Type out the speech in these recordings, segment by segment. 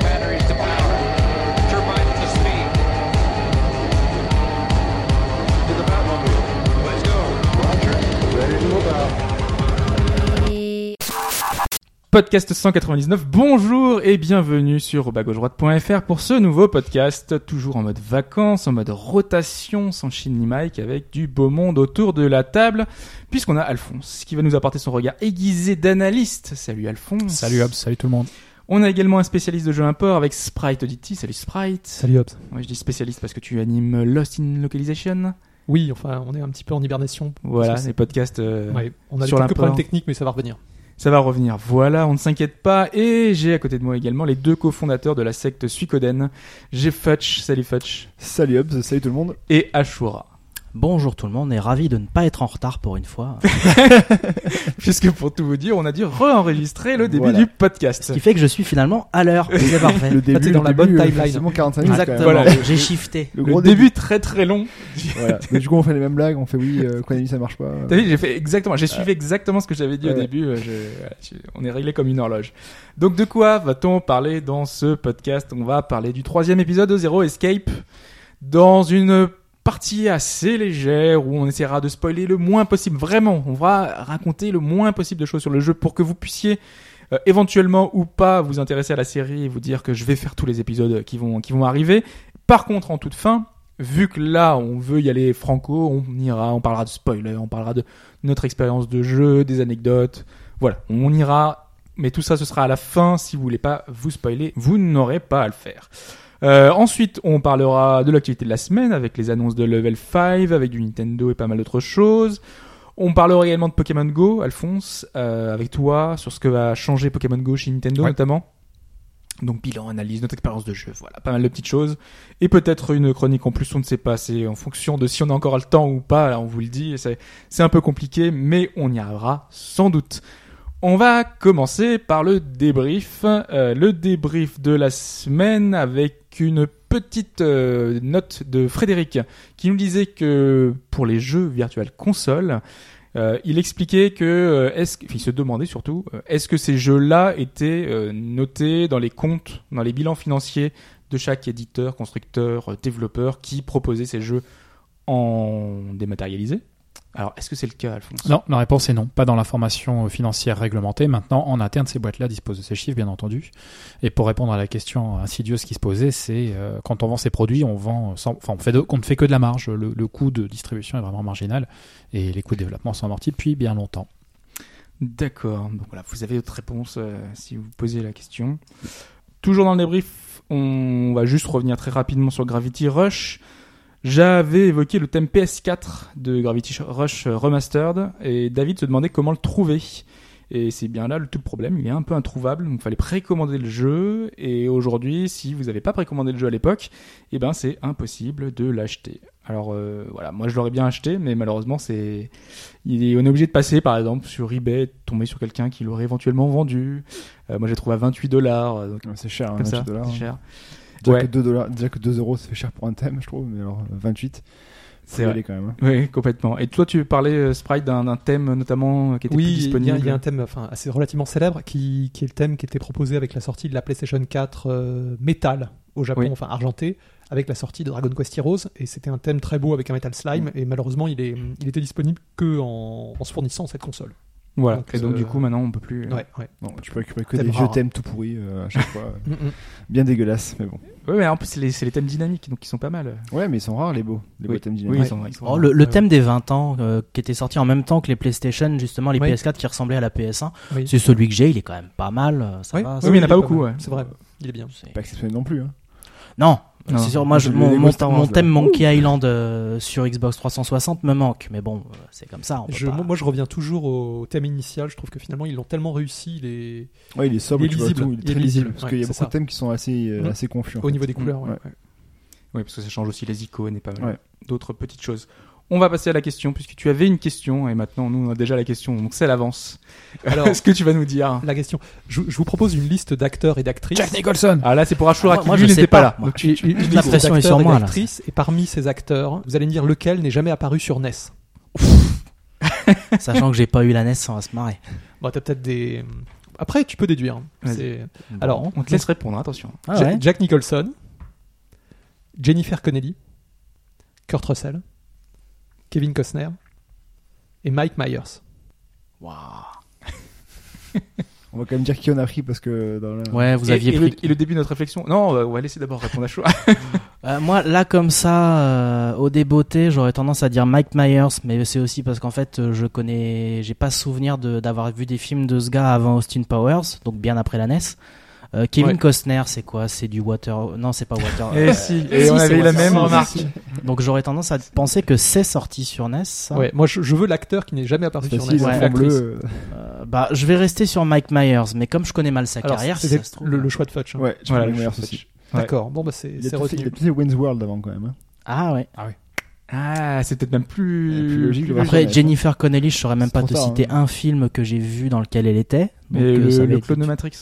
batteries to power. Turbines to speed. To the Batmobile. Let's go. Podcast 199, bonjour et bienvenue sur droite.fr pour ce nouveau podcast, toujours en mode vacances, en mode rotation, sans Chine ni Mike, avec du beau monde autour de la table, puisqu'on a Alphonse, qui va nous apporter son regard aiguisé d'analyste. Salut Alphonse. Salut Hobbs, salut tout le monde. On a également un spécialiste de jeux import avec Sprite Auditi. Salut Sprite. Salut Hobbs. Ouais, je dis spécialiste parce que tu animes Lost in Localization. Oui, enfin, on est un petit peu en hibernation. Voilà, Parce que les podcasts. euh, Ouais, on a Sur quelques l'import. problèmes techniques, mais ça va revenir. Ça va revenir. Voilà, on ne s'inquiète pas. Et j'ai à côté de moi également les deux cofondateurs de la secte Suikoden. J'ai Futch, salut Futch, Salut Hobbs, salut tout le monde. et Ashura. Bonjour tout le monde et ravi de ne pas être en retard pour une fois. Puisque pour tout vous dire, on a dû re-enregistrer le début Voilà. du Ce podcast. qui fait que je suis finalement à l'heure. C'est parfait. Le t'es début, dans le la bonne début, euh, timeline. forcément 45 minutes. Exactement. quand même. euh, Voilà. J'ai shifté. Le Le, gros début, début. très très long. Voilà. Mais du coup, on fait les mêmes blagues, on fait oui, euh, Konami ça marche pas. euh. T'as vu, j'ai fait exactement, j'ai suivi exactement ce que j'avais dit au Ouais. début. euh, je- voilà, je- on est réglé comme une horloge. Donc de quoi va-t-on parler dans ce podcast On va parler du troisième épisode de Zero Escape dans une partie assez légère où on essaiera de spoiler le moins possible. Vraiment, on va raconter le moins possible de choses sur le jeu pour que vous puissiez euh, éventuellement ou pas vous intéresser à la série et vous dire que je vais faire tous les épisodes qui vont qui vont arriver. Par contre, en toute fin, vu que là on veut y aller franco, on ira, on parlera de spoilers, on parlera de notre expérience de jeu, des anecdotes. Voilà, on ira, mais tout ça ce sera à la fin. Si vous voulez pas vous spoiler, vous n'aurez pas à le faire. Euh, ensuite, on parlera de l'activité de la semaine avec les annonces de Level 5, avec du Nintendo et pas mal d'autres choses. On parlera également de Pokémon Go, Alphonse, euh, avec toi, sur ce que va changer Pokémon Go chez Nintendo Ouais. notamment. Donc bilan, analyse, notre expérience de jeu, voilà, pas mal de petites choses. Et peut-être une chronique en plus, on ne sait pas, c'est en fonction de si on a encore le temps ou pas, là, on vous le dit, et c'est c'est un peu compliqué, mais on y arrivera sans doute. On va commencer par le débrief, euh, le débrief de la semaine avec une petite euh, note de Frédéric qui nous disait que pour les jeux virtual console, euh, il expliquait que euh, est-ce que- enfin, il se demandait surtout euh, est-ce que ces jeux-là étaient euh, notés dans les comptes, dans les bilans financiers de chaque éditeur, constructeur, euh, développeur qui proposait ces jeux en dématérialisé. Alors est-ce que c'est le cas, Alphonse Non, la réponse est non. Pas dans l'information euh, financière réglementée. Maintenant, en interne, ces boîtes-là disposent de ces chiffres, bien entendu. Et pour répondre à la question insidieuse qui se posait, c'est euh, quand on vend ces produits, on vend, sans- enfin, on fait, de- on ne fait que de la marge. Le, le coût de distribution est vraiment marginal et les coûts de développement sont amortis depuis bien longtemps. D'accord. Donc voilà, vous avez votre réponse euh, si vous posez la question. Toujours dans le débrief, on va juste revenir très rapidement sur Gravity Rush. J'avais évoqué le thème PS4 de Gravity Rush euh, Remastered et David se demandait comment le trouver. Et c'est bien là le tout le problème, il est un peu introuvable, donc il fallait précommander le jeu et aujourd'hui si vous n'avez pas précommandé le jeu à l'époque, eh ben c'est impossible de l'acheter. Alors euh, voilà, moi je l'aurais bien acheté mais malheureusement c'est il est, on est obligé de passer, par exemple, sur eBay, tomber sur quelqu'un qui l'aurait éventuellement vendu. Euh, moi, j'ai trouvé à 28 dollars, euh, donc Ouais, C'est cher, hein, comme ça, 28 dollars. c'est cher. Déjà, Ouais. que 2 dollars. déjà que 2 euros, ça fait cher pour un thème, je trouve, mais alors euh, 28, C'est faut y vrai. aller quand même. hein. Oui, complètement. Et toi, tu parlais, euh, Sprite, d'un d'un thème notamment euh, qui était plus Oui, il y, disponible. a- il y a un thème enfin, assez relativement célèbre qui, qui est le thème qui était proposé avec la sortie de la PlayStation 4 euh, métal au Japon, Oui. enfin argenté, avec la sortie de Dragon Quest Heroes. Et c'était un thème très beau avec un Metal Slime. Et malheureusement, il, est, il était disponible que en, en se fournissant cette console. Voilà. Donc, et donc, euh, du coup, maintenant, on peut plus. Ouais, ouais. Bon, tu peux récupérer que Thème des rare. vieux thèmes tout pourris euh, à chaque fois. euh, Mm, mm. Bien dégueulasse, mais bon. Ouais, mais en plus, c'est les, c'est les thèmes dynamiques, donc ils sont pas mal. Ouais, mais ils sont rares les beaux, les beaux thèmes Oui, dynamiques. ils sont, ils sont- Oh, le, le Ouais. thème des 20 ans euh, qui était sorti en même temps que les PlayStation, justement les Oui. PS4 qui ressemblaient à la PS1. Oui. C'est celui que j'ai, il est quand même pas mal. euh, Ça Oui, va. oui, ça- oui, il y en a pas est beaucoup, mal. ouais. C'est vrai, il est bien. c'est- Pas exceptionnel non plus. Hein. Non, Non. c'est sûr. Moi, je- Le mon, Lego mon- Star mon Wars, là. thème Monkey Island euh, sur Xbox 360 me manque, mais bon, euh, c'est comme ça. On peut Je- pas- moi, moi, je reviens toujours au thème initial. Je trouve que finalement, ils l'ont tellement réussi les... Ouais, il est sobre, Il est tu vois lisible. tout, il est Il est très lisible. lisible, Parce qu'il y ouais, a c'est beaucoup ça. de thèmes qui sont assez, euh, Mm. assez confus. en au fait. niveau des couleurs. ouais, Ouais. ouais. Oui, parce que ça change aussi les icônes et pas mal Ouais. d'autres petites choses. On va passer à la question, puisque tu avais une question, et maintenant, nous, on a déjà la question, donc c'est l'avance. Alors- ce que tu vas nous dire La question. Je, je vous propose une liste d'acteurs et d'actrices. Jack Nicholson Ah là, c'est pour Ashura Ah, moi- qui, moi, lui, je sais n'était pas, pas, là. moi. Donc, tu- tu- tu- Une La liste pression est d'acteurs sur et moi, là. d'actrices. Et parmi ces acteurs, vous allez me dire lequel n'est jamais apparu sur NES. Sachant que j'ai pas eu la E NES sans se marrer. Bon, t'as peut-être des. Après, tu peux déduire. hein. Vas-y. C'est- Alors, on te laisse répondre, hein, attention. Ah Ja- ouais Jack Nicholson, Jennifer Connelly, Kurt Russell, Kevin Costner et Mike Myers. On va quand même dire qui on a pris parce que dans la... Ouais, vous et, aviez et pris. le, et le début de notre réflexion Non, euh, on va laisser d'abord répondre à Ashura. Euh, moi, là, comme ça, euh, au débeauté, j'aurais tendance à dire Mike Myers, mais c'est aussi parce qu'en fait, euh, je connais, j'ai pas souvenir de- d'avoir vu des films de ce gars avant Austin Powers, donc bien après la NES. Euh, Kevin Ouais. Costner, c'est quoi C'est du Water. Non, c'est pas Water. Et euh, si, et on c'est avait eu la Water. même remarque. Donc j'aurais tendance à penser que c'est sorti sur E NES. ça. Ouais, moi, je, je veux l'acteur qui n'est jamais apparu sur NES. Facile, ou ouais. en l'actrice. bleu. Euh, bah, je vais rester sur Mike Myers, mais comme je connais mal sa Alors, carrière, si c'était ça se trouve- le, le choix de Fudge. hein. euh, Ouais, je Voilà, prends le le meilleur chauffage. souci. D'accord, bon, bah, c'est Il y a c'est tout fait- il y retenu. a tout fait Wayne's World avant quand même. hein. Ah ouais. Ah, c'est peut-être même plus. Et plus logique, le Après, Ouais, Jennifer Connelly, je saurais même c'est pas trop te tard, citer hein. un film que j'ai vu dans lequel elle était. Donc, Et euh, ça le, va le être- clone de Matrix.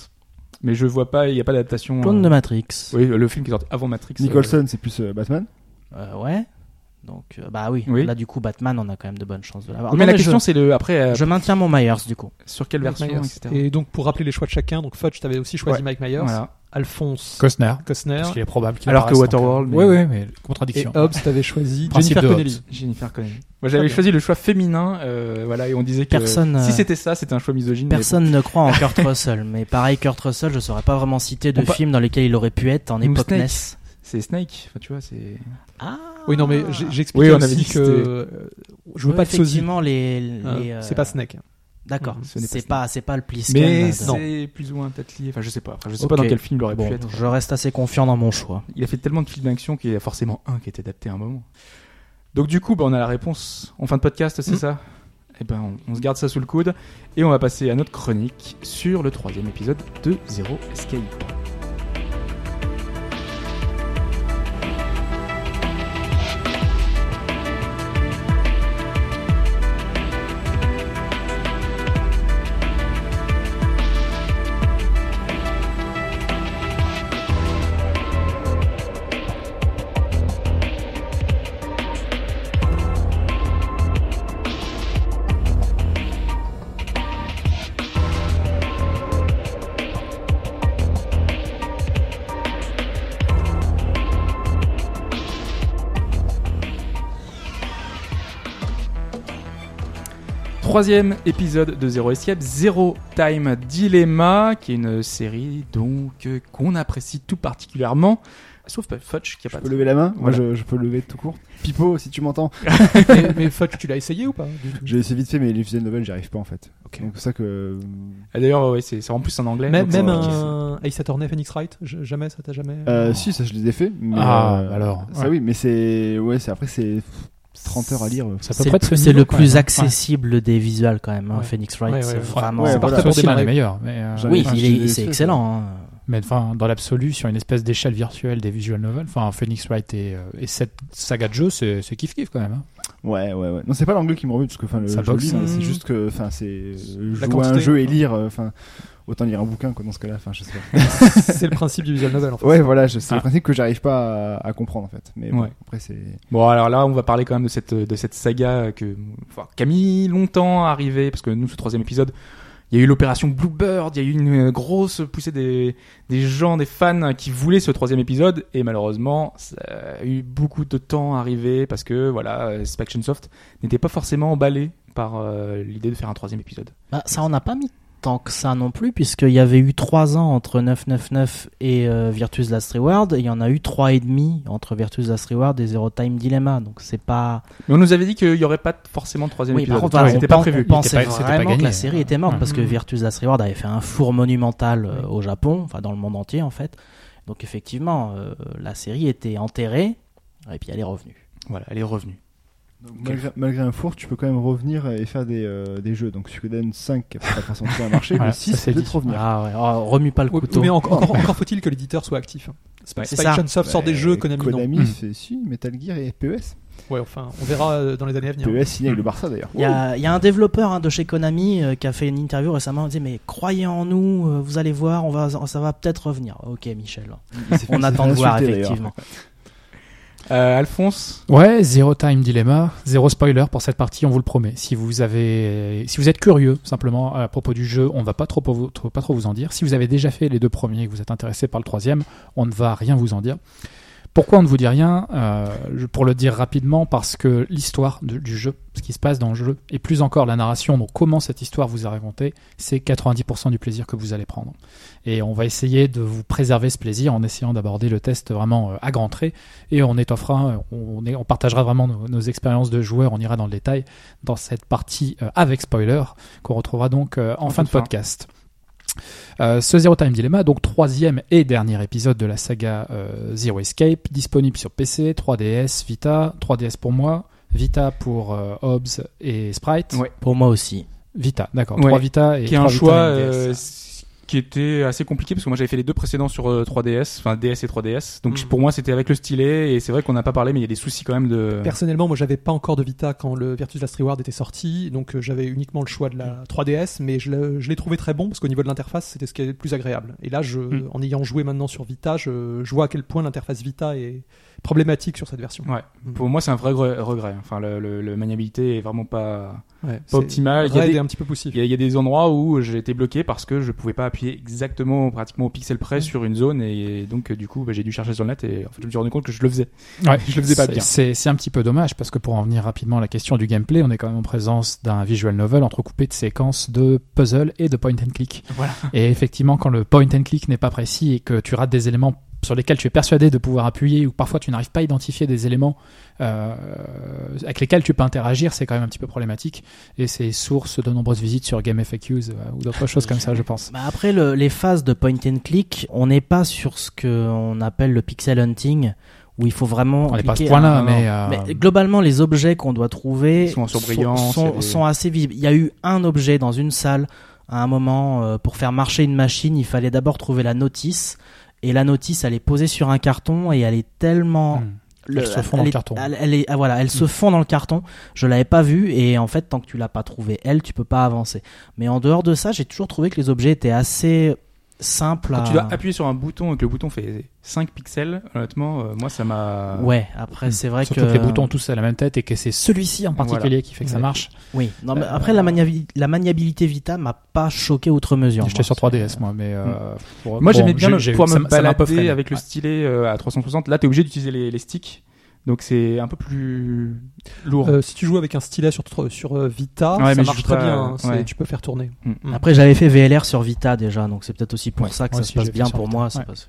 Mais je vois pas, il n'y a pas d'adaptation. Clone de euh, Matrix. Oui, le film qui est sorti avant Matrix. euh, Nicholson, c'est plus euh, Batman. Euh, ouais. Donc, euh, bah oui. Oui. Là, du coup, Batman, on a quand même de bonnes chances de l'avoir. oui, Non, mais la mais je- question, c'est le. Après, euh, je, maintiens mon Myers, du coup. sur quelle Mike version, Myers. etc. Et donc, pour rappeler les choix de chacun, donc Fudge, t'avais aussi choisi Ouais. Mike Myers, Voilà. Alphonse Costner. Costner Parce qu'il est probable qu'il Alors que apparaisse Waterworld, dans- mais- Oui, oui, mais et contradiction. Hobbs, t'avais choisi Principe Jennifer de Connelly. Hobbes. Jennifer Connelly. Moi, Très j'avais bien. choisi le choix féminin, euh, voilà, et on disait que. Personne, euh, Si c'était ça, c'était un choix misogyne. mais Personne ne croit en Kurt Russell, mais pareil, Kurt Russell, je saurais pas vraiment citer de On pa- films dans lesquels il aurait pu être en Ou époque Snake. NES. bon, C'est Snake, enfin, tu vois, c'est. Ah Oui, non, mais j'ai- j'expliquais Oui, on avait aussi dit que que euh, je veux Ouais, pas de sosie. Effectivement, les. les, Hein, euh, C'est pas Snake. D'accord. Mmh, ce n'est pas C'est Snake. pas, c'est pas le pliscan. Mais de- c'est plus ou moins peut-être lié. Enfin, je sais pas. Enfin, je sais pas Ok. dans quel film il aurait Bon, pu être. je reste assez confiant dans mon choix. Il a fait tellement de films d'action qu'il y a forcément un qui est adapté à un moment. Donc du coup, bah, on a la réponse en fin de podcast, c'est Mm. ça Eh ben, on, on se garde ça sous le coude et on va passer à notre chronique sur le troisième épisode de Zero Escape. Troisième épisode de Zero Escape, Zero Time Dilemma, qui est une série donc euh, qu'on apprécie tout particulièrement, sauf pas Fudge qui a Je pas. peux de- lever la main Moi, Voilà. je, je peux lever tout court. Pipo, si tu m'entends. mais, mais Fudge, tu l'as essayé ou pas du tout J'ai essayé vite fait, mais les visuels novels, j'y arrive pas en fait. Ok. Donc, c'est pour ça que. Ah, D'ailleurs, ouais, c'est c'est en plus en anglais. Même, donc euh, c'est même compliqué, ça. un Ace Attorney Phoenix Wright je- Jamais, ça t'a jamais. Euh, Si, ça, je les ai fait. Mais, Ah, euh, alors, Ça, ouais. oui, mais c'est. Ouais, c'est après, c'est 30 heures à lire. Ça peut C'est près de le, ce c'est le niveau, quand plus même, hein. accessible des visuels quand même. hein, Ouais. Phoenix Wright, Ouais, ouais, c'est ouais. vraiment. Ouais, C'est voilà. pas forcément Pour les démarrer. meilleurs, mais euh, Jamais. Oui, Enfin, il je est- l'ai c'est fait, excellent. hein. mais enfin dans l'absolu sur une espèce d'échelle virtuelle des visual novels, enfin Phoenix Wright et, euh, et cette saga de jeu, c'est c'est kiff kiff quand même. hein. Ouais, ouais, ouais. Non, c'est pas l'anglais qui me remue, parce que enfin, le Ça je le boxe, lis, mais hein. c'est juste que enfin, c'est euh, La jouer à un quantité. jeu et lire. euh, Enfin, autant lire un bouquin quoi dans ce cas-là. Enfin, je sais pas. C'est le principe du visual novel en fait. Ouais, voilà, je- c'est Ah. le principe que j'arrive pas à, à comprendre en fait. Mais bon, Ouais. après, c'est. Bon, alors là, on va parler quand même de cette, de cette saga que, enfin, qui a mis longtemps à arriver, parce que nous, ce troisième épisode, il y a eu l'opération Bluebird, il y a eu une euh, grosse poussée des, des gens, des fans qui voulaient ce troisième épisode, et malheureusement, ça a eu beaucoup de temps à arriver, parce que, voilà, euh, Spaction Soft n'était pas forcément emballé par euh, l'idée de faire un troisième épisode. Bah, ça, on n'a pas mis tant que ça non plus, puisqu'il y avait eu 3 ans entre 999 et euh, Virtus Last Reward, et il y en a eu trois et demi entre Virtus Last Reward et Zero Time Dilemma. Donc c'est pas. Mais on nous avait dit qu'il n'y aurait pas forcément de troisième Oui, épisode. par contre, voilà, C'était on, pas pen- on prévu. pensait C'était pas- c'était pas vraiment que gagné. Mmh. la série était morte, Ouais. parce que Mhm. Virtus Last Reward avait fait un four monumental euh, au Japon, enfin dans le monde entier en fait. Donc effectivement, euh, la série était enterrée, et puis elle est revenue. Voilà, elle est revenue. Donc, malgré, malgré un four, tu peux quand même revenir et faire des, euh, des jeux. Donc, Suikoden 5 qui a pas forcément bien marché, Voilà, le 6 ça, c'est c'est peut-être dit. revenir. Ah ouais, oh, remue pas le Ouais, couteau. Mais en- encore, encore faut-il que l'éditeur soit actif. hein. Ouais, c'est Bah, Spike Chunsoft sort des Ouais, jeux, Konami, non. Konami Mm. fait si, Metal Gear et PES. Ouais, enfin, on verra euh, dans les années à venir. PES signé avec le Barça d'ailleurs. Il y, a, il y a un développeur hein, de chez Konami euh, qui a fait une interview récemment. Il disait mais croyez en nous, euh, vous allez voir, on va, ça va peut-être revenir. Ok Michel, on attend de voir insulter, d'ailleurs. effectivement. Euh, Alphonse, Ouais, zéro time dilemma, zéro spoiler pour cette partie, on vous le promet. Si vous avez, si vous êtes curieux simplement à propos du jeu, on ne va pas trop, vous- trop- pas trop vous en dire. Si vous avez déjà fait les deux premiers et que vous êtes intéressé par le troisième, on ne va rien vous en dire. Pourquoi on ne vous dit rien Euh, je- Pour le dire rapidement, parce que l'histoire de- du jeu, ce qui se passe dans le jeu, et plus encore la narration, donc comment cette histoire vous a racontée, c'est 90% du plaisir que vous allez prendre. Et on va essayer de vous préserver ce plaisir en essayant d'aborder le test vraiment euh, à grands traits et on étoffera, euh, on, est- on partagera vraiment nos, nos expériences de joueurs, on ira dans le détail dans cette partie euh, avec spoiler qu'on retrouvera donc euh, en, fin de fin. podcast. Euh, ce Zero Time Dilemma, donc troisième et dernier épisode de la saga euh, Zero Escape, disponible sur PC, 3DS, Vita, 3DS pour moi, Vita pour euh, Hobbs et Sprite, Ouais. Pour moi aussi. Vita, d'accord, Ouais. 3 Vita et qui est un 3 Vita choix et une DS. euh, s- qui était assez compliqué parce que moi j'avais fait les deux précédents sur euh, 3DS, enfin DS et 3DS. Donc Mm. pour moi c'était avec le stylet et c'est vrai qu'on n'a pas parlé mais il y a des soucis quand même de. Personnellement, moi, j'avais pas encore de Vita quand le Virtus Last Reward était sorti, donc euh, j'avais uniquement le choix de Mm. la 3DS, mais je l'ai- je l'ai trouvé très bon parce qu'au niveau de l'interface, c'était ce qui est le plus agréable. Et là, je, Mm. en ayant joué maintenant sur Vita, je, je vois à quel point l'interface Vita est problématique sur cette version. Ouais. Mm. Pour moi c'est un vrai re- regret. Enfin le, le- le maniabilité est vraiment pas Ouais, c'est pas optimale. Il y a raide des- et un petit peu poussif. Il y, a, il y a des endroits où j'ai été bloqué parce que je pouvais pas appuyer exactement, pratiquement au pixel Mm. près sur une zone et donc euh, du coup bah, j'ai dû chercher sur le net et en fait, je me suis rendu compte que je le faisais. Ouais, Je le faisais pas c'est- bien. C'est c'est un petit peu dommage parce que pour en venir rapidement à la question du gameplay, on est quand même en présence d'un visual novel entrecoupé de séquences de puzzle et de point and click. Voilà. Et effectivement, quand le point and click n'est pas précis et que tu rates des éléments sur lesquels tu es persuadé de pouvoir appuyer ou parfois tu n'arrives pas à identifier des éléments euh, avec lesquels tu peux interagir, c'est quand même un petit peu problématique et c'est source de nombreuses visites sur Game FAQs euh, ou d'autres choses comme ça, je pense. Bah après le- les phases de point and click, on n'est pas sur ce que on appelle le pixel hunting où il faut vraiment. On n'est pas à ce cliquer, point-là, hein. mais, euh, Mais globalement, les objets qu'on doit trouver Ils sont en surbrillance, sont- il y a sont- des- sont assez visibles. Il y a eu un objet dans une salle à un moment euh, pour faire marcher une machine, il fallait d'abord trouver la notice. Et la notice, elle est posée sur un carton et elle est tellement hmm. le- Elles se font dans le est- carton. Hmm. Elle, elle est, ah, voilà, elles se font dans le carton. Je l'avais pas vu et en fait, tant que tu l'as pas trouvé, elle, tu peux pas avancer. Mais en dehors de ça, j'ai toujours trouvé que les objets étaient assez simples. Quand Ah. à- tu dois appuyer sur un bouton et que le bouton fait 5 pixels, honnêtement, euh, moi ça m'a. Ouais. Après, c'est vrai Surtout que que les boutons euh, tous à la même tête et que c'est celui-ci en particulier Voilà. qui fait que ça Ouais. marche. Oui. Non, mais Euh, après, la, maniabi- la maniabilité Vita m'a pas choqué outre mesure. J'étais moi. sur 3DS moi, mais euh, hmm. pour- Moi bon, j'aimais bien j'ai- le- j'ai- pouvoir ça me m'a- ça m'a un peu balader freiné. avec le Ouais. stylet euh, à 360. Là t'es obligé d'utiliser les, les sticks, donc c'est un peu plus lourd. Euh, si tu joues avec un stylet sur, sur euh, Vita, Ouais, mais ça je marche joue très pas, bien. euh, hein, c'est- ouais. Tu peux faire tourner. Mm. Mm. Euh, Après, j'avais fait VLR sur Vita déjà, donc c'est peut-être aussi pour Ouais, ça que moi ça aussi, se passe j'ai fait bien sur pour Vita. moi. ça Ouais. passe-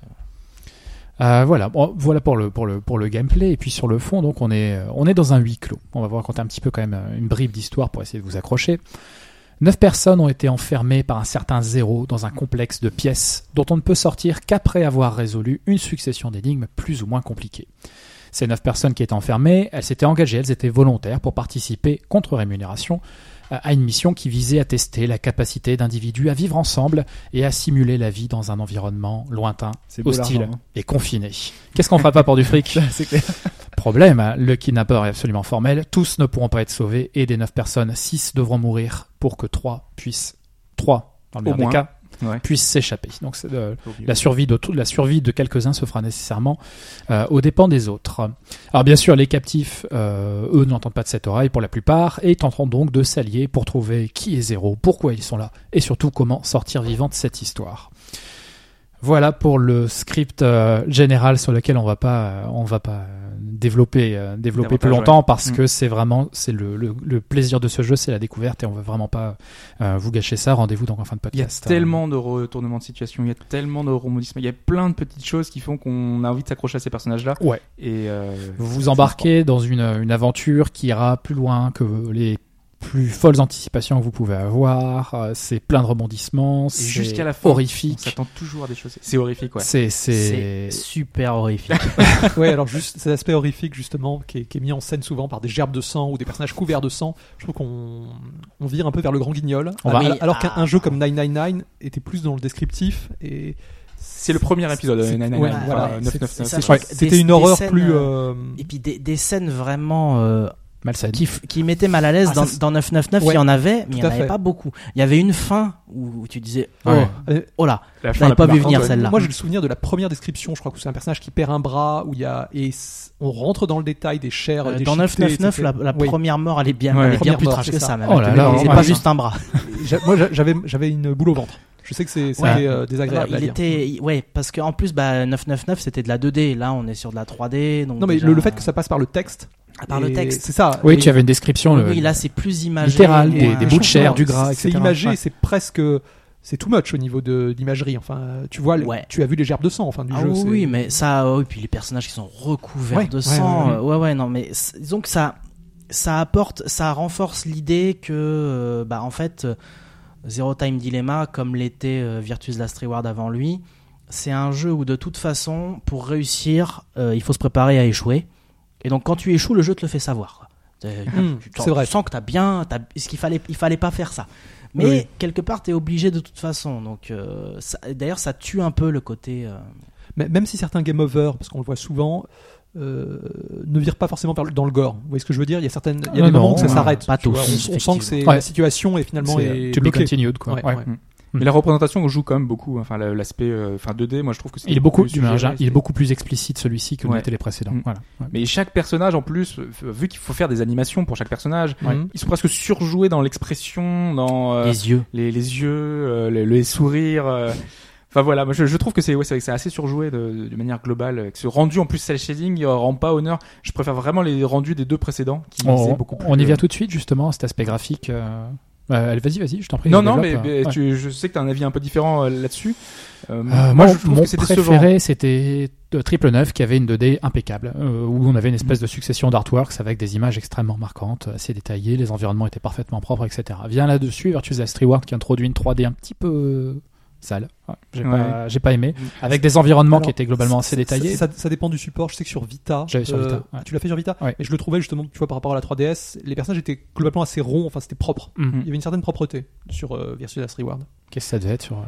Euh, voilà, Bon, voilà pour le pour le pour le gameplay et puis sur le fond donc on est euh, on est dans un huis clos. On va vous raconter un petit peu quand même euh, une bribe d'histoire pour essayer de vous accrocher. Neuf personnes ont été enfermées par un certain zéro dans un complexe de pièces dont on ne peut sortir qu'après avoir résolu une succession d'énigmes plus ou moins compliquées. Ces neuf personnes qui étaient enfermées, elles s'étaient engagées, elles étaient volontaires pour participer contre rémunération euh, à une mission qui visait à tester la capacité d'individus à vivre ensemble et à simuler la vie dans un environnement lointain C'est beau hostile l'argent, hein. et confiné. Qu'est-ce qu'on fera pas pour du fric Problème, hein, le kidnappeur est absolument formel, tous ne pourront pas être sauvés et des 9 personnes, 6 devront mourir pour que 3 puissent, 3 dans le Au meilleur des moins. cas, Ouais. puissent s'échapper. Donc c'est euh, de- la survie de, tout- la survie de quelques-uns se fera nécessairement euh, aux dépens des autres. Alors bien sûr, les captifs, euh, eux, n'entendent pas de cette oreille pour la plupart et tenteront donc de s'allier pour trouver qui est Zéro, pourquoi ils sont là et surtout comment sortir vivant de cette histoire. Voilà pour le script euh, général sur lequel on va pas, euh, on va pas euh, développer, euh, développer plus Davantage, longtemps parce Mm. que c'est vraiment, c'est le, le- le plaisir de ce jeu, c'est la découverte et on veut vraiment pas euh, vous gâcher ça. Rendez-vous donc en fin de Il y a podcast. tellement de retournements de situation, il y a tellement de rebondissements, il y a plein de petites choses qui font qu'on a envie de s'accrocher à ces personnages-là. Ouais. Et euh, Vous vous embarquez dans une, une aventure qui ira plus loin que les plus folles anticipations que vous pouvez avoir. Euh, C'est plein de rebondissements. et C'est jusqu'à la fin, on horrifique. s'attend toujours à des choses. C'est horrifique, ouais. C'est C'est c'est super horrifique. ouais, alors juste cet aspect horrifique justement qui est, qui est mis en scène souvent par des gerbes de sang ou des personnages couverts de sang. Je trouve qu'on on vire un peu vers le grand guignol. On alors va- alors Ah. qu'un un jeu comme 999 était plus dans le descriptif et C'est le premier épisode. C'est- euh, nanana, ouais, enfin, voilà, 999. c'est ça. Ouais, C'était Des- une des horreur scènes, plus. euh, euh, Et puis des, des scènes vraiment euh, Malsaine. qui, f- qui mettaient mal à l'aise Ah, ça, dans, c'est- dans 999. Ouais, il y en avait, mais il n'y tout en à avait fait. pas beaucoup. Il y avait une fin où, où tu disais oh, Ouais. euh, oh là, La je fin l'avais la pas plus vu marquante, venir ouais. celle-là. Moi, j'ai le souvenir de la première description. Je crois que c'est un personnage qui perd un bras, où il y a et s- on rentre dans le détail des chairs, Euh, des dans 999, la, la première première mort, elle est bien, Ouais. elle est bien Première plus mort, trash c'est que ça. ça. même. Oh là Elle là, est- on c'est m'a pas dit. juste un bras. J'a- Moi, j'a- j'avais, j'avais une boule au ventre. Je sais que c'est, c'était Ouais. euh, Non, désagréable à il dire. était, ouais, parce qu'en plus, bah, 999, c'était de la 2D. Là, on est sur de la 3D. Donc Non, mais déjà, le, le fait que ça passe par le texte. à part le et- texte. C'est ça. Oui, Et- tu avais une description. le- Oui, là, c'est plus imagé. littéral, moins- des- des et bouts de je chair, trouve du que gras, C'est etc. imagé, Ouais. c'est presque. C'est too much au niveau de l'imagerie. Enfin, euh, tu vois, le- Ouais. tu as vu les gerbes de sang en fin du Ah jeu. oui, c'est- oui, mais ça, oh, et puis les personnages qui sont recouverts Ouais, de ouais, sang. ouais, euh, Ouais, ouais, non, mais c'est- disons que ça, ça apporte, ça renforce l'idée que, euh, bah, en fait, euh, Zero Time Dilemma, comme l'était euh, Virtue's Last Reward avant lui, c'est un jeu où de toute façon, pour réussir, euh, il faut se préparer à échouer. Et donc, quand tu échoues, le jeu te le fait savoir. quoi. T'es- Hmm, tu c'est vrai. sens que t'as bien, t'as, ce qu'il fallait, il fallait pas faire ça. Mais Oui. quelque part, t'es obligé de toute façon. Donc, euh, ça- d'ailleurs, ça tue un peu le côté. euh, Mais même si certains game over, parce qu'on le voit souvent, euh, ne virent pas forcément vers le- dans le gore. Vous voyez ce que je veux dire Il y a certaines, il y a Ah Non, des moments non, où ça non, s'arrête. pas tu vois. tous, On, on sent que c'est Ouais. la situation est finalement c'est euh, est to be bloquée. continued, quoi. Ouais, Ouais. ouais. Mm. Mais la représentation joue quand même beaucoup. Enfin, la- l'aspect, euh, enfin 2D, moi je trouve que c'est Il est beaucoup, plus du manière suggéré, générale, il est c'est- beaucoup plus explicite celui-ci que Ouais. n'étaient les précédents. Mm. Voilà. Ouais. Mais chaque personnage, en plus, euh, vu qu'il faut faire des animations pour chaque personnage, Ouais. ils sont presque surjoués dans l'expression, dans euh, les yeux. les, les yeux, euh, les, les sourires. euh. Enfin voilà, moi je, je trouve que c'est ouais, c'est vrai que c'est assez surjoué de, de manière globale. euh, Que ce rendu en plus cel shading il rend pas honneur. Je préfère vraiment les rendus des deux précédents qui faisaient On, beaucoup plus. on y euh, vient tout de suite justement à cet aspect graphique. euh, euh, allez, vas-y, vas-y, je t'en prie. Non je non, mais, développe, euh, mais ouais. tu- je sais que t'as un avis un peu différent euh, là-dessus. Euh, Euh, moi mon, je trouve mon que c'était décevant. préféré c'était euh, Triple 9 qui avait une 2D impeccable euh, où on avait Mm. une espèce de succession d'artworks avec des images extrêmement marquantes, assez détaillées, les environnements étaient parfaitement propres, etc. Vient là-dessus Virtuous Last Reward qui introduit une 3D un petit peu euh, sale, Ouais, j'ai Ouais. Mm. pas, j'ai pas aimé, avec des environnements Alors, qui étaient globalement assez ça- détaillés. Ça, ça- ça dépend du support. Je sais que sur Vita, euh, J'avais sur Vita, ouais. tu l'as fait sur Vita, Ouais. et je le trouvais justement, tu vois, par rapport à la 3DS, les personnages étaient globalement assez ronds. Enfin, c'était propre. Mm. Mhm. Il y avait une certaine propreté sur euh, Versus Last Reward. Qu'est-ce que ça devait être sur euh,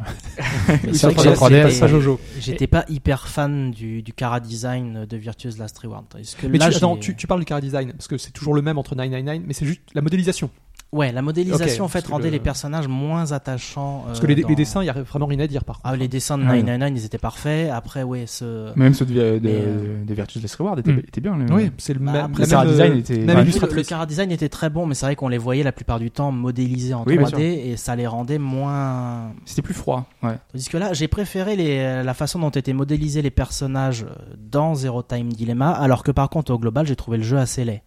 Mais c'est vrai que que la 3D, j'étais- elle Pas Jojo. J'étais pas hyper fan du, du cara design de Virtue's Last Reward. Est-ce que Mais là, tu, attends, j'ai- tu, tu parles du cara design parce que c'est toujours le même entre 999, mais c'est juste la modélisation. ouais, la modélisation Ok, en fait parce que rendait le- les personnages moins attachants. Parce euh, que les, dans- les dessins, il y a vraiment rien à dire par contre. Ah, les dessins de Ouais. 999, ils étaient parfaits. Après, ouais, ce. Même ceux de, de, Mais, euh, de Virtus Last Reward étaient, Mm. étaient bien. les- Oui, c'est le Bah, même. après, la le cara même, design euh, était- même ouais. Oui, le, illustratrice. le cara design était très bon, mais c'est vrai qu'on les voyait la plupart du temps modélisés en Oui, bien 3D et ça les rendait moins. C'était plus froid. Ouais. Tandis que là, j'ai préféré les- euh, la façon dont étaient modélisés les personnages euh, dans Zero Time Dilemma, alors que par contre, au global, j'ai trouvé le jeu assez laid.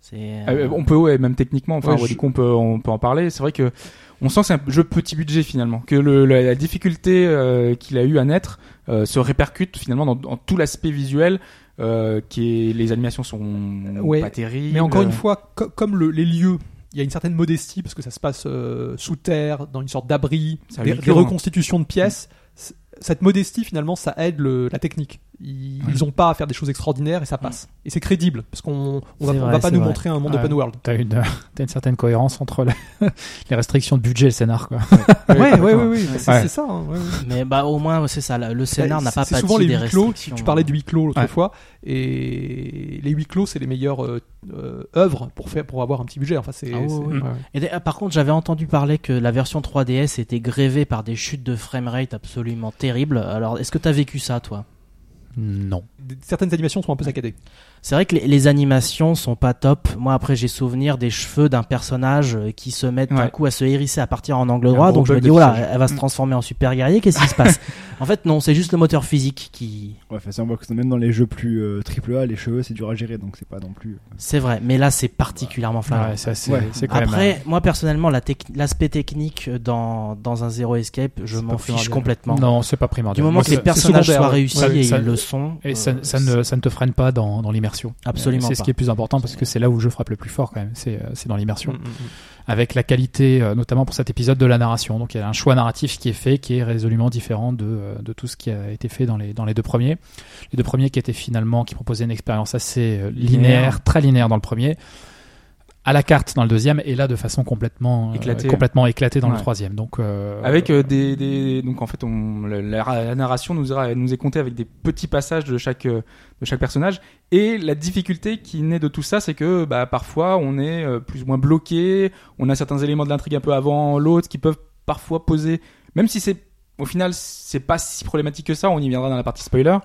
C'est. Euh, on peut, ouais, même techniquement, enfin, Ouais, ouais, je- du coup, on peut, on peut en parler. C'est vrai que on sent que c'est un jeu petit budget finalement, que le, la, la difficulté euh, qu'il a eu à naître euh, se répercute finalement dans, dans tout l'aspect visuel, euh, qui est les animations sont Ouais. pas terribles. Mais encore une fois, co- comme le- les lieux, il y a une certaine modestie parce que ça se passe euh, sous terre, dans une sorte d'abri, C'est à des, huis clos, des hein. reconstitutions de pièces. C- Cette modestie, finalement, ça aide le- la technique. Ils Ouais. n'ont pas à faire des choses extraordinaires et ça passe. Et c'est crédible parce qu'on on va, Mm. C'est on vrai, va pas c'est nous vrai. montrer un monde Ouais. open world. T'as une, euh, t'as une certaine cohérence entre la- les restrictions de budget et le scénar, quoi. Ouais, ouais, ouais, ouais, bah, c'est Ouais. c'est ça. hein, ouais, ouais. Mais bah, au moins, c'est ça. Le scénar Bah, n'a pas c'est pâti souvent les des huis clos. Tu, restrictions. euh. tu parlais de huis clos l'autre Ouais. fois, et les huis clos, c'est les meilleures euh, euh, œuvres pour faire pour avoir un petit budget. Enfin, c'est. Ah oui, c'est- oui. ouais, ouais. Et d'ailleurs, par contre, j'avais entendu parler que la version 3DS était grévée par des chutes de framerate absolument terribles. Alors, est-ce que t'as vécu ça, toi Non. Des- Certaines animations sont un peu saccadées. C'est vrai que les, les animations sont pas top. Moi, après, j'ai souvenir des cheveux d'un personnage euh, qui se mettent d'un Ouais. coup à se hérisser à partir en angle un droit. gros Donc, je me bug dis, de voilà, visage. elle va se Mm. transformer en super guerrier. Qu'est-ce qui se passe En fait, non, c'est juste le moteur physique qui. Ouais, enfin, ça, on voit que même dans les jeux plus euh, triple A, les cheveux c'est dur à gérer donc c'est pas non plus. C'est vrai. Mais là, c'est particulièrement flagrant. Ouais, ça, c'est, Ouais. c'est quand même. Après, moi personnellement, la tec- l'aspect technique dans, dans un Zero euh, Escape, je C'est m'en pas fiche primordial. complètement. Non, c'est pas primordial. Du moment Moi, que les c'est- personnages secondaire, soient ouais. réussis Ouais, et ça- ils le sont, Et ça, euh, ça ne, ça ne te freine pas dans, dans l'immersion. Absolument C'est pas. ce qui est plus important parce que c'est là où le jeu frappe le plus fort quand même. C'est, euh, c'est dans l'immersion. Mm, mm, mm. Avec la qualité, euh, notamment pour cet épisode de la narration. Donc il y a un choix narratif qui est fait qui est résolument différent de, euh, de tout ce qui a été fait dans les, dans les deux premiers. Les deux premiers qui étaient finalement, qui proposaient une expérience assez euh, linéaire, Linéaire. très linéaire dans le premier. à la carte dans le deuxième et là de façon complètement euh, Éclatée. complètement éclatée dans le Ouais. troisième. Donc euh, Avec euh, des, des- donc en fait on, la, la- la narration nous, a- nous est comptée avec des petits passages de chaque euh, de chaque personnage et la difficulté qui naît de tout ça c'est que bah parfois on est euh, plus ou moins bloqué, on a certains éléments de l'intrigue un peu avant l'autre qui peuvent parfois poser même si c'est au final c'est pas si problématique que ça, on y viendra dans la partie spoiler.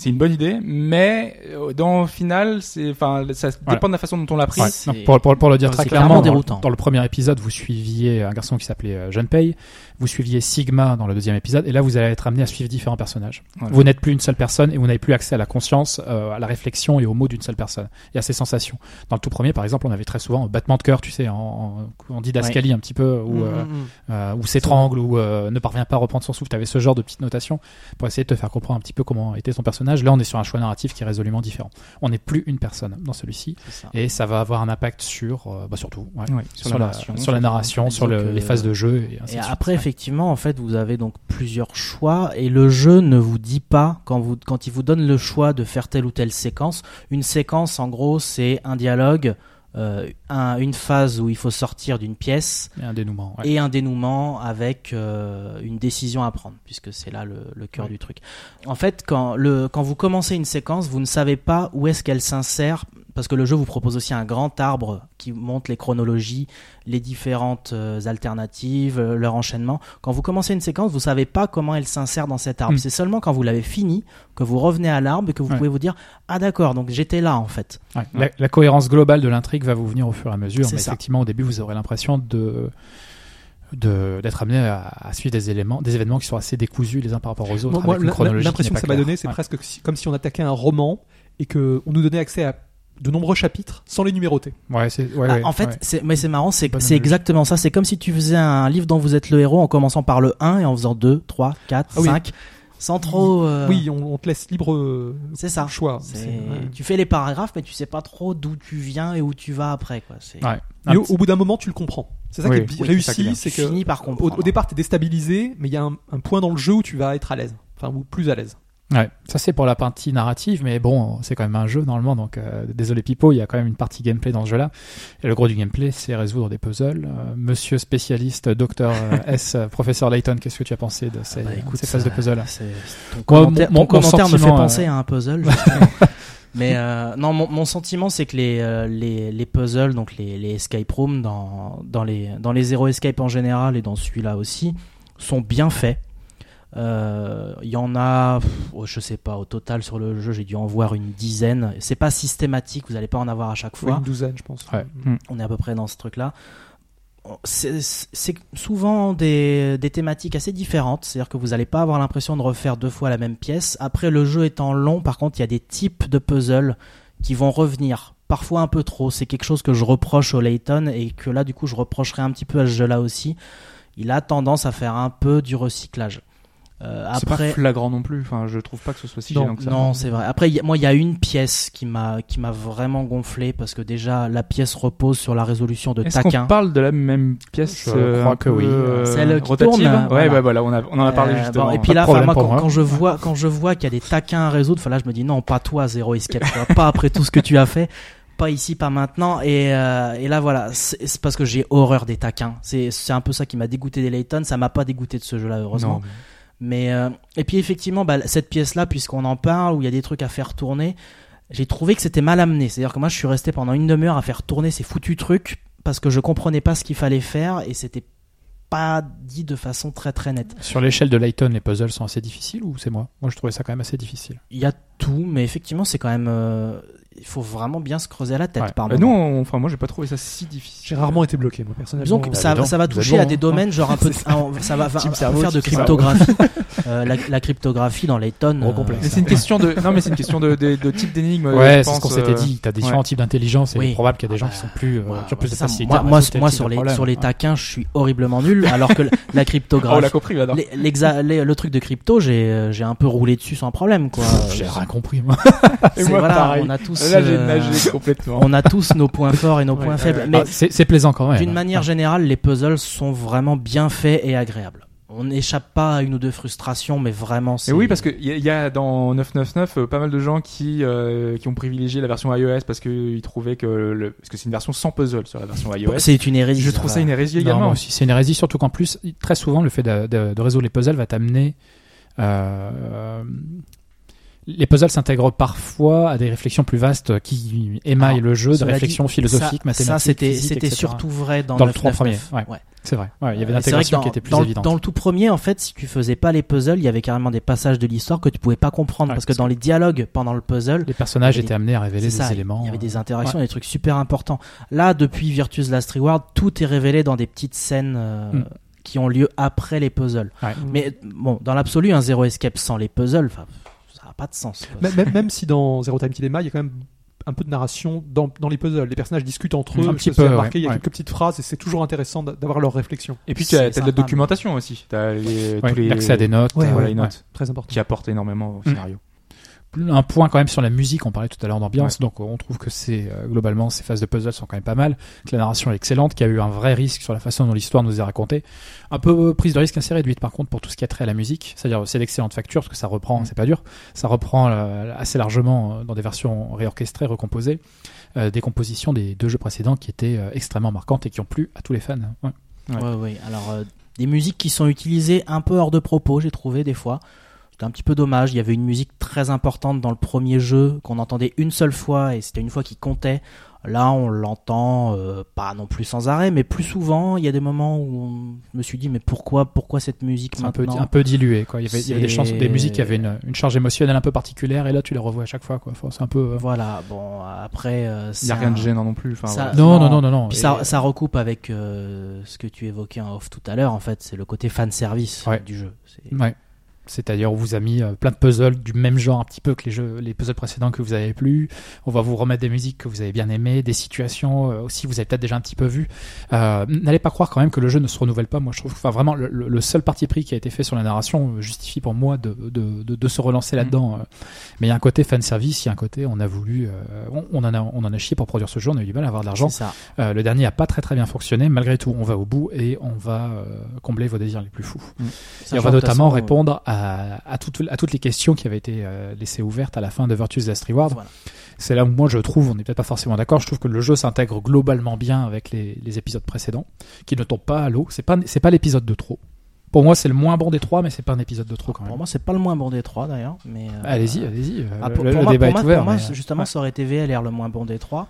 C'est une bonne idée, mais euh, dans le final, c'est enfin ça dépend Voilà. de la façon dont on l'a pris. Ouais. C'est- Non, pour, pour- pour le dire C'est très clairement clairement, dans- déroutant. Dans, le premier épisode, vous suiviez un garçon qui s'appelait euh, John Pay, vous suiviez Sigma dans le deuxième épisode, et là vous allez être amené à suivre différents personnages. Voilà. Vous n'êtes plus une seule personne et vous n'avez plus accès à la conscience, euh, à la réflexion et aux mots d'une seule personne et à ses sensations. Dans le tout premier, par exemple, on avait très souvent un battement de cœur, tu sais, en, en, en didascalie un petit peu, Mhm. ou euh, euh, ou s'étrangle ou euh, ne parvient pas à reprendre son souffle. T'avais ce genre de petites notations pour essayer de te faire comprendre un petit peu comment était son personnage. Là, on est sur un choix narratif qui est résolument différent. On n'est plus une personne dans celui-ci ça. et ça va avoir un impact sur, euh, bah, surtout, ouais, Ouais, sur, la, sur hein. la narration, sur le- Disons que- les phases de jeu et ainsi Et de suite. après, Ouais. effectivement, en fait, vous avez donc plusieurs choix et le jeu ne vous dit pas quand vous quand il vous donne le choix de faire telle ou telle séquence. Une séquence, en gros, c'est un dialogue, euh, un- une phase où il faut sortir d'une pièce Et un dénouement. ouais. et un dénouement avec euh, une décision à prendre, puisque c'est là le, le cœur du truc. En fait, quand le quand vous commencez une séquence, vous ne savez pas où est-ce qu'elle s'insère. Parce que le jeu vous propose aussi un grand arbre qui montre les chronologies les différentes euh, alternatives, euh, leur enchaînement. Quand vous commencez une séquence, vous savez pas comment elle s'insère dans cet arbre. Mm. C'est seulement quand vous l'avez fini que vous revenez à l'arbre et que vous Ouais. pouvez vous dire ah d'accord donc j'étais là en fait. Ouais. La, la cohérence globale de l'intrigue va vous venir au fur et à mesure, C'est mais ça. effectivement, au début, vous aurez l'impression de de- d'être amené à, à suivre des éléments des événements qui sont assez décousus les uns par rapport aux autres Moi, moi, avec une la- chronologie qui l'impression n'est pas que ça m'a claire. donné, c'est Ouais. presque si- comme si on attaquait un roman et que on nous donnait accès à de nombreux chapitres sans les numéroter. Ouais, c'est- ouais, Ah, ouais, en fait, ouais. c'est mais c'est marrant, c'est Bonne c'est analogie. exactement ça. C'est comme si tu faisais un livre dont vous êtes le héros en commençant par le 1 et en faisant 2, 3, 4, Ah oui. 5 sans trop euh, Oui, on, on te laisse libre euh, C'est ça. choix. c'est- C'est- ouais. tu fais les paragraphes mais tu sais pas trop d'où tu viens et où tu vas après quoi. C'est Ouais. Mais Un au, petit- au bout d'un moment, tu le comprends. C'est ça Oui, qui est bi- oui, c'est ça qui est bien. réussi, tu c'est que finis par au, comprendre. au départ, t'es déstabilisé, mais il y a un, un point dans le jeu où tu vas être à l'aise, enfin ou plus à l'aise. Ouais, ça c'est pour la partie narrative, mais bon, c'est quand même un jeu normalement, donc euh, désolé Pipo, il y a quand même une partie gameplay dans ce jeu-là. Et le gros du gameplay, c'est résoudre des puzzles. Euh, monsieur spécialiste, docteur euh, S, euh, professeur Layton, qu'est-ce que tu as pensé de ces, euh, Ah bah, écoute, ces phases de ça- puzzle C'est- Ton Moi, commentaire, mon- ton mon commentaire me fait sentiment, penser euh, à un puzzle. justement. Mais euh, non, mon, mon sentiment, c'est que les, euh, les, les puzzles, donc les, les escape rooms, dans, dans, les, dans les Zero Escape en général et dans celui-là aussi, sont bien faits. Euh, Il y en a, pff, oh, je sais pas, au total sur le jeu, j'ai dû en voir une dizaine. C'est pas systématique, vous allez pas en avoir à chaque fois Une douzaine, je pense. Ouais. on est à peu près dans ce truc-là. C'est c'est souvent des, des thématiques assez différentes, c'est-à-dire que vous n'allez pas avoir l'impression de refaire deux fois la même pièce. Après, le jeu étant long, par contre, il y a des types de puzzles qui vont revenir, parfois un peu trop. C'est quelque chose que je reproche au Layton et que là, du coup, je reprocherai un petit peu à ce jeu-là aussi. Il a tendance à faire un peu du recyclage. Euh, C'est pas après, flagrant non plus. Enfin, je trouve pas que ce soit si Non, gênant que ça. hein. non, c'est vrai. Après, il y a- moi, il y a une pièce qui m'a qui m'a vraiment gonflé parce que déjà, la pièce repose sur la résolution de Est-ce taquin. qu'on parle de la même pièce Je euh, crois un que peu, oui. euh, Celle qui rotative tourne, Ouais, voilà. bah voilà, on, a- on en a parlé Euh, justement. bon, et puis là, problème enfin, moi, pour quand, moi. quand je vois, quand je vois qu'il y a des taquins à résoudre, enfin là, je me dis non, pas toi, Zero Escape, tu vois, pas après tout ce que tu as fait, pas ici, pas maintenant. Et, euh, et là, voilà, c'est c'est parce que j'ai horreur des taquins. C'est c'est un peu ça qui m'a dégoûté des Layton. Ça m'a pas dégoûté de ce jeu-là, heureusement. Non, Mais euh, et puis effectivement, bah, cette pièce-là, puisqu'on en parle, où il y a des trucs à faire tourner, j'ai trouvé que c'était mal amené. C'est-à-dire que moi, je suis resté pendant une demi-heure à faire tourner ces foutus trucs parce que je comprenais pas ce qu'il fallait faire et c'était pas dit de façon très très nette. Sur l'échelle de Layton, les puzzles sont assez difficiles ou c'est moi Moi, je trouvais ça quand même assez difficile. Il y a tout, mais effectivement, c'est quand même. euh, il faut vraiment bien se creuser à la tête Ouais. par Bah, moment. nous, on- enfin, moi, j'ai pas trouvé ça si J'ai difficile. rarement été bloqué, moi personnellement. Disons que Bah, ça, dis donc, ça va vous êtes toucher bon, à des hein. domaines, genre un peu. ah, on- ça va, va- Team va cerveau, faire de team cerveau. cryptographie. Euh, la, la cryptographie dans les tonnes. Gros euh, complexe. Mais c'est une question de. Non, mais c'est une question de, de- de type d'énigme. ouais, je c'est ce pense, qu'on s'était euh, dit. T'as ouais. différents types d'intelligence et Oui. il est probable qu'il y a des gens Ah bah, qui sont plus, euh, Voilà, qui ont plus voilà, de ça, facilité. moi, à moi, résoudre tel moi, type sur, de les, problème. sur les Ouais. taquins, je suis horriblement nul, alors que la- Oh, la hein. Ah, on l'a cryptographie. compris, là. les- l'exa- les- le truc de crypto, j'ai euh, j'ai un peu roulé dessus sans problème. Quoi. Pff, J'ai rien compris, moi. C'est- moi, voilà, pareil. on a tous. Là, j'ai euh, nagé complètement. on a tous nos points forts et nos Ouais, points ouais, faibles. ouais. Mais Ah, c'est c'est plaisant quand même. D'une manière générale, les puzzles sont vraiment bien faits et agréables. on n'échappe pas à une ou deux frustrations, mais vraiment c'est. Et oui, parce qu'il y, a- y a dans 999 euh, pas mal de gens qui, euh, qui ont privilégié la version iOS parce qu'ils trouvaient que. Le... Parce que c'est une version sans puzzle sur la version iOS. Bah, c'est une hérésie. Je trouve ça une hérésie Non, également. moi aussi, c'est une hérésie, surtout qu'en plus, très souvent, le fait de, de- de résoudre les puzzles va t'amener. euh, les puzzles s'intègrent parfois à des réflexions plus vastes qui émaillent Alors, le jeu, des Cela dit, réflexions philosophiques, ça- mathématiques. Ça, c'était, physiques, c'était etc.. surtout vrai dans, Dans le 999. trois premiers, C'est vrai, ouais, il y avait une Euh, c'est vrai que intégration dans- qui était plus dans, le- évidente. Dans le tout premier, en fait, si tu faisais pas les puzzles, il y avait carrément des passages de l'histoire que tu pouvais pas comprendre Ouais, parce que c'est dans ça. les dialogues pendant le puzzle, Les personnages il y avait étaient amenés à révéler c'est des ça, éléments. il y avait des interactions, des trucs super importants. Là, depuis Virtuous Last Reward, tout est révélé dans des petites scènes euh, Mm. qui ont lieu après les puzzles. Ouais. Euh, Mais bon, dans l'absolu, un zéro escape sans les puzzles, enfin, ça n'a pas de sens. quoi. Même, même- même si dans Zero Time Dilemma, il y a quand même un peu de narration dans, dans les puzzles. Les personnages discutent entre Un eux, petit se fait peu, ouais, remarquer, il y a ouais. quelques petites phrases et c'est toujours intéressant d'a- d'avoir leurs réflexions. Et puis, tu as, C'est t'as de la sympa, mais- documentation aussi. Tu as les, euh, Ouais, tous les. L'accès à des notes. Ouais, euh, voilà, les ouais, notes Très important. qui apportent énormément au Mm. scénario. un point quand même sur la musique, on parlait tout à l'heure d'ambiance, donc on trouve que c'est euh, globalement ces phases de puzzle sont quand même pas mal, que la narration est excellente, qu'il y a eu un vrai risque sur la façon dont l'histoire nous est racontée. Un peu euh, prise de risque assez réduite par contre pour tout ce qui a trait à la musique, c'est-à-dire c'est d'excellente facture parce que ça reprend, c'est pas dur, ça reprend euh, assez largement euh, dans des versions réorchestrées, recomposées, euh, des compositions des deux jeux précédents qui étaient euh, extrêmement marquantes et qui ont plu à tous les fans. hein. Ouais. Ouais. Ouais, ouais. Alors, euh, des musiques qui sont utilisées un peu hors de propos, j'ai trouvé des fois. C'était un petit peu dommage. Il y avait une musique très importante dans le premier jeu qu'on entendait une seule fois et c'était une fois qui comptait. Là, on l'entend euh, pas non plus sans arrêt, mais plus souvent. Il y a des moments où on me suis dit mais pourquoi, pourquoi cette musique C'est un peu, maintenant un peu dilué quoi. Il y avait, il y avait des C'est- chansons, des musiques qui avaient une, une charge émotionnelle un peu particulière et là tu les revois à chaque fois quoi. Enfin, c'est un peu euh, Voilà. Bon, après, euh, Il n'y a ça- rien de gênant non plus. Enfin, ça- voilà. Non, non, non, non, non. Euh, Puis Et- ça, ça recoupe avec euh, ce que tu évoquais en off tout à l'heure. En fait, c'est le côté fan service Ouais. du jeu. C'est- Ouais. C'est-à-dire, on vous a mis euh, plein de puzzles du même genre, un petit peu que les, jeux, les puzzles précédents que vous avez plu. On va vous remettre des musiques que vous avez bien aimées, des situations euh, aussi que vous avez peut-être déjà un petit peu vues. Euh, N'allez pas croire quand même que le jeu ne se renouvelle pas. Moi, je trouve que enfin, vraiment le, le- le seul parti pris qui a été fait sur la narration euh, justifie pour moi de, de, de, de se relancer Mm-hmm. là-dedans. euh. Mais il y a un côté fan service, il y a un côté on a voulu, euh, on, on en a, on en a chié pour produire ce jeu, on a eu du mal à avoir de l'argent. c'est ça. Euh, le dernier a pas très très bien fonctionné. Malgré tout, on va au bout et on va euh, combler vos désirs les plus fous. Et on Sachant va que de notamment toute façon, euh, répondre à, à, toutes, à toutes les questions qui avaient été euh, laissées ouvertes à la fin de Virtuous Last Reward. Voilà. C'est là où moi je trouve, on n'est peut-être pas forcément d'accord, je trouve que le jeu s'intègre globalement bien avec les, les épisodes précédents, qui ne tombent pas à l'eau. C'est pas, c'est pas l'épisode de trop. Pour moi, c'est le moins bon des trois, mais c'est pas un épisode de trop quand même. Pour moi, c'est pas le moins bon des trois d'ailleurs. Mais euh, allez-y, allez-y. euh, ah, le- pour, le, pour moi, débat pour moi- est ouvert. pour moi, mais, euh, justement, ça aurait été VLR le moins bon des trois.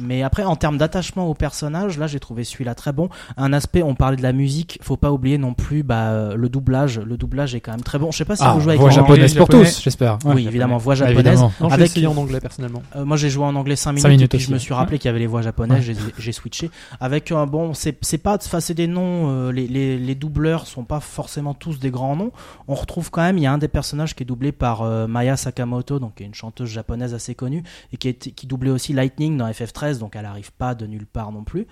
Mais après, en termes d'attachement au personnage, là, j'ai trouvé celui-là très bon. Un aspect, on parlait de la musique, faut pas oublier non plus bah, euh, le doublage. Le doublage est quand même très bon. Je sais pas si ah, vous jouez avec voix en- japonais, japonaise pour japonais. tous, j'espère. Ouais. Oui, évidemment, voix Ah, japonaise. évidemment. Non, j'ai Avec- essayé en anglais personnellement. Euh, moi j'ai joué en anglais 5 minutes, minutes et puis aussi, je me ouais. suis rappelé qu'il y avait les voix japonaises, j'ai- j'ai switché. Avec un bon, c'est c'est pas, enfin c'est des noms, euh, les, les, les doubleurs sont pas forcément tous des grands noms. On retrouve quand même, il y a un des personnages qui est doublé par euh, Maya Sakamoto, donc qui est une chanteuse japonaise assez connue, et qui, est, qui doublait aussi Lightning dans FF13, donc elle arrive pas de nulle part non plus.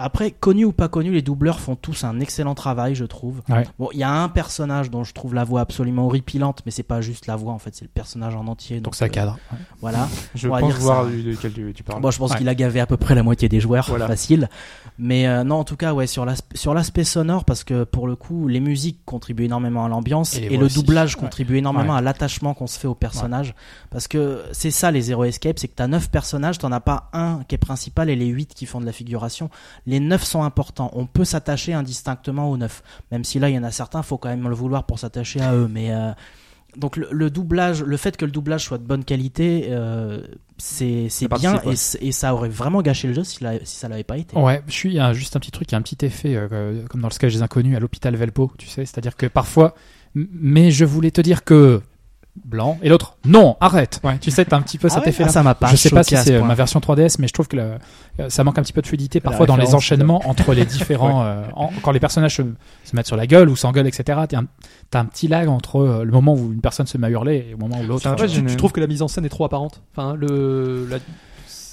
Après, connu ou pas connu, les doubleurs font tous un excellent travail, je trouve. Ouais. Bon, il y a un personnage dont je trouve la voix absolument horripilante, mais c'est pas juste la voix, en fait, c'est le personnage en entier. Donc ça euh, cadre. Ouais. Voilà. Je on va pense dire voir ça. du- de quel tu, tu parles. Bon, je pense Ouais. qu'il a gavé à peu près la moitié des joueurs, Voilà. facile. Mais euh, non, en tout cas, ouais, sur l'aspe- sur l'aspect sonore, parce que pour le coup, les musiques contribuent énormément à l'ambiance Et les et, voix le aussi. doublage Ouais. contribue énormément à l'attachement qu'on se fait au personnage. Parce que c'est ça les Zero Escape, c'est que t'as 9 personnages, t'en as pas un qui est principal et les 8 qui font de la figuration. Les 9 sont importants, on peut s'attacher indistinctement aux 9. Même si là, il y en a certains, faut quand même le vouloir pour s'attacher à eux. Mais. euh, donc le, le doublage, le fait que le doublage soit de bonne qualité, euh, c'est c'est Ça bien participe, ouais. et, c'est- et ça aurait vraiment gâché le jeu si, la- si ça l'avait pas été. Ouais, je suis il y a juste un petit truc, il y a un petit effet, euh, euh, comme dans le sketch des inconnus à l'hôpital Velpo, tu sais, c'est-à-dire que parfois, m- mais je voulais te dire que blanc, et l'autre, non, arrête. Ouais, tu sais, t'as un petit peu Ah cet ouais, effet ah, ça m'a pas je sais pas si choqué à c'est ce euh, point. ma version 3DS, mais je trouve que la- euh, ça manque un petit peu de fluidité parfois dans les référence, enchaînements entre les différents. euh, en- quand les personnages se, se mettent sur la gueule ou s'engueulent, etc. T'as un, t'as un petit lag entre euh, le moment où une personne se met à hurler et le moment où l'autre. un peu euh, Tu- tu, gênant. trouves que la mise en scène est trop apparente Enfin, le. la-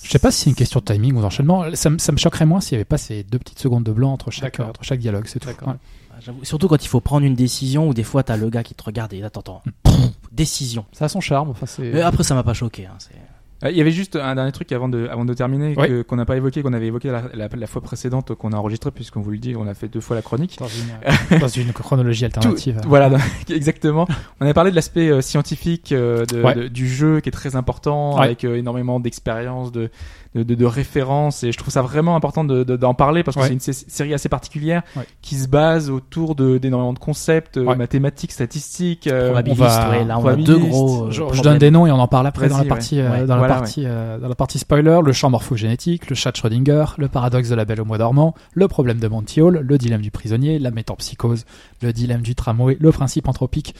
Je sais pas si c'est une question de timing ou d'enchaînement. Ça, me- ça me choquerait moins s'il n'y avait pas ces deux petites secondes de blanc entre chaque, D'accord. entre chaque dialogue, c'est tout. D'accord. Ouais. J'avoue, Surtout quand il faut prendre une décision ou des fois t'as le gars qui te regarde et attends, attends, décision. Ça a son charme. Enfin, c'est. Euh, Mais après ça m'a pas choqué. hein, c'est- Euh, Il y avait juste un dernier truc avant de, avant de terminer Ouais. que- qu'on n'a pas évoqué, qu'on avait évoqué la, la- la fois précédente qu'on a enregistré, puisqu'on vous le dit, on a fait deux fois la chronique. dans une, dans une chronologie alternative. Tout- voilà, exactement. On avait parlé de l'aspect euh, scientifique euh, de- Ouais. de- du jeu qui est très important, Ouais. avec euh, énormément d'expériences, de, de, de- de références, et je trouve ça vraiment important de- de- d'en parler parce que Ouais. c'est une sé- série assez particulière Ouais. qui se base autour de- d'énormément de, concepts euh, Ouais. mathématiques, statistiques. euh, probabiliste, va- ouais, là on a probabiliste, deux gros. euh, Je, je problèmes. donne des noms et on en parle après dans la Vas-y, partie, euh, Ouais, dans, voilà, la partie euh, dans la partie spoiler, le champ morphogénétique, le chat de Schrödinger, le paradoxe de la belle au mois dormant, le problème de Monty Hall, le dilemme du prisonnier, la métempsychose, le dilemme du tramway, le principe anthropique.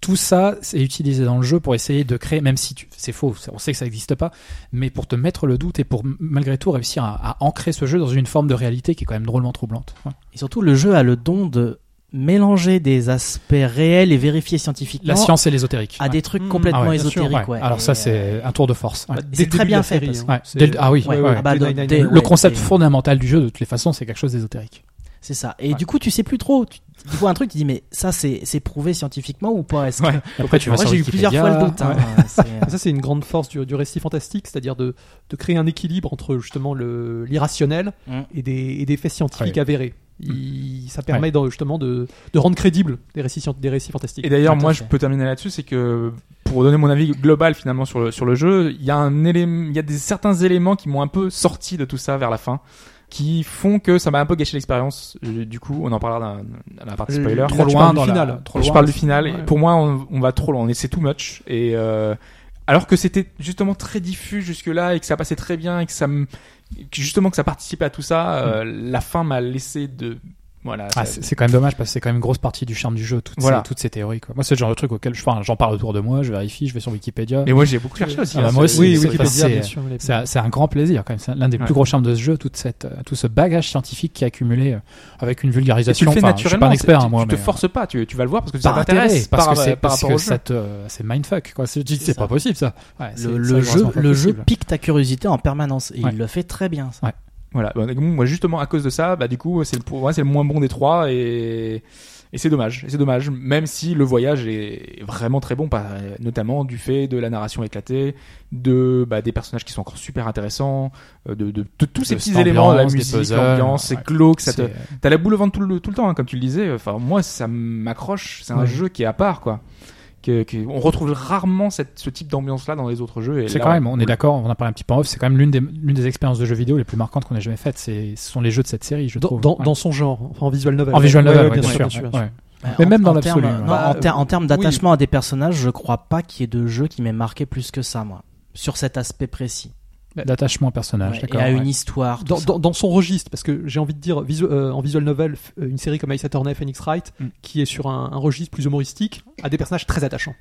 Tout ça, c'est utilisé dans le jeu pour essayer de créer, même si tu- c'est faux, on sait que ça n'existe pas, mais pour te mettre le doute et pour m- malgré tout réussir à, à ancrer ce jeu dans une forme de réalité qui est quand même drôlement troublante. Ouais. Et surtout, le jeu a le don de mélanger des aspects réels et vérifiés scientifiquement La science et l'ésotérique. à Ouais. des trucs Mmh. complètement Ah ouais, bien sûr, ésotériques. ouais. ouais. Alors Et, ça, euh, c'est un tour de force. ouais. Bah, dès c'est le très début de bien la fait, série, parce- hein. Ouais. C'est- Dès le- ah oui, Ouais, ouais, ouais. ah bah, Dès donc, 99, dès- ouais. le concept c'est- fondamental du jeu, de toutes les façons, c'est quelque chose d'ésotérique. C'est ça. Et Ouais. du coup, tu sais plus trop. Tu, tu vois un truc, tu dis, mais ça, c'est c'est prouvé scientifiquement ou pas Est-ce que- Après, tu vas Moi, sur j'ai eu plusieurs fois le doute. hein. C'est, Et Ah, Ça, c'est une grande force du, du récit fantastique, c'est-à-dire de, de créer un équilibre entre justement le- l'irrationnel Mm. et, des, et des faits scientifiques Ouais. avérés. Il- ça permet d'en- justement de, de rendre crédibles des récits, scien- des récits fantastiques. Et d'ailleurs, Tout à moi, fait. je peux terminer là-dessus, c'est que pour donner mon avis global finalement sur le sur le jeu, il y a un élément, il y a des certains éléments qui m'ont un peu sorti de tout ça vers la fin, qui font que ça m'a un peu gâché l'expérience. Euh, Du coup, on en parlera dans dans la partie spoiler. Euh, Trop tu loin parles dans du la- final. trop je loin. parle du final. et Ouais. Pour moi, on, on va trop loin. On est- C'est too much. Et euh, alors que c'était justement très diffus jusque-là et que ça passait très bien et que ça me, que justement que ça participait à tout ça, euh, la fin m'a laissé de voilà. ça- Ah, c'est c'est quand même dommage parce que c'est quand même une grosse partie du charme du jeu, toutes, Voilà. ces, toutes ces théories. Quoi. Moi, c'est le genre de truc auquel je- enfin, j'en parle autour de moi, je vérifie, je vais sur Wikipédia. mais moi, j'ai beaucoup cherché aussi. Ah hein, bah, moi c'est- aussi, oui, c'est- Wikipédia, c'est- bien sûr. les- C'est un- c'est un grand plaisir quand même. C'est l'un des Ouais. plus gros charmes de ce jeu, toute cette, euh, tout ce bagage scientifique qui est accumulé euh, avec une vulgarisation. Et tu le fais Enfin, je suis naturellement. pas un expert, c'est- hein, moi. tu, tu mais, te euh, forces pas. Tu, tu vas le voir parce que ça par intérêt, t'intéresse. parce par, que c'est euh, par parce rapport que au jeu. ça te- c'est mindfuck. quoi. C'est- tu dis, C'est C'est ça. pas possible ça. Ouais, c'est- le c'est le, vraiment jeu, pas le jeu possible. pique ta curiosité en permanence. Et Ouais. il le fait très bien, ça. Ouais. Voilà. Bah, donc, moi, justement, à cause de ça, bah, du coup, c'est le, pour moi, c'est le moins bon des trois et, et c'est dommage. Et c'est dommage. Même si le voyage est vraiment très bon, par- notamment du fait de la narration éclatée, de, bah, des personnages qui sont encore super intéressants, euh, de, de, de tous ces De petits cette éléments, la ambiance, des musique, puzzles, l'ambiance, c'est ouais. glauque, ça te, C'est- euh, T'as la boule au ventre tout le, tout le temps, hein, comme tu le disais. Enfin, moi, ça m'accroche. C'est un Ouais. jeu qui est à part, quoi. Que, que- on retrouve rarement cette, ce type d'ambiance-là dans les autres jeux. et C'est là, quand même, on est d'accord, on en a parlé un petit peu en off, c'est quand même l'une des, l'une des expériences de jeux vidéo les plus marquantes qu'on ait jamais faites. C'est, ce sont les jeux de cette série, je dans, trouve. dans- Ouais. dans son genre, en visual novel. en visual Ouais, novel, ouais, ouais, bien, sûr. bien ouais, ouais. Bah, Mais en- même dans en l'absolu, hein. termes- ouais. non, Bah, en, ter- en termes oui. d'attachement à des personnages, je crois pas qu'il y ait de jeu qui m'ait marqué plus que ça, moi. Sur cet aspect précis. D'attachement au personnage, Ouais, et Bah, d'accord. à ouais. une histoire. tout Dans, ça. dans- dans son registre, parce que j'ai envie de dire, visu- euh, en visual novel, f- euh, une série comme Ace Attorney, Phoenix Wright, Mm. qui est sur un, un registre plus humoristique, a des personnages très attachants.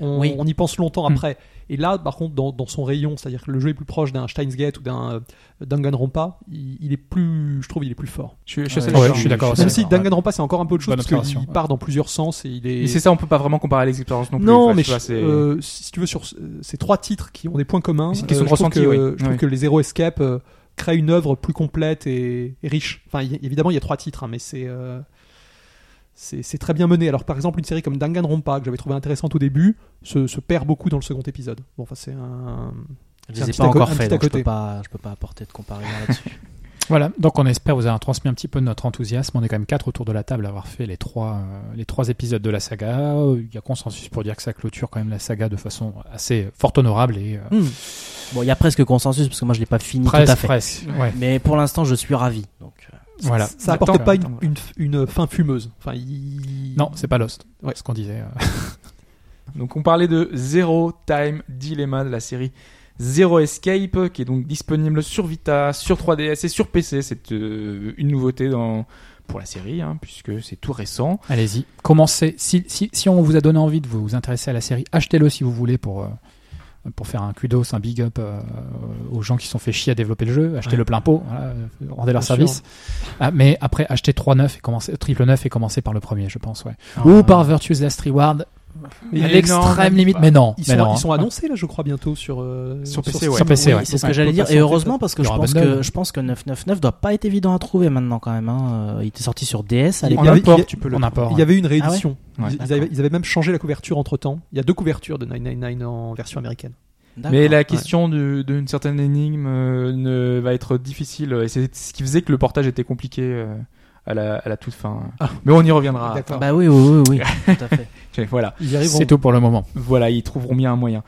On, Oui. on y pense longtemps Mm. après. Et là, par contre, dans, dans son rayon, c'est-à-dire que le jeu est plus proche d'un Steins Gate ou d'un euh, Danganronpa, il, il est plus, je trouve, il est plus fort. Je, je, Ouais, sais- ouais, je suis d'accord aussi. Même Ouais, si ouais. Danganronpa, c'est encore un peu autre chose Oh, Bonne parce qu'il observation, ouais. part dans plusieurs sens et il est. Mais c'est ça, on peut pas vraiment comparer les expériences non plus. Non, Enfin, mais tu vois, je- c'est- euh, si tu veux, sur ce- ces trois titres qui ont des points communs, Mais c'est une question euh, de je trouve ressenti, que, oui. je trouve Oui. que les Zero Escape euh, créent une œuvre plus complète et, et riche. Enfin, il y- évidemment, il y a trois titres, hein, mais c'est euh, c'est c'est très bien mené. Alors, par exemple, une série comme Danganronpa, que j'avais trouvé intéressante au début, se, se perd beaucoup dans le second épisode. Bon, enfin, c'est un... c'est Je les un ai petit pas à co- encore un fait, petit à donc je côté. peux pas, je peux pas apporter de comparaison là-dessus. Voilà, donc on espère vous avoir transmis un petit peu de notre enthousiasme. On est quand même quatre autour de la table à avoir fait les trois, euh, les trois épisodes de la saga. Il y a consensus pour dire que ça clôture quand même la saga de façon assez fort honorable et euh, Hmm. bon, il y a presque consensus parce que moi je l'ai pas fini Mm, tout à presque, fait. presque. Ouais. Mais pour l'instant, je suis ravi. Donc, euh, Voilà. Ça Attends, apporte pas une, attends, une, une fin fumeuse. Enfin, il- Non, c'est pas Lost. Ouais. Ce qu'on disait. euh. Donc on parlait de Zero Time Dilemma de la série Zero Escape qui est donc disponible sur Vita, sur 3DS et sur PC. C'est euh, une nouveauté dans pour la série hein, puisque c'est tout récent. Allez-y, commencez. Si, si, si on vous a donné envie de vous intéresser à la série, achetez-le si vous voulez pour, euh, pour faire un kudos, un big up euh, aux gens qui se sont fait chier à développer le jeu. Achetez-le plein pot, voilà, euh, rendez leur Bien service. Ah, mais après, achetez 3-9 et commencez, triple 9 et commencez par le premier, je pense. Ouais. Ah. euh, Ou par Virtue's Last Reward, Mais à non, l'extrême même limite, pas. mais non. Ils mais sont, non, ils sont hein. annoncés, là, je crois, bientôt sur... euh, Sur PC, ouais. Sur PC, oui, ouais. c'est ce que j'allais dire. Sur Et PC. heureusement parce que Il y je aura pense bundle. que je pense que 999 doit pas être évident à trouver maintenant quand même. hein. Euh, Il était sorti sur DS à Il y l'époque. En avait- import, il y a- tu peux le On apporte. Il y avait une réédition. Ah ouais ils, Ouais, ils avaient, d'accord. ils avaient même changé la couverture entre temps. Il y a deux couvertures de 999 en version américaine. Mais D'accord, la ouais. question du- d'une certaine énigme euh, ne va être difficile. Et c'est ce qui faisait que le portage était compliqué euh, à, la, à la toute fin. Ah. Mais on y reviendra. D'accord. Bah oui, oui, oui, oui. tout à fait. Ok, Voilà. Ils y arriveront. C'est tout pour le moment. voilà, ils trouveront bien un moyen.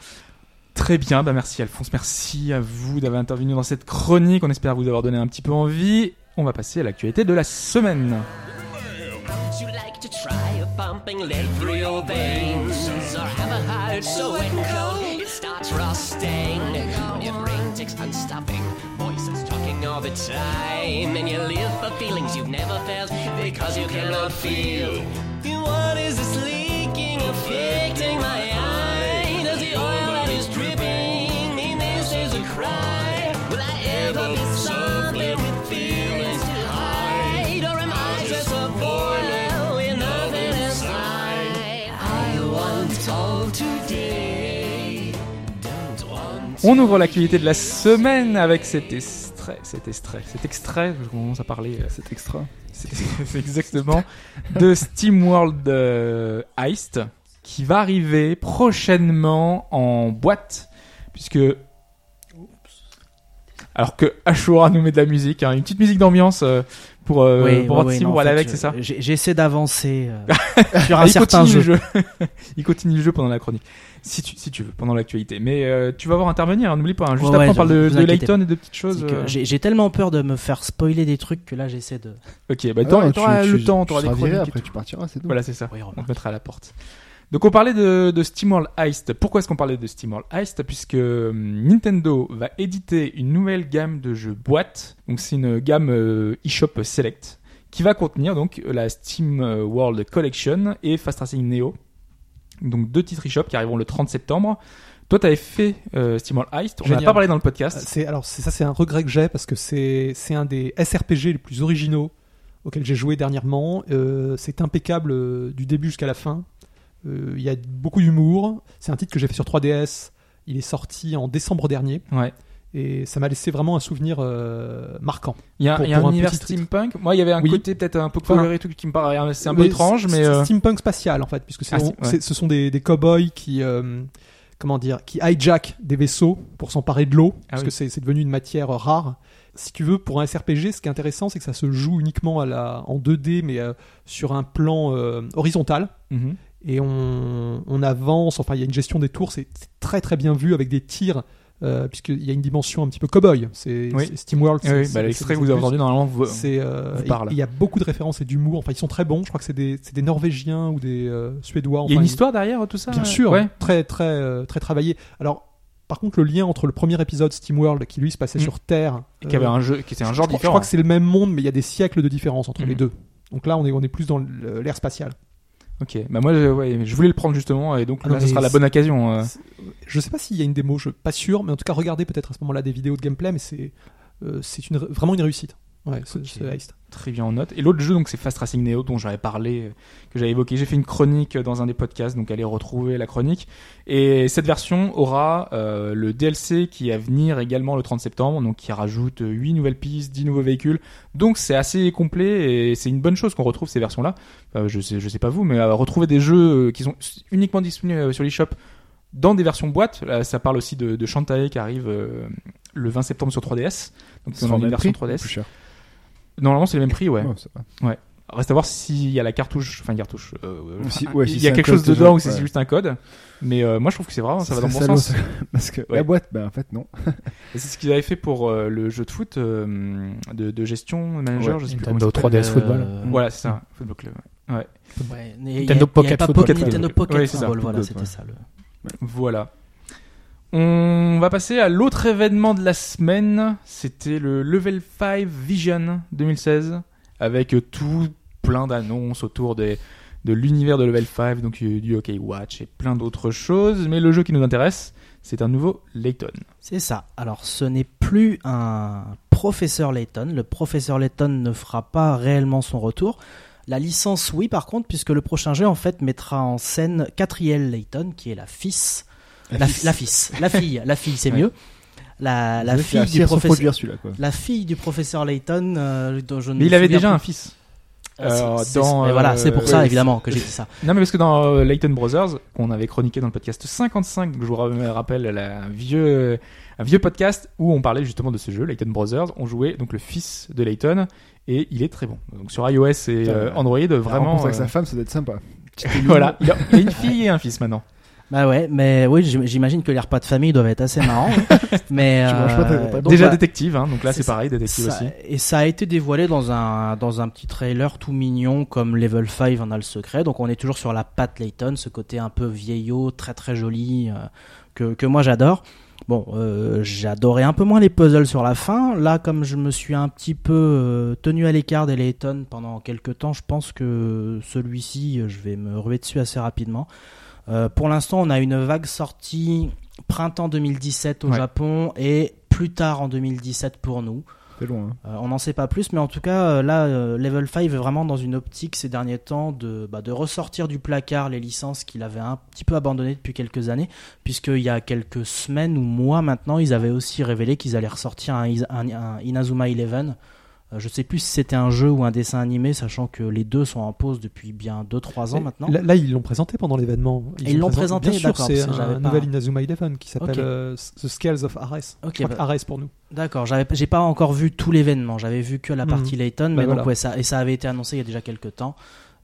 Très bien, bah merci Alphonse, merci à vous d'avoir intervenu dans cette chronique. On espère vous avoir donné un petit peu envie. On va passer à l'actualité de la semaine. Would you like to try a pumping lead through your veins? Or have a heart so wet and cold it starts rusting? When your brain takes unstopping, voices talking all the time. And you live for feelings you've never felt because you cannot feel. What is this leaking, affecting my eye? Does the oil that is dripping mean this is a cry? Will I ever be something with feelings to hide? Or am I just a boiler with nothing inside? I want all today. Don't want On ouvre l'actualité de la semaine avec cet extrait, cet extrait, cet extrait, je commence à parler. euh, Cet extra. C'est c'est exactement de SteamWorld euh, Heist qui va arriver prochainement en boîte puisque alors que Ashura nous met de la musique, hein, une petite musique d'ambiance euh, pour euh, Oui, pour oui, votre oui, cible, non, en voilà, fait, avec je- c'est ça. j'ai- J'essaie d'avancer euh, sur Ah, un il certain continue jeu. le jeu. il continue le jeu pendant la chronique. Si tu, si tu veux, pendant l'actualité. Mais euh, tu vas voir intervenir, hein, n'oublie pas. hein. Juste Ouais, après, ouais, on parle vous de, de inquiétez Layton et de petites C'est choses. que euh. J'ai j'ai tellement peur de me faire spoiler des trucs que là j'essaie de. Ok, bah Ah t'auras non, t'auras tu- le tu- temps, tu t'auras des seras viré, chroniques. et Après, tu partiras, c'est tout. Voilà, c'est ça. Oui, remarque. On te mettra à la porte. Donc on parlait de, de SteamWorld Heist. Pourquoi est-ce qu'on parlait de SteamWorld Heist Puisque euh, Nintendo va éditer une nouvelle gamme de jeux boîte. Donc c'est une gamme euh, eShop Select qui va contenir donc la Steam World Collection et Fast Racing Neo. Donc deux titres eShop qui arriveront le 30 septembre. Toi, t'avais fait euh, SteamWorld Heist. On n'en a Génial. pas parlé dans le Euh, podcast. C'est alors c'est ça, c'est un regret que j'ai parce que c'est c'est un des SRPG les plus originaux auxquels j'ai joué dernièrement. Euh, c'est impeccable euh, du début jusqu'à la fin. Euh, Il y a beaucoup d'humour. C'est un titre que j'ai fait sur 3DS. Il est sorti en décembre dernier Ouais. et ça m'a laissé vraiment un souvenir euh, marquant. Il y a, Pour- il y a pour un un univers petit titre. steampunk. Moi, il y avait un Oui. côté peut-être un peu Enfin, coloré et tout qui me paraît c'est un peu Mais étrange, c'est- mais c'est euh, steampunk spatial en fait, puisque c'est- Ah, si, on- ouais. c'est- ce sont des, des cow-boys qui euh, comment dire, qui hijack des vaisseaux pour s'emparer de l'eau, parce Ah oui. que c'est c'est devenu une matière euh, rare. Si tu veux, pour un SRPG, ce qui est intéressant, c'est que ça se joue uniquement à la, en 2D, mais euh, sur un plan euh, horizontal. mhm. Et on, on avance, enfin, il y a une gestion des tours, c'est c'est très très bien vu avec des tirs, euh, puisqu'il y a une dimension un petit peu cow-boy. C'est Oui. c'est SteamWorld. Ah c'est- oui, c'est- bah, c'est l'extrait que des vous avez opus. entendu normalement. hein. vous- C'est, euh, vous il- parle. Il y a beaucoup de références et d'humour. Enfin, ils sont très bons. Je crois que c'est des, c'est des Norvégiens ou des euh, Il y Suédois. a Enfin, une ils- histoire derrière tout ça Bien euh, sûr, Ouais. très très euh, très travaillé. Alors, par contre, le lien entre le premier épisode SteamWorld qui lui se passait Mm. sur Terre, Et Qui avait euh, un jeu, qui était un je genre crois- Je différent. crois que c'est le même monde, mais il y a des siècles de différence entre Mm. les deux. Donc là, on est on est plus dans le- l'ère spatiale. Ok. Bah moi, je, ouais, je voulais le prendre justement, et donc Ah là, non, ce mais sera la c'est- bonne occasion. euh. c'est- Je sais pas s'il y a une démo, je suis pas sûr, mais en tout cas, regardez peut-être à ce moment-là des vidéos de gameplay, mais c'est euh, c'est une vraiment une réussite. Ouais, ce- Ok. ce Heist. Très bien en note. Et l'autre jeu, donc, c'est Fast Racing Neo, dont j'avais parlé, euh, que j'avais évoqué. J'ai fait une chronique euh, dans un des podcasts, donc allez retrouver la chronique. Et cette version aura euh, le DLC qui est à venir également le 30 septembre, donc qui rajoute 8 nouvelles pistes, 10 nouveaux véhicules. Donc c'est assez complet et c'est une bonne chose qu'on retrouve ces versions-là. Enfin, je sais, je sais pas vous, mais euh, retrouver des jeux euh, qui sont uniquement disponibles euh, sur l'eShop dans des versions boîtes. Là, ça parle aussi de, de Shantae qui arrive euh, le 20 septembre sur 3DS. Donc Ce on sera a une même version prix, 3DS. Plus cher. Normalement, c'est le même prix, ouais. Ouais, ça va. Reste à voir s'il y a la cartouche, enfin cartouche. euh, euh, Si- un- ouais, si il y c'est a un quelque code chose dedans déjà, ou si c'est ouais. juste un code. Mais euh, moi, je trouve que c'est vraiment, ça, va dans le bon serait salaud, sens. ça. Parce que Ouais. la boîte, bah en fait, non. Et C'est ce qu'ils avaient fait pour euh, le jeu de foot euh, de, de gestion manager, Ouais, je sais plus. Nintendo comment il 3DS Euh, Football. s'appelle. Voilà, c'est ça. Football Club. ouais, mais il y Nintendo a- il y a Pocket pas Football. Pocket- Nintendo Pocket Ouais, c'est ça, Football, voilà, Pocket, c'était ouais. ça. le- Voilà. On va passer à l'autre événement de la semaine. C'était le Level 5 Vision 2016 avec tout plein d'annonces autour des, de l'univers de Level 5, donc euh, du Hockey Watch et plein d'autres choses. Mais le jeu qui nous intéresse, c'est un nouveau Layton. C'est ça. Alors, ce n'est plus un professeur Layton. Le professeur Layton ne fera pas réellement son retour. La licence, oui, par contre, puisque le prochain jeu, en fait, mettra en scène Catriel Layton, qui est la fils. La, fi- la fils. La fille. La fille, c'est Ouais. mieux. La, la C'est fille assez du à se professeur. produire celui-là, quoi. La fille du professeur Layton, euh, dont je ne Mais me il avait souviens déjà plus. Ah, un fils. Euh, C'est- c'est- dans, mais voilà, c'est pour euh, ça oui. évidemment que j'ai dit ça. Non, mais parce que dans euh, Leighton Brothers, qu'on avait chroniqué dans le podcast 55, que je vous ra- rappelle la- un, vieux, un vieux podcast où on parlait justement de ce jeu, Leighton Brothers, on jouait donc le fils de Leighton et il est très bon. Donc sur iOS et Putain, euh, la- Android, vraiment. avec euh, sa femme, ça doit être sympa. voilà, il a, il a une fille et un fils maintenant. Bah ouais, mais oui, j'im- j'imagine que les repas de famille doivent être assez marrants. hein. mais Tu manges pas tes euh, repas. donc Déjà voilà. détective, hein, donc là C'est c'est pareil, détective Ça- aussi. et ça a été dévoilé dans un, dans un petit trailer tout mignon comme Level 5 en a le secret. Donc on est toujours sur la patte Layton, ce côté un peu vieillot, très très joli, euh, que, que moi j'adore. Bon, euh, j'adorais un peu moins les puzzles sur la fin. Là, comme je me suis un petit peu euh, tenu à l'écart des Layton pendant quelques temps, je pense que celui-ci, euh, je vais me ruer dessus assez rapidement. Euh, pour l'instant, on a une vague sortie printemps 2017 au Ouais. Japon et plus tard en 2017 pour nous. C'est loin. hein. Euh, on n'en sait pas plus, mais en tout cas, euh, là, euh, Level 5 est vraiment dans une optique ces derniers temps de, bah, de ressortir du placard les licences qu'il avait un petit peu abandonnées depuis quelques années, puisqu'il y a quelques semaines ou mois maintenant, ils avaient aussi révélé qu'ils allaient ressortir un, Is- un- un Inazuma Eleven. Euh, je sais plus si c'était un jeu ou un dessin animé, sachant que les deux sont en pause depuis bien 2-3 ans maintenant. Là, là, ils l'ont présenté pendant l'événement. Et ils ont l'ont présenté, bien sûr, d'accord, C'est parce que j'avais un pas- nouvel Inazuma Eleven qui s'appelle Ok. euh, The Scales of Ares. Ok, Je crois que bah- Ares pour nous. D'accord, j'avais- j'ai pas encore vu tout l'événement, j'avais vu que la Mhm. partie Layton, mais Bah donc, voilà. ouais, ça, et ça avait été annoncé il y a déjà quelques temps.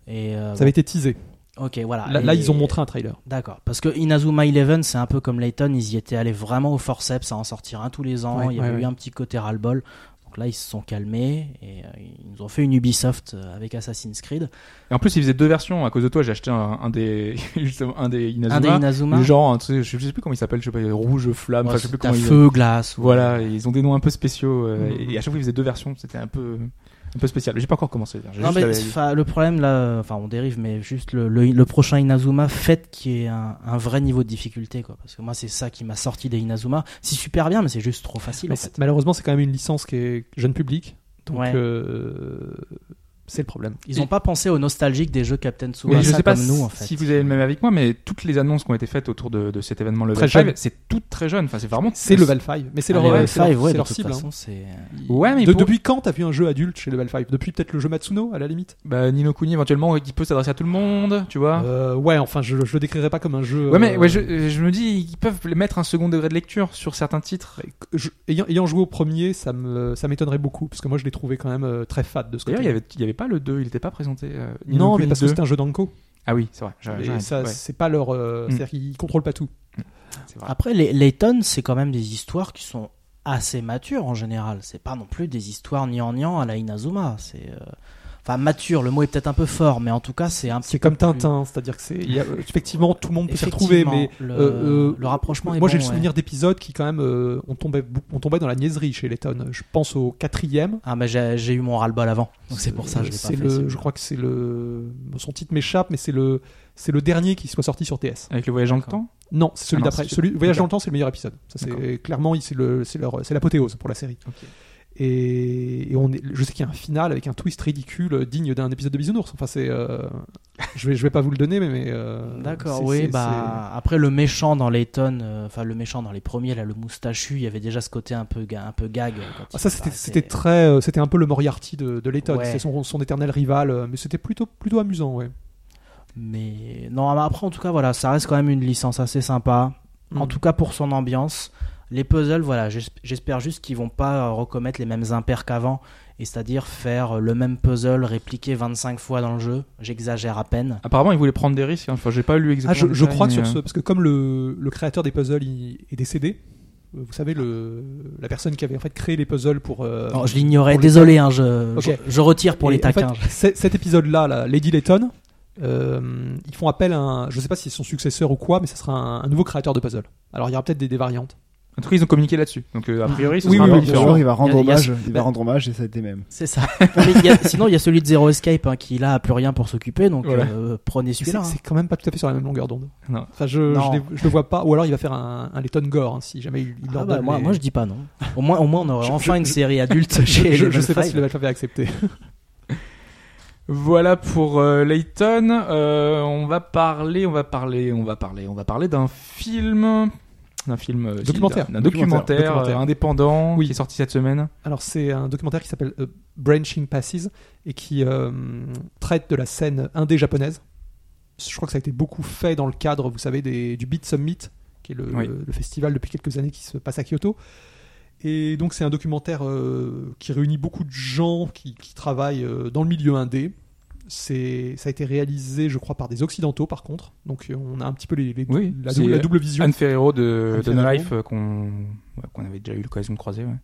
Et euh, Ça avait été teasé. bon, Ah, ok, voilà. Là, là, Et- ils ont montré un trailer. D'accord, parce que Inazuma Eleven, c'est un peu comme Layton, ils y étaient allés vraiment au forceps à en sortir un tous les ans, Ouais, il y avait ouais, eu ouais. un petit côté ras-le-bol. Donc là, ils se sont calmés et euh, ils nous ont fait une Ubisoft euh, avec Assassin's Creed. Et en plus, il faisait deux versions. À cause de toi, j'ai acheté un, un des justement, un des Inazuma. Un des Inazuma, Le genre, un truc- je sais plus comment il s'appelle, je sais pas, rouge, flamme, Ouais, enfin, je sais plus c'est comment à il feu, glace. ou- Voilà, ils ont des noms un peu spéciaux euh, Mhm. et à chaque fois ils faisaient deux versions, c'était un peu un peu spécial. J'ai pas encore commencé. d'ailleurs, j'ai Non, juste mais la- enfin, le problème là, euh, enfin on dérive, mais juste le, le, le prochain Inazuma, faites qu'il y ait un, un vrai niveau de difficulté, quoi. Parce que moi, c'est ça qui m'a sorti des Inazuma. C'est super bien, mais c'est juste trop facile. Mais en c'est- fait. malheureusement, c'est quand même une licence qui est jeune public. Donc, Ouais. euh, c'est le problème. Ils n'ont pas pensé aux nostalgiques des jeux Captain Mais je Tsubasa sais pas comme nous, en fait. si vous avez le même avec moi, mais toutes les annonces qui ont été faites autour de, de cet événement Level Très jeune. 5, c'est toutes très jeunes. Enfin, c'est vraiment. C'est Level 5. Mais c'est Ah, leur, Level c'est leur- 5, ouais, c'est de leur toute cible. hein. façon, c'est. euh, Ouais, mais De- pour- Depuis quand t'as vu un jeu adulte chez Level 5 Depuis peut-être le jeu Matsuno, à la limite Bah, Nino Kuni éventuellement qui peut s'adresser à tout le monde, tu Ah. vois. Euh, Ouais, enfin, je, je le décrirais pas comme un jeu. ouais, mais euh, ouais, je, je me dis ils peuvent mettre un second degré de lecture sur certains titres. je- ayant, ayant joué au premier, ça me- ça m'étonnerait beaucoup. Parce que moi, je l'ai trouvé quand même euh, très fade de ce D'ailleurs, côté. il y avait il y avait pas le 2, il était pas présenté. euh, Ni no Non, mais Kuni parce que 2. c'est un jeu d'Anko. Ah oui, c'est vrai. j'ai- Et j'arrête, ça, Ah. ouais, c'est pas leur. euh, Mm. C'est-à-dire qu'ils contrôlent pas tout. c'est vrai. Après, les, les tonnes, c'est quand même des histoires qui sont assez matures en général. C'est pas non plus des histoires niant à la Inazuma. C'est euh, enfin mature. Le mot est peut-être un peu fort, mais en tout cas, c'est un petit. C'est comme peu plus- Tintin, c'est-à-dire que c'est il y a- euh, effectivement tout le monde peut s'y retrouver, Effectivement, mais le, euh, euh, le rapprochement est moi bon, j'ai le ouais. souvenir d'épisodes qui quand même euh, on tombait bou- on tombait dans la niaiserie chez Letton. Je pense au quatrième. Ah, mais j'ai j'ai eu mon ras-le-bol avant, donc c'est pour ça que je l'ai pas C'est fait. le- celui-là. je crois que c'est le son titre m'échappe, mais c'est le c'est le dernier qui soit sorti sur TS. Avec le voyage dans le temps. Non, c'est celui Ah non, d'après. c'est- Celui Voyage d'accord. dans le temps, c'est le meilleur épisode. Ça c'est D'accord. clairement, il- c'est le, c'est leur, c'est l'apothéose pour la série. Ok. Et, et on est, je sais qu'il y a un final avec un twist ridicule, euh, digne d'un épisode de Bisounours. Enfin, c'est, euh, je vais, je vais pas vous le donner, mais, mais, euh, D'accord, c'est- oui, c'est- bah après le méchant dans Layton, euh, enfin le méchant dans les premiers, là le moustachu, il y avait déjà ce côté un peu, ga- un peu gag. euh, quand c'est- Ah, il ça c'était, apparaissait. c'était très, euh, c'était un peu le Moriarty de, de Layton. Ouais. C'était son, son éternel rival, euh, mais c'était plutôt, plutôt amusant, ouais. Mais non, mais après en tout cas voilà, ça reste quand même une licence assez sympa. En Mm. tout cas pour son ambiance, les puzzles voilà, j'esp- j'espère juste qu'ils vont pas euh, recommettre les mêmes impairs qu'avant, et c'est-à-dire faire euh, le même puzzle répliqué 25 fois dans le jeu. J'exagère à peine. Apparemment, ils voulaient prendre des risques. hein. Enfin, j'ai pas lu Ah, exactement. je, le je détail, crois que mais, sur euh, ce, parce que comme le, le créateur des puzzles il est décédé, euh, vous savez le, la personne qui avait en fait créé les puzzles pour. euh, Non, je l'ignorais. pour les Désolé, hein, je, Ok. je, je retire pour Et les en fait, taquins. c'est- cet épisode-là, là, Lady Layton, euh, ils font appel à un. Je sais pas si c'est son successeur ou quoi, mais ça sera un, un nouveau créateur de puzzle. Alors il y aura peut-être des, des variantes. En tout cas, ils ont communiqué là-dessus. Donc, euh, a priori, ce Oui, sera oui, un peu oui, Bien différent. sûr, il va Il rendre y a- il y a- hommage. Il bah- va rendre hommage et ça a été même. C'est ça. Pour les- il y a- sinon, il y a celui de Zero Escape hein, qui là a plus rien pour s'occuper, donc Voilà. euh, prenez C'est celui-là. hein. c'est quand même pas tout à fait sur la même longueur d'onde. Non. Enfin, je, Non. Je, les- je le vois pas. Ou alors il va faire un, un Layton Gore, hein, si jamais il, il Ah leur bah, donne moi, les- moi, je dis pas non. Au moins, au moins on aurait Je- enfin je- une je- série adulte je, chez je- Level je sais pas Five. si le Level Five va accepter. Voilà pour euh, Layton. Euh, on va parler, on va parler, on va parler, on va parler d'un film. d'un film euh, Documentaire. d'un documentaire, Documentaire. euh, indépendant Oui. qui est sorti cette semaine. Alors c'est un documentaire qui s'appelle euh, Branching Passes et qui euh, traite de la scène indé japonaise. Je crois que ça a été beaucoup fait dans le cadre, vous savez, des- du Beat Summit, qui est le, Oui. le festival depuis quelques années qui se passe à Kyoto. Et donc c'est un documentaire euh, qui réunit beaucoup de gens qui, qui travaillent euh, dans le milieu indé. C'est, ça a été réalisé, je crois, par des occidentaux, par contre. Donc euh, on a un petit peu les, les- Oui, la, c'est dou- la double vision. Anne Ferrero de Anne de No Ferrero. Life euh, qu'on ouais, qu'on avait déjà eu l'occasion de croiser. ouais.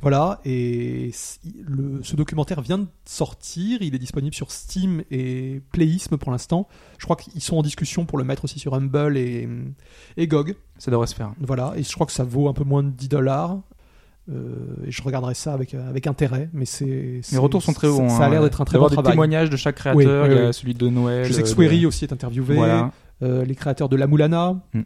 Voilà, et si- le- ce documentaire vient de sortir, il est disponible sur Steam et Playism pour l'instant. Je crois qu'ils sont en discussion pour le mettre aussi sur Humble et, et GOG. Ça devrait se faire. Voilà, et je crois que ça vaut un peu moins de 10 dollars. euh, et je regarderai ça avec, euh, avec intérêt, mais c'est. Les c'est- retours sont très ça- bons. Ça a hein. l'air d'être un très Il va y avoir bon des travail. témoignages de chaque créateur. Oui, oui, Il y a oui. celui de Noël. Je sais que euh, Swery de- aussi est interviewé, Voilà. euh, les créateurs de La Moulana. Mm.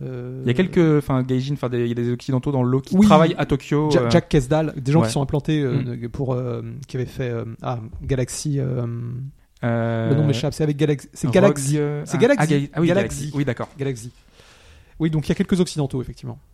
euh, Il y a quelques, enfin, gaijin, enfin, des- il y a des occidentaux dans l'eau qui Oui. travaillent à Tokyo. Ja- euh, Jack Kesdal, des gens ouais. Hmm. qui sont implantés euh, pour euh, qui avaient fait euh, ah, Galaxy. euh, euh, Le nom m'échappe, c'est avec Galaxy. C'est Rogue, Galaxy. euh, C'est ah, Galaxy. ah, Gal- Ah oui, Galaxy. Galaxy. Oui, d'accord. Galaxy. Oui, donc il y a quelques occidentaux, effectivement. Ah,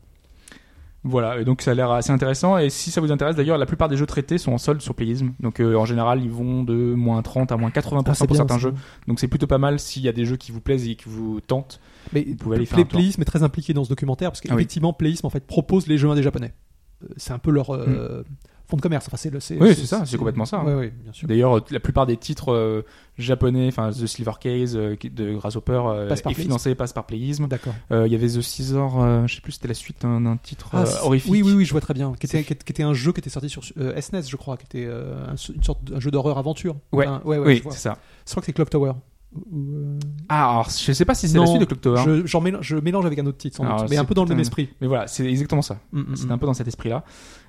Voilà, et donc ça a l'air assez intéressant. Et si ça vous intéresse, d'ailleurs, la plupart des jeux traités sont en solde sur Playism. Donc euh, en général, ils vont de moins 30 à moins 80% Ah, c'est pour bien, certains ça. jeux. Donc c'est plutôt pas mal s'il y a des jeux qui vous plaisent et qui vous tentent. Mais Vous pouvez aller faire Play- un tour. Playism est très impliqué dans ce documentaire parce Ah oui. qu'effectivement, Playism en fait propose les jeux indés japonais. Euh, C'est un peu leur euh, fond de commerce. Enfin, c'est le. Hmm. Oui, c'est ça, c'est complètement ça, hein. Oui, oui, bien sûr. D'ailleurs, euh, la plupart des titres euh, japonais, enfin The Silver Case, euh, qui- de Grasshopper, euh, Passe par est financé, passe par Playism. D'accord. Euh, Il y avait The Scissor, euh, je sais plus, c'était la suite d'un d'un titre euh, c'est- horrifique. oui, oui, oui, je vois très bien. Qui était, qui était- qui était un jeu qui était sorti sur euh, SNES, je crois, qui était euh, un, une sorte d'un jeu d'horreur aventure. Ouais. Un- ouais, ouais, Oui, je vois. c'est ça. Je crois que c'est Clock Tower. Ou- ou, Ah, alors je sais pas si c'est Non, la suite de Clock euh, Tower, je, j'en mélange, je mélange avec un autre titre, sans Alors, doute, mais un c'est peu dans le même putain- esprit. mais voilà, c'est exactement ça. Mm, mm, C'est mm. un peu dans cet esprit-là.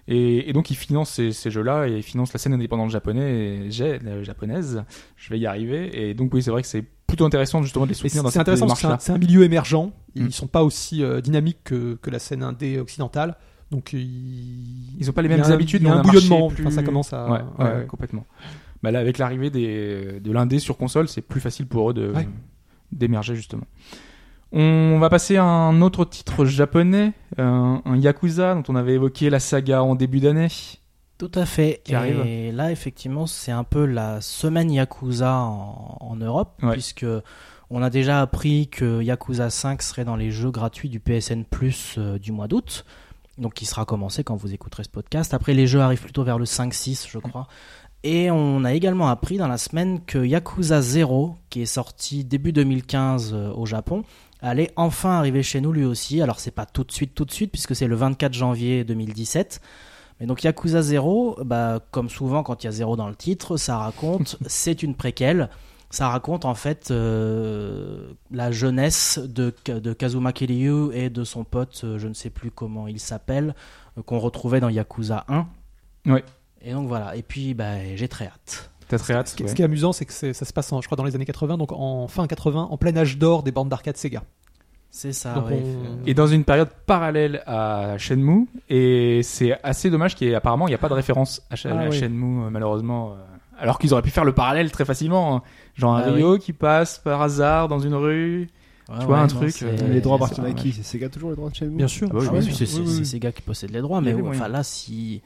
Et, et donc, ils financent ces, ces jeux-là et ils financent la scène indépendante japonais, et j'ai- euh, japonaise. Je vais y arriver. Et donc, oui, c'est vrai que c'est plutôt intéressant justement de les Mais soutenir dans C'est cette intéressant parce que c'est un, démarche-là. c'est un milieu émergent. Ils Mm. sont pas aussi euh, dynamiques que, que la scène indé occidentale. Donc ils, Ils ont pas les il y a mêmes un- habitudes, il y mais a on un marché bouillonnement. plus- Enfin, ça commence à. Ouais, ouais, ouais, ouais. complètement. Bah là, avec l'arrivée des- de l'indé sur console, c'est plus facile pour eux de Ouais. d'émerger justement. On va passer à un autre titre japonais, un, un Yakuza dont on avait évoqué la saga en début d'année. Tout à fait. Qui et arrive. là, effectivement, c'est un peu la semaine Yakuza en, en Europe, Ouais. puisque on a déjà appris que Yakuza 5 serait dans les jeux gratuits du PSN Plus euh, du mois d'août. Donc, qui sera commencé quand vous écouterez ce podcast. Après, les jeux arrivent plutôt vers le 5-6, je crois. Et on a également appris dans la semaine que Yakuza 0, qui est sorti début 2015 euh, au Japon, allait enfin arriver chez nous lui aussi. Alors, c'est pas tout de suite, tout de suite, puisque c'est le 24 janvier 2017. Mais donc Yakuza 0, bah, comme souvent quand il y a 0 dans le titre, ça raconte, c'est une préquelle, ça raconte en fait euh, la jeunesse de, Ka- de Kazuma Kiryu et de son pote, euh, je ne sais plus comment il s'appelle, euh, qu'on retrouvait dans Yakuza 1. Ouais. Et donc voilà, et puis bah, j'ai très hâte. T'as très hâte. Ce qui, ouais. ce qui est amusant, c'est que c'est- ça se passe, en, je crois, dans les années 80, donc en fin 80, en plein âge d'or des bandes d'arcade Sega. C'est ça, Donc ouais. on- Et dans une période parallèle à Shenmue, et c'est assez dommage qu'apparemment il n'y a pas de référence à, Sh- Ah à oui. Shenmue, euh, malheureusement. euh, Alors qu'ils auraient pu faire le parallèle très facilement. hein. Genre un Ah Ryo qui passe par hasard dans une rue. Ouais, tu vois, un non, truc, c'est- euh, Les droits ça, appartiennent à ouais. qui C'est Sega toujours les droits de chez nous Bien sûr. Ah bah oui, Ah bien oui, sûr. c'est c'est- Oui, oui, c'est oui. Sega qui possède les droits, Il y mais avait ouais, moyen. enfin là, si...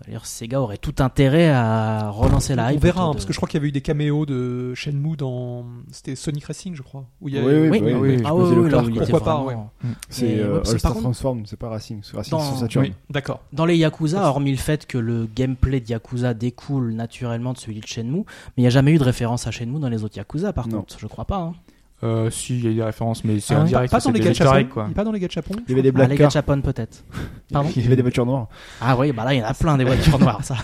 enfin, dire, Sega aurait tout intérêt à relancer la on hype. verra, hein, autour de- parce que je crois qu'il y avait eu des caméos de Shenmue dans. C'était Sonic Racing, je crois. Où il y a Oui, oui, Oui, bah oui, oui. je Ah posais ouais, le ouais, là cadre, où il quoi. était Pourquoi pas, vraiment... ouais. C'est ouais, euh, parce que All Star par contre- Transform, c'est pas Racing, c'est Racing Dans- sur Saturn. Oui. D'accord. Dans les Yakuza, hormis le fait que le gameplay de Yakuza découle naturellement de celui de Shenmue, mais il n'y a jamais eu de référence à Shenmue dans les autres Yakuza, par Non. contre, je crois pas. Hein. Euh, si, il y a des références, mais c'est Ah, indirect. Pas c'est dans les des gars de easter eggs, Japon. quoi. Il est Pas dans les gars de Japon. Il y avait des Ah, Black les Cars, Gachapon peut-être. Pardon il y avait des voitures noires. Ah oui, bah là il y en a plein des voitures noires, ça.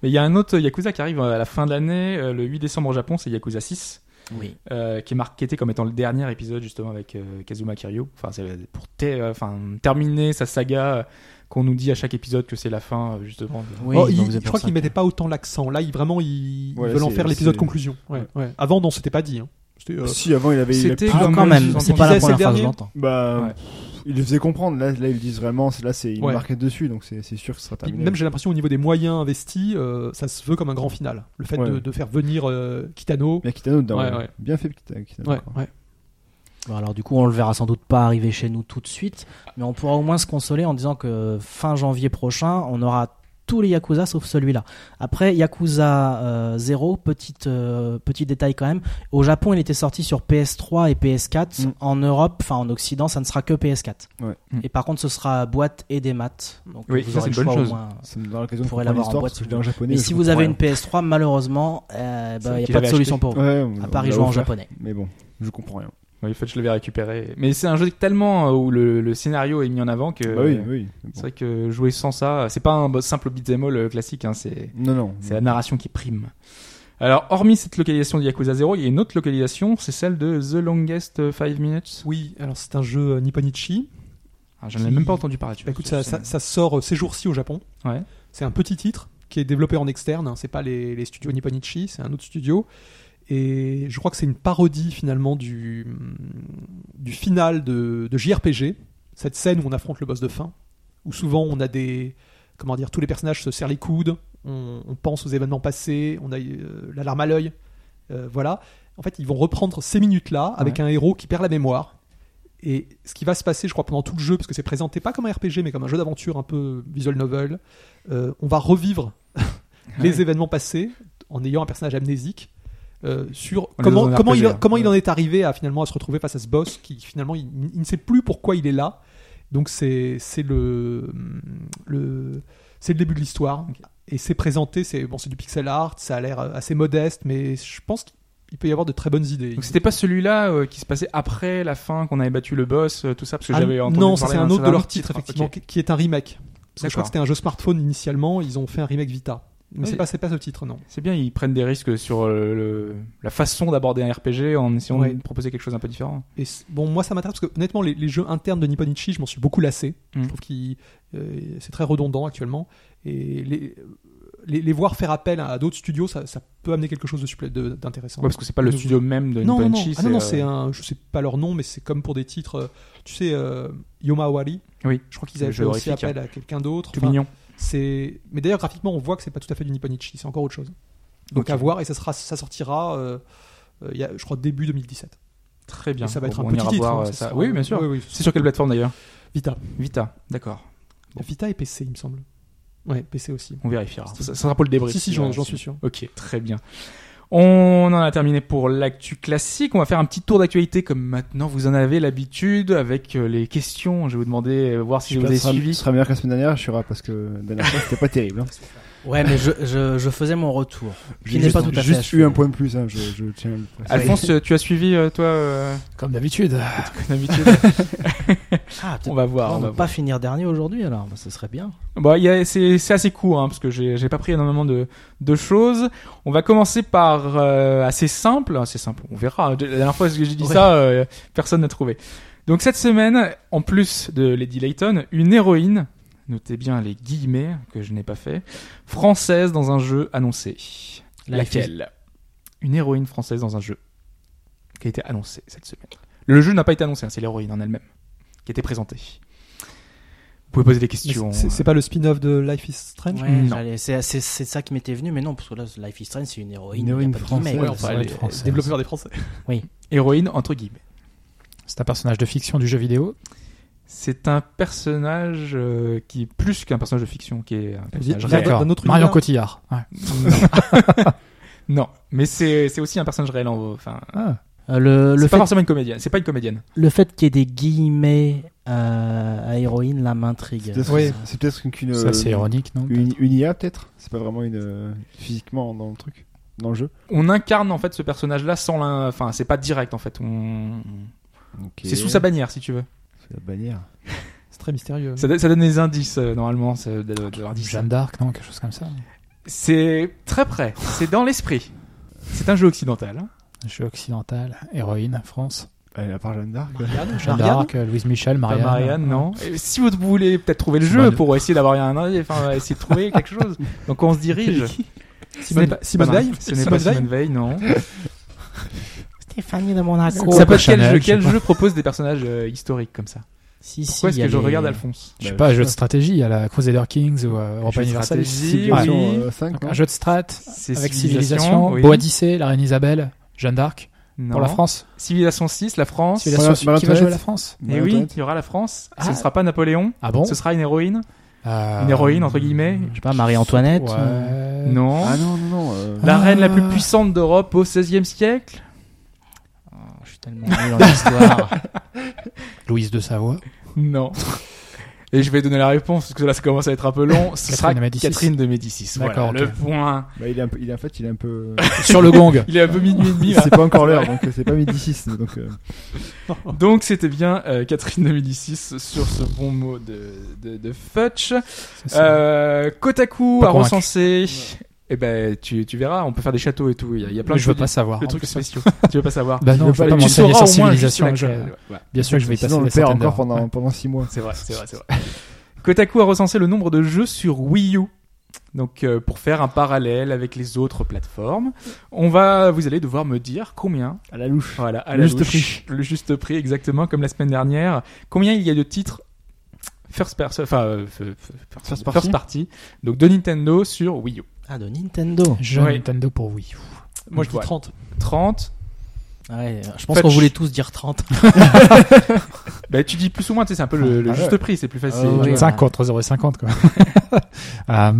Mais il y a un autre Yakuza qui arrive à la fin de l'année, euh, le 8 décembre au Japon, c'est Yakuza 6, Oui. euh, qui est marketé comme étant le dernier épisode justement avec euh, Kazuma Kiryu. Enfin, c'est pour ter- euh, enfin, terminer sa saga euh, qu'on nous dit à chaque épisode que c'est la fin euh, justement. de- Oui, Oh, donc il- je c'est pour crois ça qu'ils Ah, que- mettaient pas autant l'accent. Là, ils vraiment ils ils Ouais, veulent en c'est- faire l'épisode c'est- conclusion. Ouais, ouais. Avant, non, c'était pas dit. hein. C'était, euh, Si avant il avait il avait- C'était Ah, comme quand le même, sous-entendu. c'est pas la disait, première c'est fois que je dernier. l'entends. bah Ouais. pff, il le faisait comprendre. Là, là ils le disent vraiment. c'est- Là c'est ils Ouais. marquent dessus, donc c'est c'est sûr que ce sera puis terminé. même j'ai l'impression au niveau des moyens investis, euh, ça se veut comme un grand final. Le fait Ouais. de, de faire venir euh, Kitano. Bien Kitano dedans. Ouais, ouais. ouais. Bien fait Kita- Kitano. Ouais, quoi. ouais. Bon, alors du coup, on le verra sans doute pas arriver chez nous tout de suite, mais on pourra au moins se consoler en disant que fin janvier prochain, on aura tous les Yakuza sauf celui-là. Après, Yakuza euh, 0, petite, euh, petit détail quand même, au Japon, il était sorti sur PS3 et PS4. Mm. En Europe, enfin en Occident, ça ne sera que PS4. Ouais. Mm. Et par contre, ce sera boîte et des maths. Donc Oui, vous ça, aurez c'est le une bonne choix au chose. moins. Ça me donnera l'occasion Vous de comprendre pourrez l'avoir en l'histoire boîte parce que si je l'ai en japonais. Mais je si comprends vous avez rien. une PS3, malheureusement, il euh, C'est vrai bah, y qu'il a pas de l'avait solution acheté. Bah, pour vous. Ouais, on- à on part y l'a jouer en offert. japonais. Mais bon, je comprends rien. Oui, en fait, je l'avais récupéré. Mais c'est un jeu tellement euh, où le, le scénario est mis en avant que. Bah oui, oui. C'est Bon. vrai que jouer sans ça, c'est pas un bo- simple beat'em all euh, classique, hein, c'est Non, non. c'est la narration qui prime. Alors, hormis cette localisation de Yakuza 0, il y a une autre localisation, c'est celle de The Longest 5 Minutes. Oui, alors c'est un jeu euh, Nipponichi. Ah, J'en ai même pas entendu parler. tu Bah, vois, écoute, c'est- ça, ça- ça sort euh, ces jours-ci au Japon. Ouais. C'est un petit titre qui est développé en externe. hein. C'est pas les, les studios Nipponichi, c'est un autre studio. Et je crois que c'est une parodie finalement du, mm, du final de, de JRPG. Cette scène où on affronte le boss de fin, où souvent on a des comment dire, tous les personnages se serrent les coudes, on, on pense aux événements passés, on a euh, l'alarme à l'œil, euh, voilà. En fait, ils vont reprendre ces minutes-là avec un héros qui perd la mémoire. Et ce qui va se passer, je crois, pendant tout le jeu, parce que c'est présenté pas comme un RPG, mais comme un jeu d'aventure un peu visual novel, euh, on va revivre les événements passés en ayant un personnage amnésique euh, sur On est dans comment, un comment, RPG, il, hein. comment il en est arrivé à finalement à se retrouver face à ce boss qui finalement il, il ne sait plus pourquoi il est là. Donc c'est c'est le, le c'est le début de l'histoire et c'est présenté c'est bon c'est du pixel art ça a l'air euh, assez modeste mais je pense qu'il peut y avoir de très bonnes idées. Donc c'était pas celui-là euh, qui se passait après la fin qu'on avait battu le boss, euh, tout ça, parce que Ah, j'avais entendu non, ça, parler c'est d'un- un autre de leurs titres, hein, effectivement, ok. qui- qui est un remake. Parce que je crois D'accord. que c'était un jeu smartphone initialement, ils ont fait un remake Vita. Mais Oui. c'est pas, c'est pas ce titre, non. C'est bien, ils prennent des risques sur euh, le- la façon d'aborder un RPG en essayant Ouais. de proposer quelque chose un peu différent. Et c- bon, moi ça m'intéresse parce que honnêtement, les, les jeux internes de Nipponichi, je m'en suis beaucoup lassé. Mm. Je trouve que c'est très redondant actuellement. Et les, les, les voir faire appel à d'autres studios, ça, ça peut amener quelque chose de supplé- de- d'intéressant. Ouais, parce que c'est pas le Nouveau. studio même de non, non, non, Nipponichi, Ah non, non, c'est euh, un. Je sais pas leur nom, mais c'est comme pour des titres. euh, Tu sais, euh, Yoma Awari, Oui, je crois qu'ils le avaient fait jeu aussi horrifique, appel à quelqu'un d'autre. tout Enfin, mignon. C'est. Mais d'ailleurs, graphiquement, on voit que c'est pas tout à fait du Nipponichi, c'est encore autre chose. Donc Ok. à voir, et ça, sera, ça sortira, euh, euh, il y a, je crois, début 2017. Très bien. Et ça va Bon, être on un petit ira titre. voir, hein, euh, ça. sera- Oui, bien sûr. Oui, oui. C'est sur quelle plateforme d'ailleurs Vita. Vita, d'accord. Bon. Vita et PC, il me semble. Ouais, PC aussi. On vérifiera. Ça, ça sera pour le débrief. Si, si, j'en j'en suis sûr. Ok, très bien. On en a terminé pour l'actu classique. On va faire un petit tour d'actualité comme maintenant vous en avez l'habitude avec euh, les questions. Je vais vous demander, euh, voir si je vous Ce ai sera- suivi. Ce sera meilleur que la semaine dernière, je suis rare, parce que la dernière fois c'était pas terrible. hein. Ouais, mais je, je, je faisais mon retour. J'ai n'est juste- pas tout à fait juste achevé. eu un point de plus, hein, je, je tiens à le préciser. Alphonse, euh, tu as suivi, euh, toi, euh, Comme d'habitude. comme d'habitude Ah, peut-être On va voir. on on va va pas finir dernier aujourd'hui alors, bah, ce serait bien. Bon, il y a- c'est c'est assez court hein, parce que j'ai j'ai pas pris énormément de, de choses. On va commencer par euh, assez simple, assez simple. On verra. De- La dernière fois que j'ai dit Ouais. ça, euh, personne n'a trouvé. Donc cette semaine, en plus de Lady Layton, une héroïne, notez bien les guillemets que je n'ai pas fait, française dans un jeu annoncé. La Laquelle Une héroïne française dans un jeu qui a été annoncé cette semaine. Le jeu n'a pas été annoncé, hein, c'est l'héroïne en elle-même qui a été présentée. Vous pouvez poser des Mais c'est- questions. C'est c'est pas le spin-off de Life is Strange Ouais, Non. j'allais- c'est c'est- c'est ça qui m'était venu, mais non, parce que là, Life is Strange, c'est une héroïne. Une héroïne y a pas de guillemets. française. Ouais, enfin, Ça va les- être français. développeur des Français. Héroïne entre guillemets. C'est un personnage de fiction du jeu vidéo. C'est un personnage euh, qui est plus qu'un personnage de fiction, qui est un personnage D'accord. réel. d'un autre Marion univers. Cotillard. Ouais. Non, mais c'est c'est aussi un personnage réel. En... Enfin, Euh, le, c'est le, pas fait, forcément une comédienne. C'est pas une comédienne. le fait qu'il y ait des guillemets euh, à héroïne, là, m'intrigue. C'est peut-être- Oui. C'est peut-être qu'une- qu'une. C'est assez euh, ironique, non Une, une IA peut-être C'est pas vraiment une euh, physiquement dans le truc, dans le jeu. On incarne en fait ce personnage-là sans l'in- Enfin, c'est pas direct en fait. On... C'est sous sa bannière. bannière si tu veux. Sous la bannière. C'est très mystérieux. Ça, donne- ça donne des indices euh, normalement. ça- de- de- de- de- Jeanne d'Arc, non Quelque chose comme ça. C'est très près. C'est dans l'esprit. C'est un jeu occidental. hein. Jeu occidental, héroïne, France. Allez, à part Jeanne d'Arc. Marianne, Jeanne d'Arc, euh, Louise Michel, Pas Marianne. Marianne, non. Et Si vous voulez peut-être trouver le jeu Bah, pour essayer d'avoir un indice, enfin essayer de trouver quelque chose. Donc on se dirige. Simone- Ce n'est pas- Simone pas mal. Veil Ce n'est pas Simone Veil Simone Veil, non. Stéphanie de Monaco. Ça peut être quel Chanel, jeu, je sais quel pas. jeu propose des personnages euh, historiques comme ça Si, si, Pourquoi il y est-ce a que je les- regarde Alphonse Je Bah, sais pas, un je jeu sais de stratégie à la Crusader Kings ou à Europa de Universal. stratégie, Ouais. Civilisation, euh, cinq, Donc, non Un jeu de strat C'est avec Civilisation, civilisation, oui. Boadicée, la reine Isabelle, Jeanne d'Arc. pour la Non. France. Civilisation 6, la France. C'est la Voilà, sauce- voilà, qui va Antoinette. jouer la France Et Eh oui, il y aura la France. Ce Ah. ne sera pas Napoléon. Ah bon Ce sera une héroïne. Euh, Une héroïne, entre guillemets. Je sais pas, Marie-Antoinette Ouais. euh, Non. Ah non, non, non. euh, La Ah. reine la plus puissante d'Europe au XVIe siècle. oh, Je suis tellement nul en histoire. Louise de Savoie. Non. Et je vais donner la réponse parce que là ça commence à être un peu long. Ce Catherine sera de Médicis. Catherine de Médicis. D'accord, D'accord. ok. Le point. bah, il est un peu, il est- en fait, il est un peu. Sur le gong. Il est un peu minuit et demi. là. c'est pas encore l'heure, donc euh, c'est pas midi 6. Donc, euh, Donc c'était bien euh, Catherine 2006 sur ce bon mot de, de, de Futch. C'est ça. Euh, Kotaku Pas à convaincu. recenser. Eh ben tu, tu verras, on peut faire des châteaux et tout. Il y a, il y a plein Mais de je veux trucs- pas savoir. de en trucs plus. spéciaux. tu veux pas savoir. Bah non, veux je veux pas- pas tu au m'enseigner sur moins je suis civilisation. sûr je- que- ouais, Bien sûr que je vais y passer sinon, on le la perd certaine encore heure. pendant, pendant 6 mois. C'est vrai, c'est vrai, c'est vrai. Kotaku a recensé le nombre de jeux sur Wii U. Donc euh, pour faire un parallèle avec les autres plateformes, on va vous allez devoir me dire combien À la louche. Voilà, à Le la juste louche. Le juste prix, exactement, comme la semaine dernière. Combien il y a de titres first person, enfin, euh, f- f- First first, party party, donc de Nintendo sur Wii U. Ah, de Nintendo. Jeu Ouais. Nintendo pour Wii. Moi, je dis Voilà. 30. 30. Ouais, je pense Fetch. qu'on voulait tous dire 30. Bah, tu dis plus ou moins, tu sais, c'est un peu le, le Ah ouais. juste prix, c'est plus facile. Ah tu vois. ouais. 50, 3,50 quoi. Euh,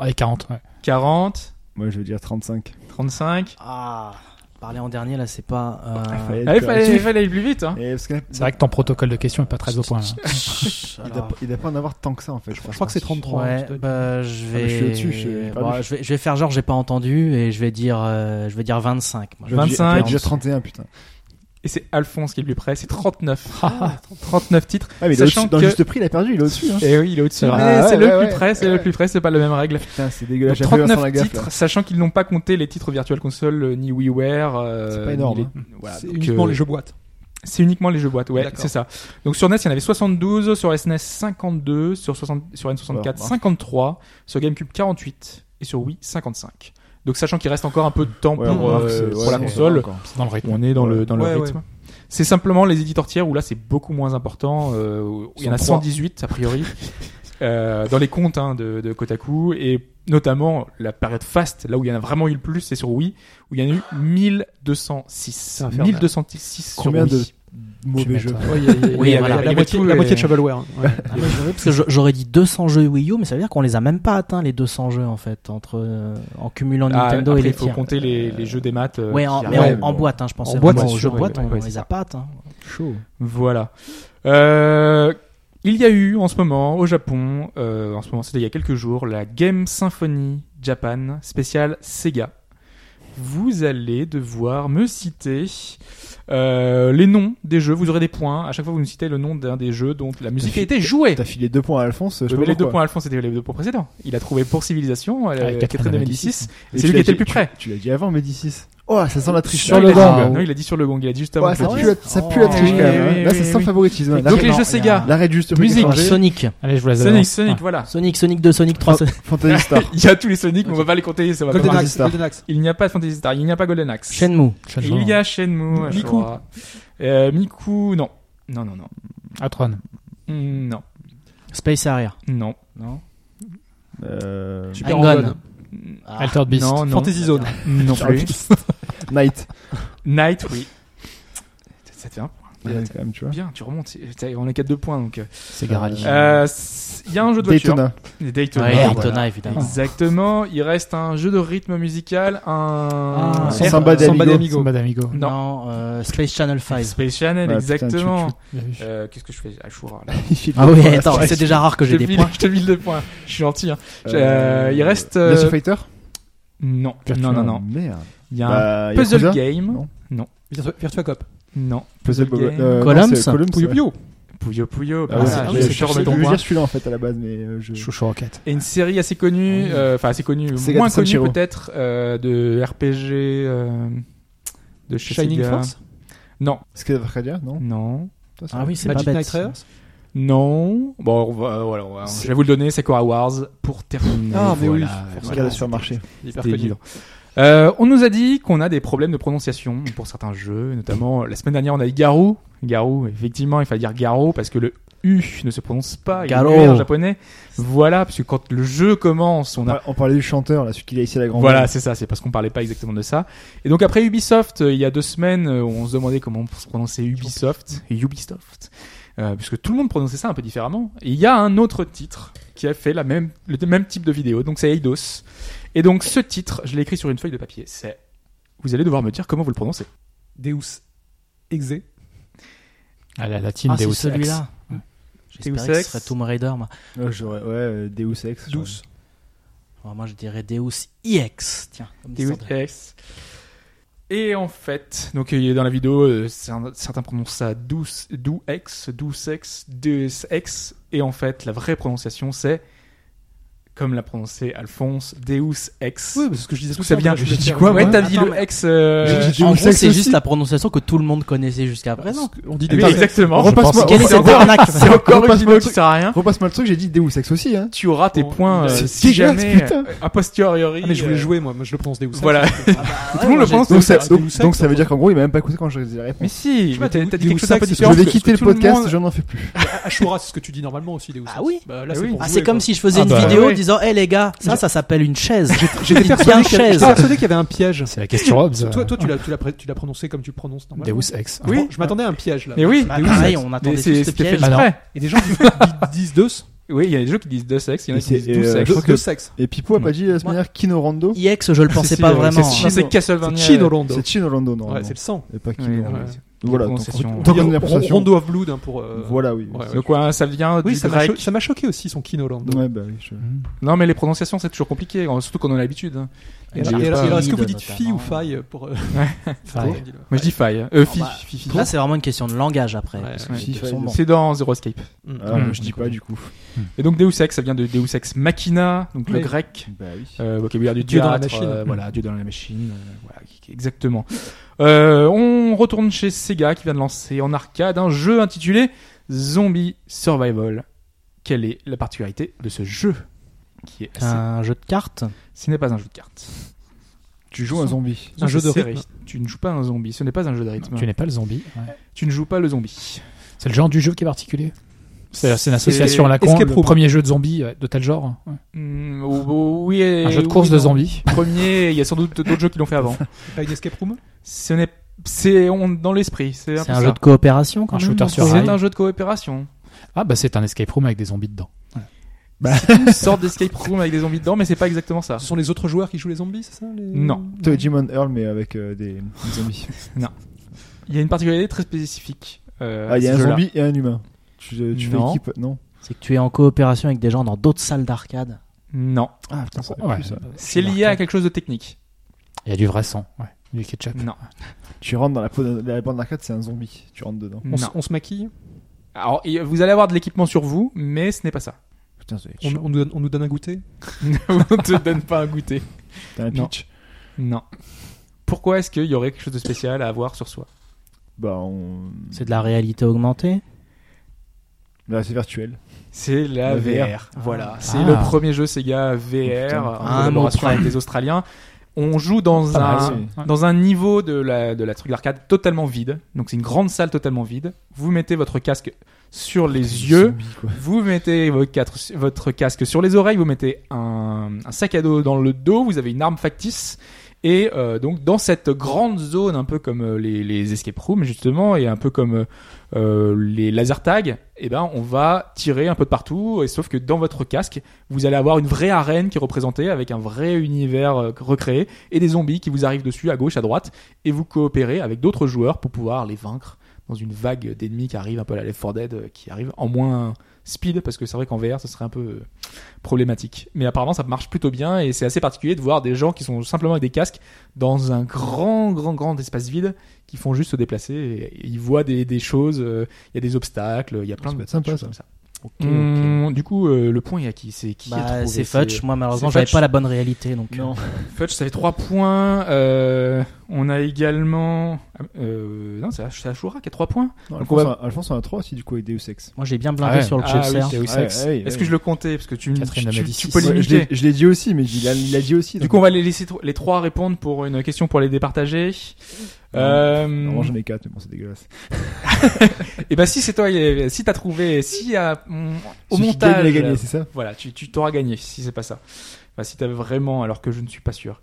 Allez, 40. ouais. 40, Moi, je veux dire 35. 35. Ah, parler en dernier là, c'est pas. Il Euh... fallait Allez, être fallait, correctif. fallait aller plus vite, hein. Et Eh, parce que- C'est vrai que ton protocole de questions est pas très au point. hein. là. il doit, pas- il doit pas en avoir tant que ça en fait. Je, Je crois que c'est 33. Ouais, je dois- bah, je Ah, mais vais. je suis au-dessus, je suis pas Bon, du- je vais, je vais faire genre j'ai pas entendu et je vais dire, euh, je vais dire 25. moi. Je veux dire- 25. je veux dire 31, putain. Et c'est Alphonse qui est le plus près, c'est 39. 39 titres. Ah, mais il est Sachant au-dessus. dans que- le juste prix, il a perdu, il est Ah, au-dessus. hein. Et oui, il est au-dessus. Ah Mais ouais, c'est le ouais, plus ouais. près, c'est le plus près, c'est pas la même règle. Putain, c'est Donc, dégueulasse. J'ai failli faire sans la 39 gaffe. titres, là. sachant qu'ils n'ont pas compté les titres Virtual Console, euh, ni WiiWare. euh, C'est pas énorme, ni hein. les- voilà, c'est donc, uniquement euh, les jeux boîtes. C'est uniquement les jeux boîtes, ouais, D'accord. c'est ça. Donc sur NES, il y en avait 72, sur SNES 52, sur, 60 sur E N64 Alors, bah. 53, sur GameCube 48 et sur Wii 55. Donc sachant qu'il reste encore un peu de temps Ouais, pour, remarque, euh, c'est- pour ouais, la c'est- console, encore. C'est dans le rythme. on est dans le, dans le Ouais, rythme. C'est simplement les éditeurs tiers où là c'est beaucoup moins important. euh, où il y en a 103. 118 a priori euh, dans les comptes hein, de, de Kotaku et notamment la période fast, là où il y en a vraiment eu le plus, c'est sur Wii où il y en a eu 1206. infernal. 1206 Combien sur Wii. de mauvais Tu jeux m'étonnes. Oui, il y Il y avait- a il y la avait moitié tout, la et- moitié de shovelware. hein. Ouais. Parce que je- j'aurais dit 200 jeux Wii U, mais ça veut dire qu'on les a même pas atteints les 200 jeux en fait, entre euh, en cumulant Ah, Nintendo après, et les il faut tiers. compter les, les jeux des maths. euh, Ouais, qui en, mais arrivent. ouais, en, en bon. boîte, hein, je pensais En vraiment boîte, aux c'est jeux sûr, boîte, ouais, on, ouais, on c'est les a ça. pas atteints. Chaud. Voilà. Euh, il y a eu en ce moment au Japon, euh, en ce moment c'était il y a quelques jours, la Game Symphony Japan spéciale Sega. Vous allez devoir me citer euh, les noms des jeux. Vous aurez des points. À chaque fois, vous nous citez le nom d'un des jeux dont la musique a fait- été jouée. T'as filé deux points à Alphonse. Je Oui, sais mais pas les deux pourquoi. points, Alphonse, c'était les deux points précédents. Il a trouvé pour Civilisation, Ah, euh, et Catherine Catherine 2006. C'est Et tu lui qui l'as était le dit- plus près. Tu l'as dit avant Médicis. Oh, ça sent la triche. Sur le Il a dit- gong. Non, il a dit sur le gong. Il a dit juste avant. Ouais, ça Petit. pue la- ça pue la Oh, triche quand oui, même. oui, hein. Là, oui, c'est oui, sans oui. favoritisme. Donc L'arrêt- les Non, il y jeux a Sega. un- L'arrêt de juste Musique. prix. Sonic, Allez, je vous laisse. Sonic, Sonic, voilà. Sonic, Sonic 2, Sonic 3. Fantasy Star. Il y a tous les Sonic, mais on va pas les compter, ça va pas Golden Golden marcher. Axe. Axe. Golden Axe. Il n'y a pas de Fantasy Star, il n'y a pas Golden Axe. Shenmue. Ah, Il y a Shenmue, Miku. Miku. Euh, Miku, non. Non, non, non. Atron. Mm, Non, Space Harrier. non. Non. Euh, Super Hang On. Hang On. Mm, Ah, Altered Beast. Non, non. Fantasy Zone. Non plus. Knight. Night, oui. Ça te fait un point. Ouais, quand même, tu vois. Bien, tu remontes. T'as- On est qu'à deux points, donc. euh. C'est Garage. Euh, c- Il y a un jeu de voiture. Daytona. Les Daytona. Ouais, voilà. Daytona, évidemment. Exactement. Il reste un jeu de rythme musical, un... Ah, R- Samba de Amigo. Samba d'Amigo. Non. Non, euh, Space Channel 5. Space Channel, Ouais, putain, tu- exactement. Bien vu. Euh, Qu'est-ce que je fais à Choura, là Ah oui, attends, c'est déjà rare que Je j'ai te des file- points. Je te file deux points. Je suis gentil. hein. Euh, il reste, euh, Virtua Fighter Non, non, non, non. Merde. Il y a un Bah, puzzle Yakuza game. Non. Virtua Virtua Cop. Non. Puzzle Bobo. Game. euh, non, Columns c'est Columns. Puyo ouais. Puyo. Puyo Puyo. Ah, bah, ouais, ah, je- je je- te remets je ton voulais point. dire celui-là en fait à la base, mais euh, je. Chouchou Rocket. Et une série assez connue, euh, enfin assez connue, Sega moins de Sanshiro. connue peut-être, euh, de RPG euh, de chez Shining Sega. Force. Non, Skate of Arcadia, non non, Toi, ça Ah va. oui, c'est pas Magic Knight bête. Riders. non. Bon, on va, voilà, on va- je vais vous le donner. C'est Cora Wars pour terminer. Ah, mais oui, Voilà, forcément. voilà. Skate sur le marché. C'était Hyper connu. évident. Euh, on nous a dit qu'on a des problèmes de prononciation pour certains jeux, notamment la semaine dernière on a eu Garou. Garou, effectivement, il fallait dire Garou parce que le U ne se prononce pas il est Garou. muet en japonais. Voilà, parce que quand le jeu commence, on a Ouais, On parlait du chanteur, là, celui qui a ici à la grande. voilà, c'est ça, c'est parce qu'on parlait pas exactement de ça. Et donc après Ubisoft, euh, il y a deux semaines, euh, on se demandait comment se prononçait Ubisoft, Ubisoft, euh, puisque tout le monde prononçait ça un peu différemment. Et il y a un autre titre qui a fait la même, le même type de vidéo, donc c'est Eidos. Et donc ce titre, je l'ai écrit sur une feuille de papier, c'est... Vous allez devoir me dire comment vous le prononcez. Deus Exe. À la latine, Ah, c'est Deus Ex. celui-là. J'espérais Deus que ce Ex. serait Tomb Raider, moi. Ouais, j'aurais- ouais, euh, Deus Ex. j'aurais- Douce. Alors, moi, je dirais Deus EX. Tiens, comme Deus ça. Ex. Et en fait, donc il y a dans la vidéo, euh, certains certains prononcent ça douce, doux ex, douce ex, deus ex, et en fait, la vraie prononciation c'est, comme l'a prononcé Alphonse, deus ex. Oui, parce que je disais D'où tout ça ça, vient mais je J'ai vais dit faire- quoi Ouais, Ouais, t'as dit attends, le mais- ex. euh, J'ai dit En Deus gros, Ex c'est aussi. juste la prononciation que tout le monde connaissait jusqu'à présent. On dit Ah, oui, Deus Ex. exactement. Je pense Repasse-moi qu'il Quelle est c'est cette encore- arnaque C'est encore Repasse-moi une vidéo le qui truc. sert à rien. Repasse-moi le truc, j'ai dit Deus Ex aussi, hein. Tu auras tes Bon, points euh, c'est si dégueulasse, jamais. putain. euh, A posteriori. Ah, mais je voulais euh, jouer, moi. Moi, je le prononce Deus Ex. Voilà. Tout le monde le pense, Donc, ça, Deus donc- Ex, donc ça attends. veut dire qu'en gros, il m'a même pas écouté quand je disais la Mais réponse. si, mais sais pas, t'as Deus t'as dit quelque chose d'un peu Ex, Je différent. vais parce que quitter le tout monde- podcast, je n'en fais plus. Ashura, c'est ce que tu dis normalement aussi, Deus Ex. Ah oui Bah, là, Ah c'est oui. pour Ah, jouer, c'est comme quoi. si je faisais Ah une bah, vidéo ouais. disant, hé les gars, ça, ça s'appelle une chaise. J'étais persuadé Bien qu'il y avait- chaise. j'étais persuadé qu'il y avait un piège. Ah, C'est la question obs. Toi, toi, tu l'as- tu l'as pré- tu l'as prononcé comme tu le prononces normalement. Deus Ex. Oui, je m'attendais à un piège là. Mais oui, Bah, Deus pareil, Ex. on Mais attendait c'est- tous ce c'était fait piège. Ah non. exprès. Et des gens qui di- disent Deus, Oui, il y a des jeux qui disent deux sexes, il y en a Et qui c'est- disent et, douze euh, sexes. je crois Deus que- Ex. Et Pipo a pas dit la semaine dernière Kinorando EX, je le pensais pas vraiment. hein. Chino- C'est Castlevania. C'est Chino Rondo. C'est Chinorando, normalement. Ouais, c'est le sang. Et pas Oui, Kinorando. ouais. Voilà, donc, Prononciation. en fait, On tant qu'on est dit la Ron- prononciation- Rondo of Blood hein, pour. euh, Voilà, oui. Ouais, ouais. Donc ouais, ça vient Oui, du ça m'a cho- grec. ça m'a choqué aussi son Kino Rondo. Ouais, bah oui. je- Non, mais les prononciations, c'est toujours compliqué, surtout quand on a l'habitude. hein. Et J'ai alors, et pas- alors, est-ce que vous Guide, dites fille ou notamment. faille pour. euh, Faille. pour- Moi, je dis faille. Euh, fi. bah, Là, c'est vraiment une question de langage après. Ouais. parce que Ouais. les deux FIFA, sont bons. C'est dans Zero Escape. Mm. Ah, Mm. je dis pas du coup. Et donc Deus Ex, ça vient de Deus Ex Machina, donc le Oui. grec, Bah oui. euh, vocabulaire du Dieu dans la théâtre, machine. euh, voilà, Dieu dans la machine. euh, voilà, exactement. Euh, on retourne chez Sega qui vient de lancer en arcade un jeu intitulé Zombie Survival. Quelle est la particularité de ce jeu qui est assez- Un jeu de cartes Ce n'est pas un jeu de cartes. Tu joues un zombie. Un jeu de C'est- rythme. Tu ne joues pas un zombie. Ce n'est pas un jeu de rythme. Ah, Tu n'es pas le zombie. Ouais. Tu ne joues pas le zombie. C'est le genre du jeu qui est particulier. C'est c'est une association à la con. Escape Le Room. premier jeu de zombies ouais, de tel genre. ouais. Mm, oh, oh, oui. et- Un jeu de course oui, de non. zombies. Premier. Il y a sans doute d'autres jeux qui l'ont fait avant. Pas une escape room Ce n'est, c'est on- dans l'esprit. C'est un, C'est peu un ça. jeu de coopération quand Un même. shooter sur C'est rail. un jeu de coopération. Ah bah c'est un escape room avec des zombies dedans. Une sorte d'escape room avec des zombies dedans, mais c'est pas exactement ça. Ce sont les autres joueurs qui jouent les zombies, c'est ça les- Non. Toi, Jim and Earl, mais avec euh, des des zombies. Il y a une particularité très spécifique. euh, Ah, il y à a ce un jeu-là. zombie et un humain. Tu, euh, tu fais Non. équipe Non. C'est que tu es en coopération avec des gens dans d'autres salles d'arcade. Non. Ah putain, ça Ouais. pue, ça. C'est lié à quelque chose de technique. Il y a du vrai sang. Ouais. Du ketchup. Non. Tu rentres dans la, peau de- la bande d'arcade, c'est un zombie. Tu rentres dedans. On, se- Non. on se maquille Alors, il- vous allez avoir de l'équipement sur vous, mais ce n'est pas ça. Putain, c'est on, on nous donne, on nous donne un goûter on te donne pas un goûter. T'as un Non. pitch. Non. Pourquoi est-ce qu'il y aurait quelque chose de spécial à avoir sur soi Bah, on. C'est de la réalité augmentée. Là, c'est virtuel. C'est la Le VR. VR. Voilà. Ah. C'est Ah. le premier jeu Sega VR Oh, putain. en Ah, un collaboration mot près. avec les Australiens. On joue dans Pas mal, un, c'est- ouais. dans un niveau de la, de la truc d'arcade totalement vide. Donc c'est une grande salle totalement vide. Vous mettez votre casque sur les yeux. Zombie, quoi. Vous mettez vos quatre- votre casque sur les oreilles. Vous mettez un, un sac à dos dans le dos. Vous avez une arme factice. Et euh, donc dans cette grande zone, un peu comme euh, les, les escape rooms justement, et un peu comme euh, euh, les laser tags, eh ben on va tirer un peu de partout. Et sauf que dans votre casque, vous allez avoir une vraie arène qui est représentée avec un vrai univers euh, recréé et des zombies qui vous arrivent dessus à gauche, à droite, et vous coopérez avec d'autres joueurs pour pouvoir les vaincre dans une vague d'ennemis qui arrive un peu à la Left 4 Dead, euh, qui arrive en moins speed parce que c'est vrai qu'en VR, ce serait un peu euh, problématique. Mais apparemment, ça marche plutôt bien et c'est assez particulier de voir des gens qui sont simplement avec des casques dans un grand, grand, grand espace vide qui font juste se déplacer et, et ils voient des, des choses. euh, Il y a des obstacles, il y a plein Ça de peut être sympa, choses ça. comme ça. Ok, ok. Mmh. Hum, Du coup, euh, le point est à qui C'est qui a Bah, trouvé c'est Fudge. Moi, malheureusement, c'est j'avais Fudge. pas la bonne réalité. Donc, euh, Non. Fudge, ça fait 3 points. Euh, on a également. Euh, non, c'est Ash- c'est Ashura qui a 3 points. Non, Donc on va- Alphonse, a- Alphonse en a 3 aussi, du coup, avec Deus Ex. moi, j'ai bien blindé Ah ouais. sur le Ah oui, chef Deus Ex. Ouais, ouais, Est-ce ouais. que je le comptais Parce que tu, Catherine tu, avait tu, dit tu six. Ouais, je l'ai- polémiquais. je l'ai dit aussi, mais il a, il a dit aussi. Du coup, on va les laisser tro- les 3 répondre pour une question pour les départager. Euh, Normalement, j'en ai 4, mais bon, c'est dégueulasse. et ben si c'est toi, euh, si t'as trouvé, si à, mm, au Suffit de gagner, montage, euh, il a gagné, c'est ça Voilà, tu tu t'auras gagné si c'est pas ça. Enfin, si t'avais vraiment, alors que je ne suis pas sûr.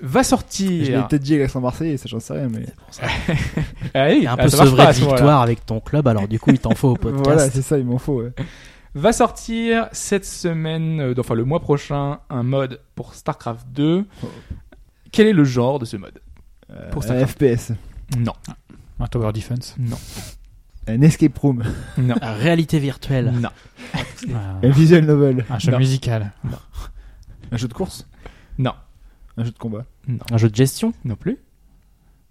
Va Je l'ai sortir. peut-être dit avec l'accent marseillais, ça j'en sais rien, mais. Allez, T'es un ah, peu ça marche sevré pas, à de ce moment-là. victoire avec ton club, alors du coup, il t'en faut au podcast. Voilà, c'est ça, il m'en faut. ouais. Va sortir cette semaine, euh, enfin le mois prochain, un mode pour StarCraft 2. Oh. Quel est le genre de ce mode Euh, Pour un FPS. Non, Un Tower Defense. non, Un escape room. non, Ah, Réalité virtuelle. non, Un- Un visual novel. Un jeu Non. musical. Un jeu de course. non, Un jeu de combat. non, Un jeu de gestion. non plus.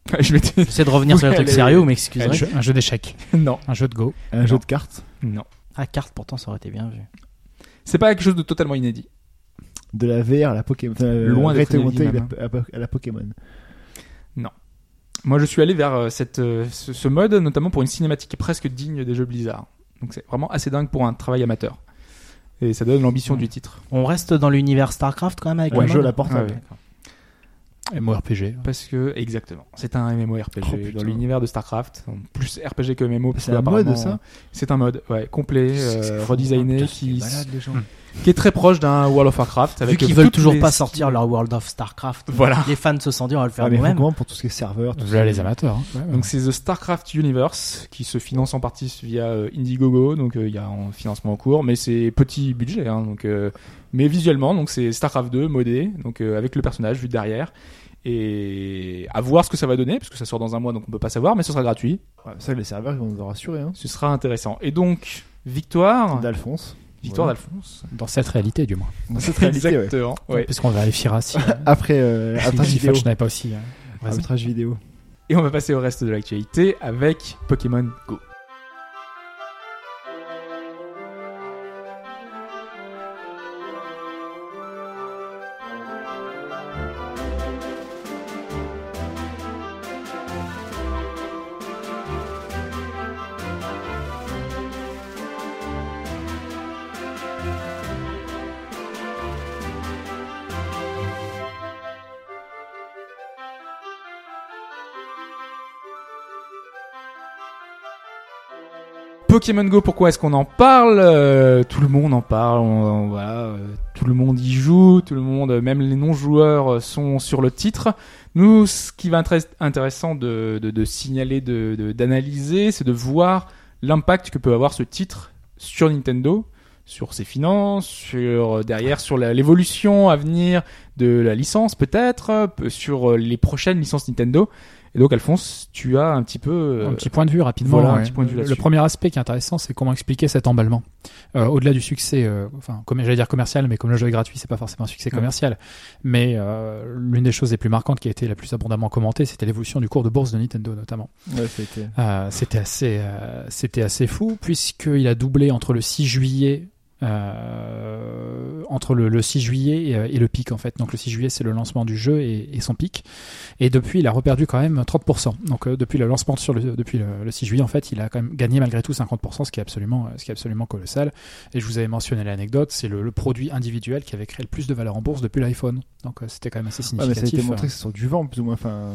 Je m'étais... J'essaie de revenir sur les Ouais, trucs les- sérieux, vous Un m'excuserez. jeu, un jeu d'échecs. Non, Un jeu de Go. Un jeu de cartes. non. Ah, carte, pourtant, ça aurait été bien vu. C'est pas quelque chose de totalement inédit. De la VR à la Pokémon. euh, Loin d'être réalité augmentée inédit, à la- à la Pokémon. Moi je suis allé vers euh, cette, euh, ce, ce mode, notamment pour une cinématique presque digne des jeux Blizzard. Donc c'est vraiment assez dingue pour un travail amateur. Et ça donne l'ambition du titre. On reste dans l'univers StarCraft quand même avec Un le jeu à mode la portable. Ouais, ouais. MMORPG. Parce que, exactement, c'est un MMORPG Oh, putain. dans l'univers de StarCraft, en plus RPG que MMO. parce C'est que un mode, apparemment, euh, ça C'est un mode, ouais, complet, euh, redesigné, qui, les gens. qui est très proche d'un World of Warcraft. Vu Avec qu'ils toutes veulent toujours les- pas sortir leur World of StarCraft. Voilà. Les fans se sont dit, on va le faire Ah, mais nous-mêmes. comment pour tout ce qui est serveur, tout Voilà les amateurs. hein. Donc c'est The StarCraft Universe qui se finance en partie via euh, Indiegogo, donc euh, il y a un financement en cours, mais c'est petit budget, hein, donc euh, mais visuellement donc c'est StarCraft 2 modé, donc euh, avec le personnage vu de derrière et à voir ce que ça va donner parce que ça sort dans un mois donc on peut pas savoir, mais ce sera gratuit, Ouais, ça, les serveurs, ils vont nous en rassurer. Hein. ce sera intéressant. Et donc victoire, D'Alphonse. victoire Voilà. d'Alphonse. Dans cette réalité, du moins. Dans cette réalité, ouais. Exactement. Ouais. Puisqu'on vérifiera si. Après, euh, si arbitrage si vidéo. Ah, Fudge n'avait pas aussi. euh, raison. Arbitrage vidéo. Et on va passer au reste de l'actualité avec Pokémon Go. Pokémon Go, pourquoi est-ce qu'on en parle Euh, Tout le monde en parle, on- on- voilà, euh, tout le monde y joue, tout le monde, même les non-joueurs euh, sont sur le titre. Nous, ce qui va être intéressant de, de- de signaler, de- de- d'analyser, c'est de voir l'impact que peut avoir ce titre sur Nintendo, sur ses finances, sur euh, derrière, sur la- l'évolution à venir de la licence peut-être, euh, peu- sur euh, les prochaines licences Nintendo. Et donc, Alphonse, tu as un petit peu... euh, Un petit point de vue rapidement. voilà, un ouais. petit point de vue le là-dessus. premier aspect qui est intéressant, c'est comment expliquer cet emballement. Euh, Au-delà du succès, euh, enfin, comme j'allais dire commercial, mais comme le jeu est gratuit, c'est pas forcément un succès Ouais. commercial. Mais euh, l'une des choses les plus marquantes qui a été la plus abondamment commentée, c'était l'évolution du cours de bourse de Nintendo notamment. Ouais, c'était. Euh, c'était assez, euh, c'était assez fou puisqu'il a doublé entre le 6 juillet. euh, entre le, le 6 juillet et, euh, et le pic en fait donc le 6 juillet c'est le lancement du jeu et, et son pic et depuis il a reperdu quand même 30% donc euh, depuis le lancement sur le, depuis le, le 6 juillet en fait il a quand même gagné malgré tout 50% ce qui est absolument euh, ce qui est absolument colossal et je vous avais mentionné l'anecdote c'est le, le produit individuel qui avait créé le plus de valeur en bourse depuis l'iPhone donc euh, c'était quand même assez Ah, mais ça a significatif euh. été montré que c'est sur du vent, plus ou moins. Enfin,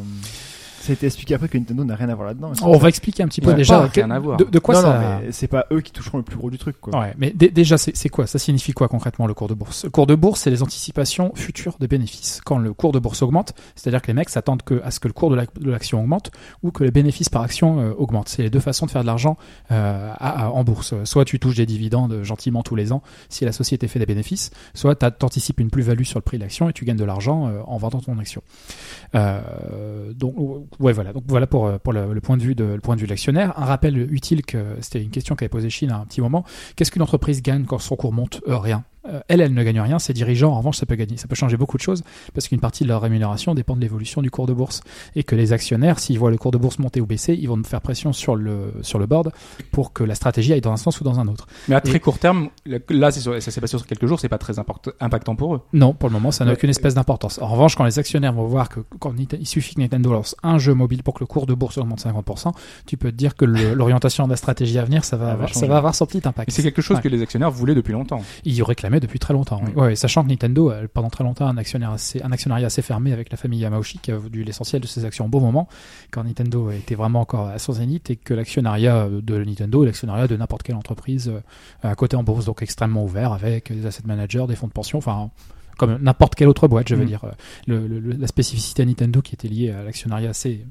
ça a été expliqué après que Nintendo n'a rien à voir là-dedans. hein. Oh, on va expliquer un petit peu Ouais, déjà pas, rien à voir. de, de quoi non, ça non, mais c'est pas eux qui toucheront le plus gros du truc, quoi. Ouais, mais dé- déjà, c'est c'est quoi Ça signifie quoi concrètement le cours de bourse Le cours de bourse, c'est les anticipations futures des bénéfices. Quand le cours de bourse augmente, c'est-à-dire que les mecs s'attendent que, à ce que le cours de la- de l'action augmente ou que les bénéfices par action euh, augmentent. C'est les deux façons de faire de l'argent euh, à- à- en bourse. Soit tu touches des dividendes gentiment tous les ans si la société fait des bénéfices, soit t'as- t'anticipes une plus-value sur le prix de l'action et tu gagnes de l'argent euh, en vendant ton action. Euh, donc ouais voilà donc voilà pour euh, pour le, le point de vue de le point de vue de l'actionnaire un rappel utile que c'était une question qu'avait posée Chine à un petit moment qu'est-ce qu'une entreprise gagne quand son cours monte Euh, rien Euh, elles, elles ne gagnent rien. Ces dirigeants, en revanche, ça peut gagner. Ça peut changer beaucoup de choses parce qu'une partie de leur rémunération dépend de l'évolution du cours de bourse et que les actionnaires, s'ils voient le cours de bourse monter ou baisser, ils vont faire pression sur le sur le board pour que la stratégie aille dans un sens ou dans un autre. Mais à très court terme, le- là, c'est sur- ça s'est passé sur quelques jours, c'est pas très import- impactant pour eux. Non, pour le moment, ça n'a Ouais. aucune espèce d'importance. En revanche, quand les actionnaires vont voir que quand Nita- il suffit que Nintendo lance un jeu mobile pour que le cours de bourse augmente 50%, tu peux te dire que le- l'orientation de la stratégie à venir, ça va, va avoir, ça changer. va avoir son petit impact. Et c'est quelque chose Ouais. que les actionnaires voulaient depuis longtemps. Il réclamait depuis très longtemps. oui. Mm. Ouais, ouais, sachant que Nintendo, a, pendant très longtemps, un, actionnaire assez, un actionnariat assez fermé avec la famille Yamauchi qui a vendu l'essentiel de ses actions au bon moment, quand Nintendo était vraiment encore à son zénith et que l'actionnariat euh, de Nintendo est l'actionnariat de n'importe quelle entreprise euh, à côté en bourse, donc extrêmement ouvert avec des asset managers, des fonds de pension, enfin comme n'importe quelle autre boîte, je veux Mm. dire. Euh, le- le- le- la spécificité à Nintendo qui était liée à l'actionnariat assez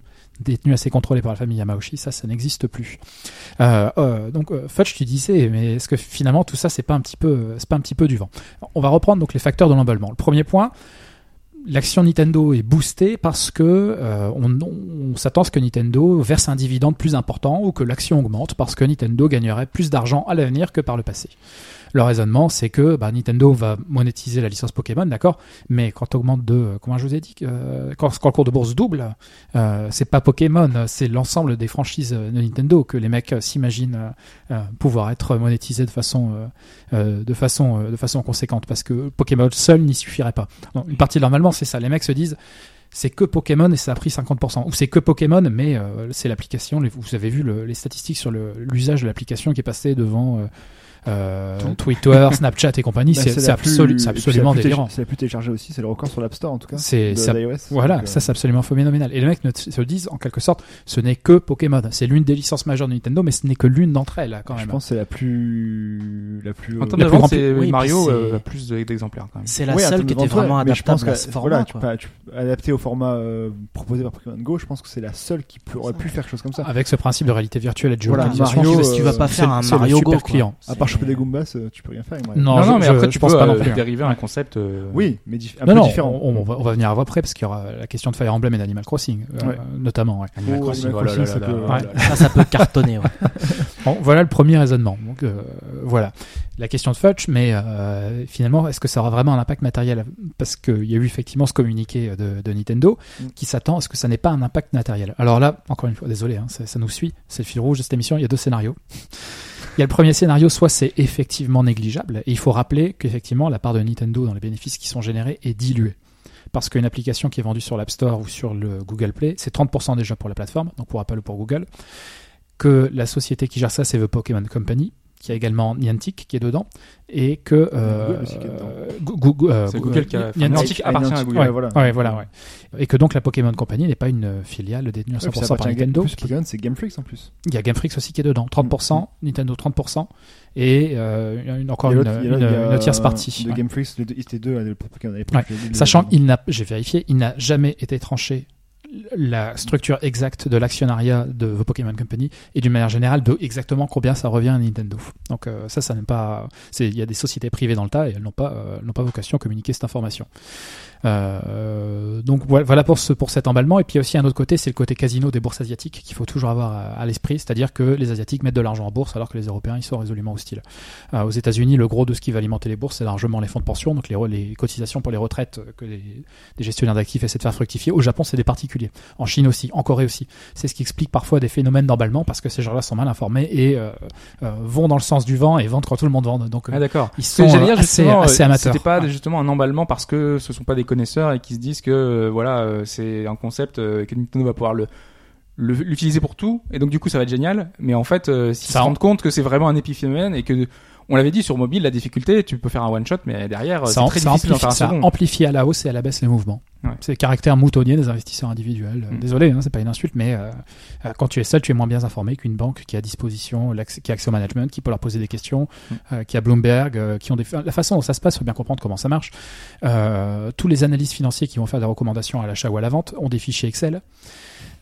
détenu, assez contrôlé par la famille Yamauchi, ça, ça n'existe plus. Euh, euh, donc euh, Fudge, tu disais, mais est-ce que finalement tout ça c'est pas un petit peu, euh, c'est pas un petit peu du vent On va reprendre donc les facteurs de l'emballement. Le premier point, l'action Nintendo est boostée parce que euh, on, on s'attend à ce que Nintendo verse un dividende plus important ou que l'action augmente parce que Nintendo gagnerait plus d'argent à l'avenir que par le passé. Le raisonnement, c'est que bah, Nintendo va monétiser la licence Pokémon, d'accord, mais quand on augmente de, euh, comment je vous ai dit, euh, quand, quand le cours de bourse double, euh, c'est pas Pokémon, c'est l'ensemble des franchises euh, de Nintendo que les mecs euh, s'imaginent euh, euh, pouvoir être monétisés de façon, euh, euh, de façon, euh, de façon conséquente, parce que Pokémon seul n'y suffirait pas. Donc, une partie normalement, c'est ça. Les mecs se disent. C'est que Pokémon et ça a pris 50%. Ou c'est que Pokémon, mais euh, c'est l'application. les- Vous avez vu le- les statistiques sur le- l'usage de l'application qui est passé devant euh, euh, Twitter, Snapchat et compagnie. Bah, c'est la c'est plus- absolu- c'est et puis c'est la absolument plus télécha- délirant. C'est la plus téléchargée aussi, c'est le record sur l'App Store en tout cas. C'est- de- ça- d'iOS. Voilà, Donc, euh, ça c'est absolument phénoménal. Et les mecs ne t- se disent en quelque sorte, ce n'est que Pokémon. C'est l'une des licences majeures de Nintendo, mais ce n'est que l'une d'entre elles quand euh, Je même. pense que c'est la plus. La plus. En termes euh, de plus vente, grande- c'est oui, Mario puis c'est- euh, a plus de- d'exemplaires quand même. C'est la ouais, en seule termes qui de était vente, ouais, vraiment mais je pense adaptable à que, ce format. Voilà, tu quoi. peux- tu peux- adapté au format euh, proposé par Pokémon Go, je pense que c'est la seule qui peut- aurait pu faire quelque chose comme ça. Avec ce principe de réalité virtuelle et de Voilà, géolocalisation, Mario, je Parce que tu vas euh, pas c'est- faire un c'est le Mario Go. super quoi. client. À part choper C'est- des Goombas, euh, tu peux rien faire. avec Mario. Ah, Non, Non, je- non, mais je- après, je tu pense peux pas euh, non plus. dériver un concept. euh, Oui, mais dif- un Non, peu non, différent. on, on va, on va venir après parce qu'il y aura la question de Fire Emblem et d'Animal Crossing, euh, Ouais. notamment. ouais. Animal Oh, Crossing, Animal oh là là Crossing, ça là peut- là ouais. là là. Ça, ça peut cartonner. ouais. Bon, voilà le premier raisonnement. Donc euh, voilà la question de Fudge, mais euh, finalement, est-ce que ça aura vraiment un impact matériel Parce qu'il y a eu effectivement ce communiqué euh, de, de Nintendo Mm. qui s'attend à ce que ça n'ait pas un impact matériel. Alors là, encore une fois, désolé, hein, ça, ça nous suit, c'est le fil rouge de cette émission. Il y a deux scénarios. Il y a le premier scénario, soit c'est effectivement négligeable, et il faut rappeler qu'effectivement la part de Nintendo dans les bénéfices qui sont générés est diluée. Parce qu'une application qui est vendue sur l'App Store ou sur le Google Play, c'est 30% déjà pour la plateforme, donc pour Apple ou pour Google que la société qui gère ça, c'est The Pokémon Company, qui a également Niantic qui est dedans, et que euh, Google aussi qui est dedans. Gou- Gou- Gou- euh, C'est Gou- Bah, Google qui a. enfin, Niantic. Niantic appartient à Niantic, Ouais, Google. Ah, ouais, voilà. ouais, voilà, ouais. Et que donc la Pokémon Company n'est pas une euh, filiale détenue à Ouais, puis 100% ça par appartient à Game- Nintendo. plus qui- Pokémon, c'est Game Freaks en plus. Il y a Game Freaks aussi qui est dedans, 30%, Nintendo 30%, et euh, une- encore Mm. Il y une, a l'autre- il y a une- l'autre, il y a, une tierce euh, partie. De Ouais. Game Freaks, les deux- c'était deux à l'époque, Pokémon à l'époque. Ouais. les- les- Sachant les- qu'il n'a, j'ai vérifié, il n'a jamais été tranché la structure exacte de l'actionnariat de The Pokémon Company et d'une manière générale de exactement combien ça revient à Nintendo. Donc euh, ça, ça n'est pas. c'est- Il y a des sociétés privées dans le tas et elles n'ont pas, euh, n'ont pas vocation à communiquer cette information. Euh, donc voilà voilà pour, ce, pour cet emballement. Et puis il y a aussi un autre côté, c'est le côté casino des bourses asiatiques qu'il faut toujours avoir à, à l'esprit, c'est-à-dire que les Asiatiques mettent de l'argent en bourse alors que les Européens ils sont résolument hostiles. Euh, aux États-Unis, le gros de ce qui va alimenter les bourses, c'est largement les fonds de pension, donc les, re- les cotisations pour les retraites euh, que les, des gestionnaires d'actifs essaient de faire fructifier. Au Japon, c'est des particuliers. En Chine aussi, en Corée aussi. C'est ce qui explique parfois des phénomènes d'emballement parce que ces gens-là sont mal informés et euh, euh, vont dans le sens du vent et vendent quand tout le monde vend. Donc, euh, Ah d'accord. Ils Ce que sont, j'allais euh, dire, assez- justement, assez euh, amateurs. Ah. C'était pas Ouais. justement un emballement parce que ce sont pas des connaisseurs et qui se disent que euh, voilà euh, c'est un concept euh, que Nintendo va pouvoir le le- l'utiliser pour tout et donc du coup ça va être génial. Mais en fait, euh, s'ils Ça se en- rendent compte que c'est vraiment un épiphénomène et que on l'avait dit sur mobile, la difficulté, tu peux faire un one shot, mais derrière euh, ça, c'est am- très ça difficile d'en amplifie, faire un ça second. amplifie à la hausse et à la baisse les mouvements. Ouais. C'est le caractère moutonnier des investisseurs individuels. Euh, Mm. Désolé, hein, c'est pas une insulte, mais euh, euh, quand tu es seul, tu es moins bien informé qu'une banque qui a à disposition, l'accès- qui a accès au management, qui peut leur poser des questions, Mm. euh, qui a Bloomberg, euh, qui ont des... La façon dont ça se passe, faut bien comprendre comment ça marche. Euh, tous les analystes financiers qui vont faire des recommandations à l'achat ou à la vente ont des fichiers Excel.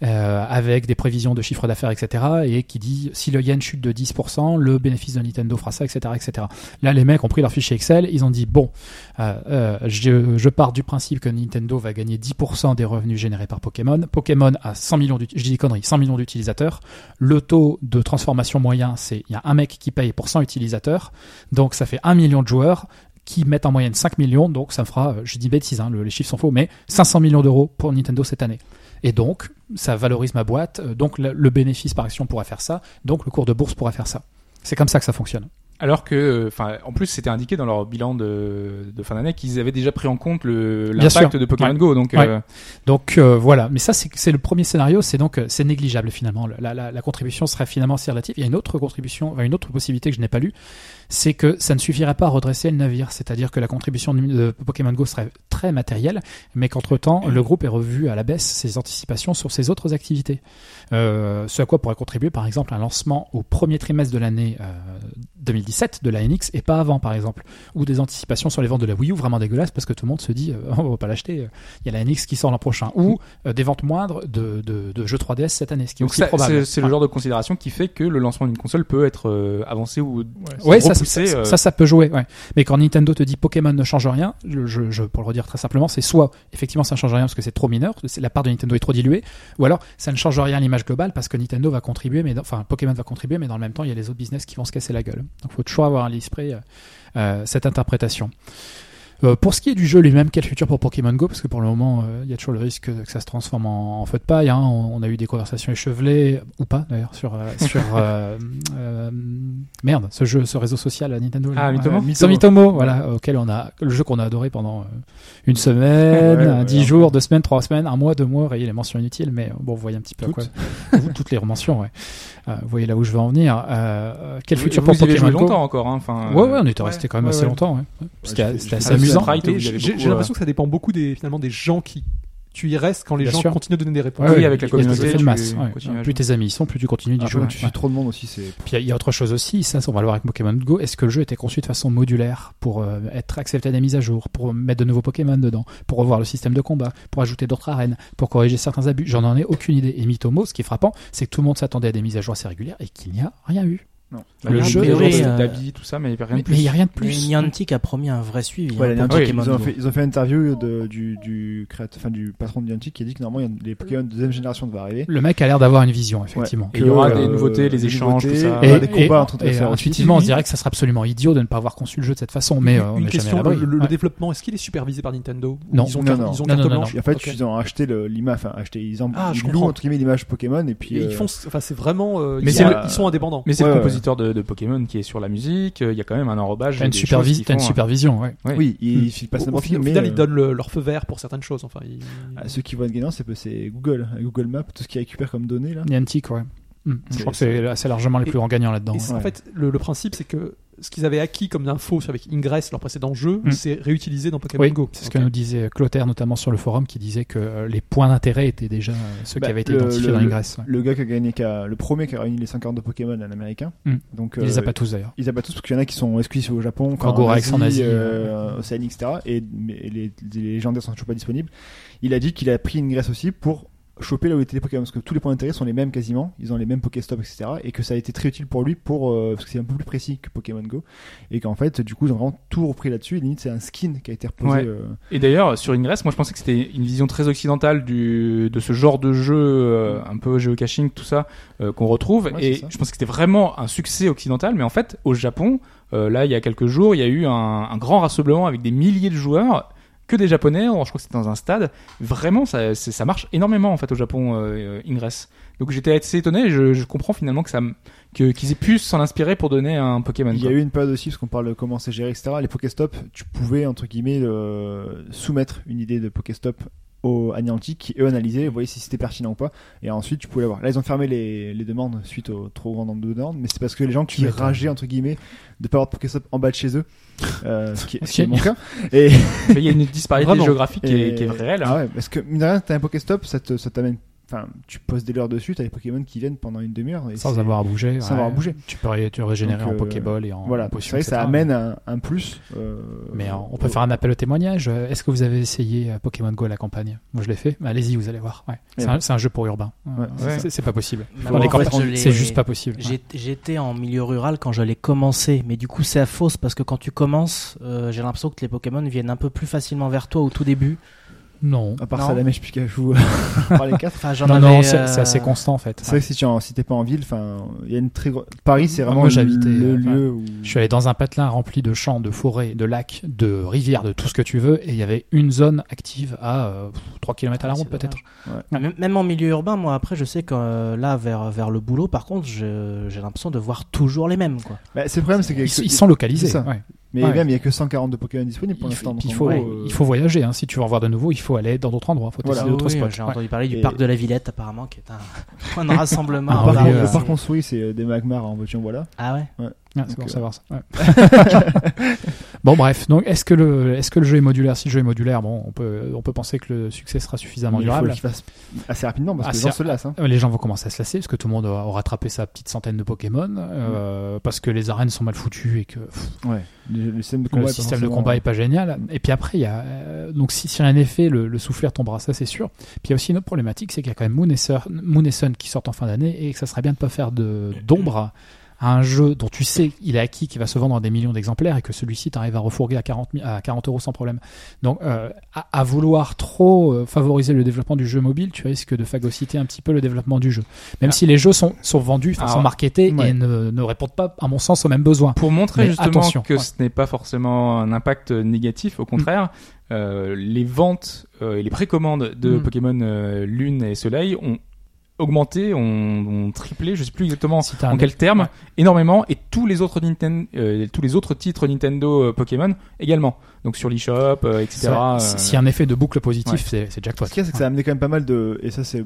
euh, avec des prévisions de chiffre d'affaires, etc. Et qui dit si le yen chute de 10%, le bénéfice de Nintendo fera ça, etc., etc. Là, les mecs ont pris leur fichier Excel, ils ont dit bon, euh, euh, je, je pars du principe que Nintendo va gagner 10% des revenus générés par Pokémon. Pokémon a 100 millions d'ut- je dis des conneries, 100 millions d'utilisateurs. Le taux de transformation moyen, c'est il y a un mec qui paye pour 100 utilisateurs, donc ça fait 1 million de joueurs qui mettent en moyenne 5 millions, donc ça fera, euh, je dis bêtise, hein, le- les chiffres sont faux, mais 500 millions d'euros pour Nintendo cette année. Et donc, ça valorise ma boîte, euh, donc le, le bénéfice par action pourra faire ça, donc le cours de bourse pourra faire ça. C'est comme ça que ça fonctionne. Alors que, enfin, en plus, c'était indiqué dans leur bilan de, de fin d'année qu'ils avaient déjà pris en compte le- Bien l'impact sûr. de Pokémon Ouais. Go. Donc, Ouais. euh, Donc euh, voilà, mais ça c'est c'est le premier scénario, c'est donc euh, c'est négligeable finalement. Le- La, la- la contribution serait finalement assez relative. Il y a une autre contribution, enfin, une autre possibilité que je n'ai pas lue, c'est que ça ne suffirait pas à redresser le navire, c'est-à-dire que la contribution de, de Pokémon Go serait très matérielle, mais qu'entre-temps le groupe est revu à la baisse ses anticipations sur ses autres activités. Euh, ce à quoi pourrait contribuer par exemple un lancement au premier trimestre de l'année euh, 2017 de la NX et pas avant par exemple, ou des anticipations sur les ventes de la Wii U vraiment dégueulasses parce que tout le monde se dit euh, on va pas l'acheter. euh, il y a la NX qui sort l'an prochain, ou euh, des ventes moindres de, de, de jeux 3DS cette année, ce qui est Mm. donc aussi ça, probable. c'est c'est le genre de considération qui fait que le lancement d'une console peut être euh, avancé ou Ouais, ça, repoussé. ça, ça, euh, ça, ça peut jouer. Ouais. Mais quand Nintendo te dit Pokémon ne change rien, le- je, je, pour le redire très simplement, c'est soit effectivement ça ne change rien parce que c'est trop mineur, c'est- la part de Nintendo est trop diluée, ou alors ça ne change rien à l'image globale parce que Nintendo va contribuer, mais dans- enfin Pokémon va contribuer, mais dans le même temps il y a les autres business qui vont se casser la gueule. Donc faut toujours avoir à l'esprit euh, euh, cette interprétation. Euh, pour ce qui est du jeu lui-même, quel futur pour Pokémon Go Parce que pour le moment, euh, il y a toujours le risque que ça se transforme en, en feu de paille. hein. On, on a eu des conversations échevelées, ou pas d'ailleurs, sur, euh, sur euh, euh, merde, ce jeu, ce réseau social à Nintendo. Ah, là. Mythomo Ouais, Euh, Sur Mythomo, voilà, auquel on a le jeu qu'on a adoré pendant euh, une semaine, Ouais, euh, ouais, dix ouais. jours, deux semaines, trois semaines, un mois, deux mois. Il y a les mentions inutiles, mais euh, bon, vous voyez un petit peu à Toutes. quoi. Vous, toutes les mentions, ouais. Euh, vous voyez là où je veux en venir. Euh, euh, quel vous- futur vous pour y avez Pokémon joué Go longtemps encore. hein, Enfin, Ouais, euh, ouais, on était resté quand même ouais, assez ouais. longtemps, ouais. C'était j'ai- c'était j'ai- assez j'ai- amusant. Sprite, Mais vous y J'ai avez j'ai beaucoup, euh, l'impression que ça dépend beaucoup des, finalement, des gens qui. Tu y restes quand les Bien gens sûr. continuent de donner des réponses. Ouais, oui, avec la il y a cet communauté, effet de tu masse. ouais. continues à Plus jouer. tes amis y sont, plus tu continues d'y Ah, jouer. quand tu ouais. suis trop de monde aussi, c'est. Puis il y a- il y a autre chose aussi, ça, on va le voir avec Pokémon Go. Est-ce que le jeu était conçu de façon modulaire pour euh, être accepté à des mises à jour, pour mettre de nouveaux Pokémon dedans, pour revoir le système de combat, pour ajouter d'autres arènes, pour corriger certains abus J'en en ai aucune idée. Et Mythomo, ce qui est frappant, c'est que tout le monde s'attendait à des mises à jour assez régulières et qu'il n'y a rien eu. Non. Le il y a jeu, des oui, genres de- euh, d'habits, tout ça, mais rien de Mais mais plus. il n'y a rien de Mais plus. Niantic a promis un vrai suivi Ouais, hein, la pour Niantic, Pokémon ils, ont Go. fait, ils ont fait une interview de- du, du, créateur- enfin, du patron de Niantic qui a dit que normalement il y a- les Pokémon de deuxième génération devaient arriver. Le mec a l'air d'avoir une vision, effectivement. Et il y aura que, des nouveautés, les des échanges, nouveautés, tout ça. il y aura Et- des combats entre et adversaires aussi. intuitivement, on se dirait que ça serait absolument idiot de ne pas avoir conçu le jeu de cette façon, mais euh, on une n'est jamais à question, le, l'abri. le Ouais. développement, est-ce qu'il est supervisé par Nintendo Ou Non. Ils ont, Non, carte- non. ils Non, ont carte non, non, blanche non. Et en fait, Ok. ils ont acheté le- l'image, enfin, acheté, ils, en, Ah, je ils louent comprends. entre guillemets l'image Pokémon et puis. Et euh, Ils font, enfin, c'est vraiment, euh, Mais ils, c'est sont, le- ils sont indépendants. Mais c'est Ouais, le ouais. compositeur de, de Pokémon qui est sur la musique. euh, Il y a quand même un enrobage. T'as une, des supervis- choses qu'ils t'as une font, hein. supervision, ouais. Ouais. Oui, ils filent pas Au- ça au, n'importe qui, final, au mais, final, euh, ils donnent le- leur feu vert pour certaines choses. Enfin, ils- Ah, à ceux qui voient de gagnant, c'est c'est Google, hein. Google Maps, tout ce qu'ils récupèrent comme données là. Niantic, ouais. Hmm. Je C'est- crois que c'est assez largement les plus grands gagnants là-dedans. hein. Et ouais. c'est- En ouais. fait, le, le principe, c'est que ce qu'ils avaient acquis comme info sur- avec Ingress, leur précédent jeu, Mm. c'est réutilisé dans Pokémon Oui, Go. c'est ce que nous disait Clotaire notamment sur le forum qui disait que euh, les points d'intérêt étaient déjà euh, ceux Bah, qui avaient été le- identifiés le- dans l'Ingress. ouais. Le gars qui a gagné, qui a- le premier qui a réuni les 50 de Pokémon, un américain. Mm. Donc, Il les a euh, pas tous d'ailleurs. Ils abattent tous parce qu'il y en a qui sont exclusifs au Japon, En quand Gorax, en Asie, euh, Océanie, etc. Et mais les, les légendaires sont toujours pas disponibles. Il a dit qu'il a pris une graisse aussi pour choper là où étaient les Pokémon parce que tous les points d'intérêt sont les mêmes quasiment, ils ont les mêmes Pokéstop, etc. Et que ça a été très utile pour lui pour euh, parce que c'est un peu plus précis que Pokémon Go et qu'en fait du coup ils ont vraiment tout repris là-dessus. Et Limite c'est un skin qui a été reposé. Ouais. euh, Et d'ailleurs, sur Ingress, moi je pensais que c'était une vision très occidentale du, de ce genre de jeu, euh, un peu géocaching, tout ça, euh, qu'on retrouve. Ouais, c'est et ça. je pensais que c'était vraiment un succès occidental, mais en fait, au Japon, euh, là, il y a quelques jours, il y a eu un, un grand rassemblement avec des milliers de joueurs, que des Japonais, je crois que c'était dans un stade. Vraiment, ça, c'est- ça marche énormément en fait au Japon, euh, euh, Ingress. Donc j'étais assez étonné, je, je comprends finalement que ça, m- que, qu'ils aient pu s'en inspirer pour donner un Pokémon. Il y quoi. a eu une période aussi, parce qu'on parle de comment c'est géré, etc. Les Pokéstop, tu pouvais, entre guillemets, euh, soumettre une idée de Pokéstop au, à Niantic, qui eux analysaient, voyaient si c'était pertinent ou pas, et ensuite tu pouvais l'avoir. Là, ils ont fermé les, les demandes suite au trop grand nombre de demandes, mais c'est parce que les gens qui m'étonnes. rageaient, entre guillemets, de pas avoir de Pokéstop en bas de chez eux, euh, ce qui est, ce qui est Ok. mon cas. Et, Mais il y a une disparité Vraiment. géographique qui est, et- qui est hein. réelle. Ah ouais, parce que, mine de rien, t'as un Pokéstop, ça te- ça t'amène, enfin, tu poses des leurres dessus, t'as les Pokémon qui viennent pendant une demi-heure. et Sans c'est- avoir à bouger. sans avoir à bouger. Tu peux ré- tu régénérer en Donc, euh, Pokéball et en Voilà, c'est potion. vrai que ça etc. amène un, un plus. euh, Mais euh, on peut faire un appel au témoignage. Euh, Est-ce que vous avez essayé euh, Pokémon Go à la campagne Moi je l'ai fait. Bah, Allez-y, vous allez voir. Ouais. C'est Ouais. un, c'est un jeu pour urbain. Ouais, c'est ça. C'est pas possible. Bah, Dans moi, les en fait, campagnes, je l'ai- c'est juste pas possible. J'ai- J'étais en milieu rural quand je l'ai commencé, mais du coup c'est à fausse parce que quand tu commences, euh, j'ai l'impression que les Pokémon viennent un peu plus facilement vers toi au tout début. Non. À part Non. ça, la mèche Pikachu, à part les quatre. Enfin, j'en Non, avais, non, c'est euh, c'est assez constant en fait. C'est vrai que si tu en- si t'es pas en ville, enfin, il y a une très grosse. Paris, c'est Moi, vraiment j'habitais, le euh, lieu où. Je suis allé dans un patelin rempli de champs, de forêts, de lacs, de rivières, de tout ce que tu veux, et il y avait une zone active à euh, pff, 3 km à la Ah, ronde c'est peut-être. Même même en milieu urbain, moi après, je sais que euh, là, vers, vers le boulot, par contre, je- j'ai l'impression de voir toujours les mêmes. Quoi. Bah, c'est le problème, c'est que. Ils, ils sont localisés. c'est ça. ouais. Mais Ouais. même, il y a que 142 Pokémon disponibles pour Il, faut, l'instant. donc il en faut- gros, euh, il faut voyager. hein. Si tu veux en voir de nouveau, il faut aller dans d'autres endroits. Il faut Voilà. tester d'autres Oui, spots. J'ai Ouais. entendu parler du Et- parc de la Villette, apparemment, qui est un, un rassemblement. Ah, Le parc- oui, le euh, parc construit, c'est euh, des magmars en voiture, voilà. Ah ouais Ah, c'est Donc, bon euh, savoir ça. ouais. bon bref, donc est-ce que le est-ce que le jeu est modulaire Si le jeu est modulaire, bon, on peut on peut penser que le succès sera suffisamment Mais il faut durable. qu'il fasse assez rapidement parce que les Assez gens se lassent. hein. Euh, Les gens vont commencer à se lasser parce que tout le monde aura aura rattrapé sa petite centaine de Pokémon, euh, parce que les arènes sont mal foutues et que pff, Ouais. Le, le système de combat, le est pas système de forcément- combat est pas génial. Et puis après, il y a euh, donc si, si en effet le, le souffleur tombera, ça c'est sûr. Puis il y a aussi une autre problématique, c'est qu'il y a quand même Moon et, Sur- Moon et Sun qui sortent en fin d'année et que ça serait bien de pas faire de d'ombre à un jeu dont tu sais il est acquis, qui va se vendre en des millions d'exemplaires et que celui-ci t'arrive à refourguer à 40 mi- à 40 euros sans problème. Donc euh, à, à vouloir trop euh, favoriser le développement du jeu mobile, tu risques de phagocyter un petit peu le développement du jeu. Même si les jeux sont, sont vendus, enfin Ah, sont marketés Ah. ouais. et ne, ne répondent pas, à mon sens, aux mêmes besoins. Pour montrer Mais justement attention, que ouais. Mm. ce n'est pas forcément un impact euh, négatif, au contraire, euh, les ventes euh, et les précommandes de Mm. Pokémon euh, Lune et Soleil ont augmenté, ont, ont triplé, je sais plus exactement Si t'as en un quel terme, ouais. énormément, et tous les autres Ninten- euh, tous les autres titres Nintendo euh, Pokémon également. Donc sur l'eShop, euh, C'est etc. vrai, euh, si- S'il y a un effet de boucle positif, ouais. c'est- c'est jackpot. Ce qu'il y a, c'est que ça a amené quand même pas mal de. Et ça, c'est.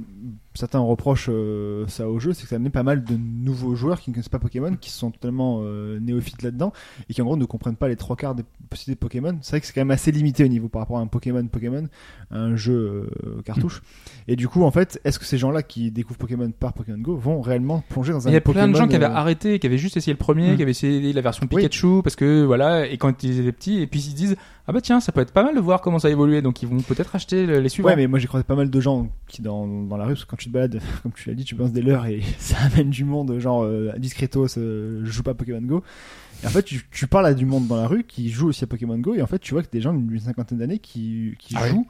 Certains reprochent euh, ça au jeu, c'est que ça a amené pas mal de nouveaux joueurs qui ne connaissent pas Pokémon, qui sont totalement euh, néophytes là-dedans, et qui en gros ne comprennent pas les trois quarts des possibilités de Pokémon. C'est vrai que c'est quand même assez limité au niveau par rapport à un Pokémon Pokémon, à un jeu euh, cartouche. Mm. Et du coup, en fait, est-ce que ces gens-là qui découvrent Pokémon par Pokémon Go vont réellement plonger dans un Il y a plein de Pokémon, gens qui avaient euh, Hmm. arrêté, qui avaient juste essayé le premier, Mm. qui avaient essayé la version Oui. Pikachu, parce que voilà, et quand ils étaient petits, et puis ils se disent, ah bah tiens, ça peut être pas mal de voir comment ça évolue, donc ils vont peut-être acheter le- les suivants. Ouais, mais moi j'ai croisé pas mal de gens qui dans, dans la rue, parce que quand tu te balades, comme tu l'as dit, tu penses des leurs et ça amène du monde, genre euh, discretos, euh, je joue pas à Pokémon Go. Et en fait, tu, tu parles à du monde dans la rue qui joue aussi à Pokémon Go, et en fait, tu vois que des gens d'une cinquantaine d'années qui, qui Ah oui. jouent.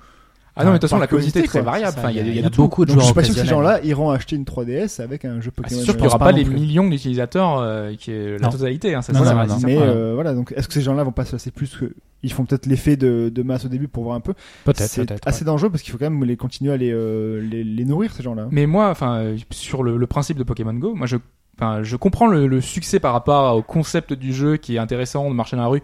Ah non, mais de toute façon, Par la communauté est curiosité, très quoi. variable. Ça, Enfin, il y a, il y a de tout. beaucoup de Donc je joueurs suis pas sûr que ces occasionnels. gens-là iront acheter une 3DS avec un jeu Ah, Pokémon c'est sûr Go. qu'il n'y aura pense pas, pas les non plus. millions d'utilisateurs euh, qui est la Non. totalité. Hein, ça, Non, ça, non, ça non, reste non. certain. Mais Voilà. euh, voilà, donc est-ce que ces gens-là vont pas se lasser plus que. Ils font peut-être l'effet de, de masse au début pour voir un peu. Peut-être, C'est peut-être. assez dangereux parce qu'il faut quand même les continuer à les, euh, les, les nourrir, ces gens-là. Mais moi, enfin, euh, sur le, le principe de Pokémon Go, moi, je, enfin, je comprends le, le succès par rapport au concept du jeu qui est intéressant de marcher dans la rue.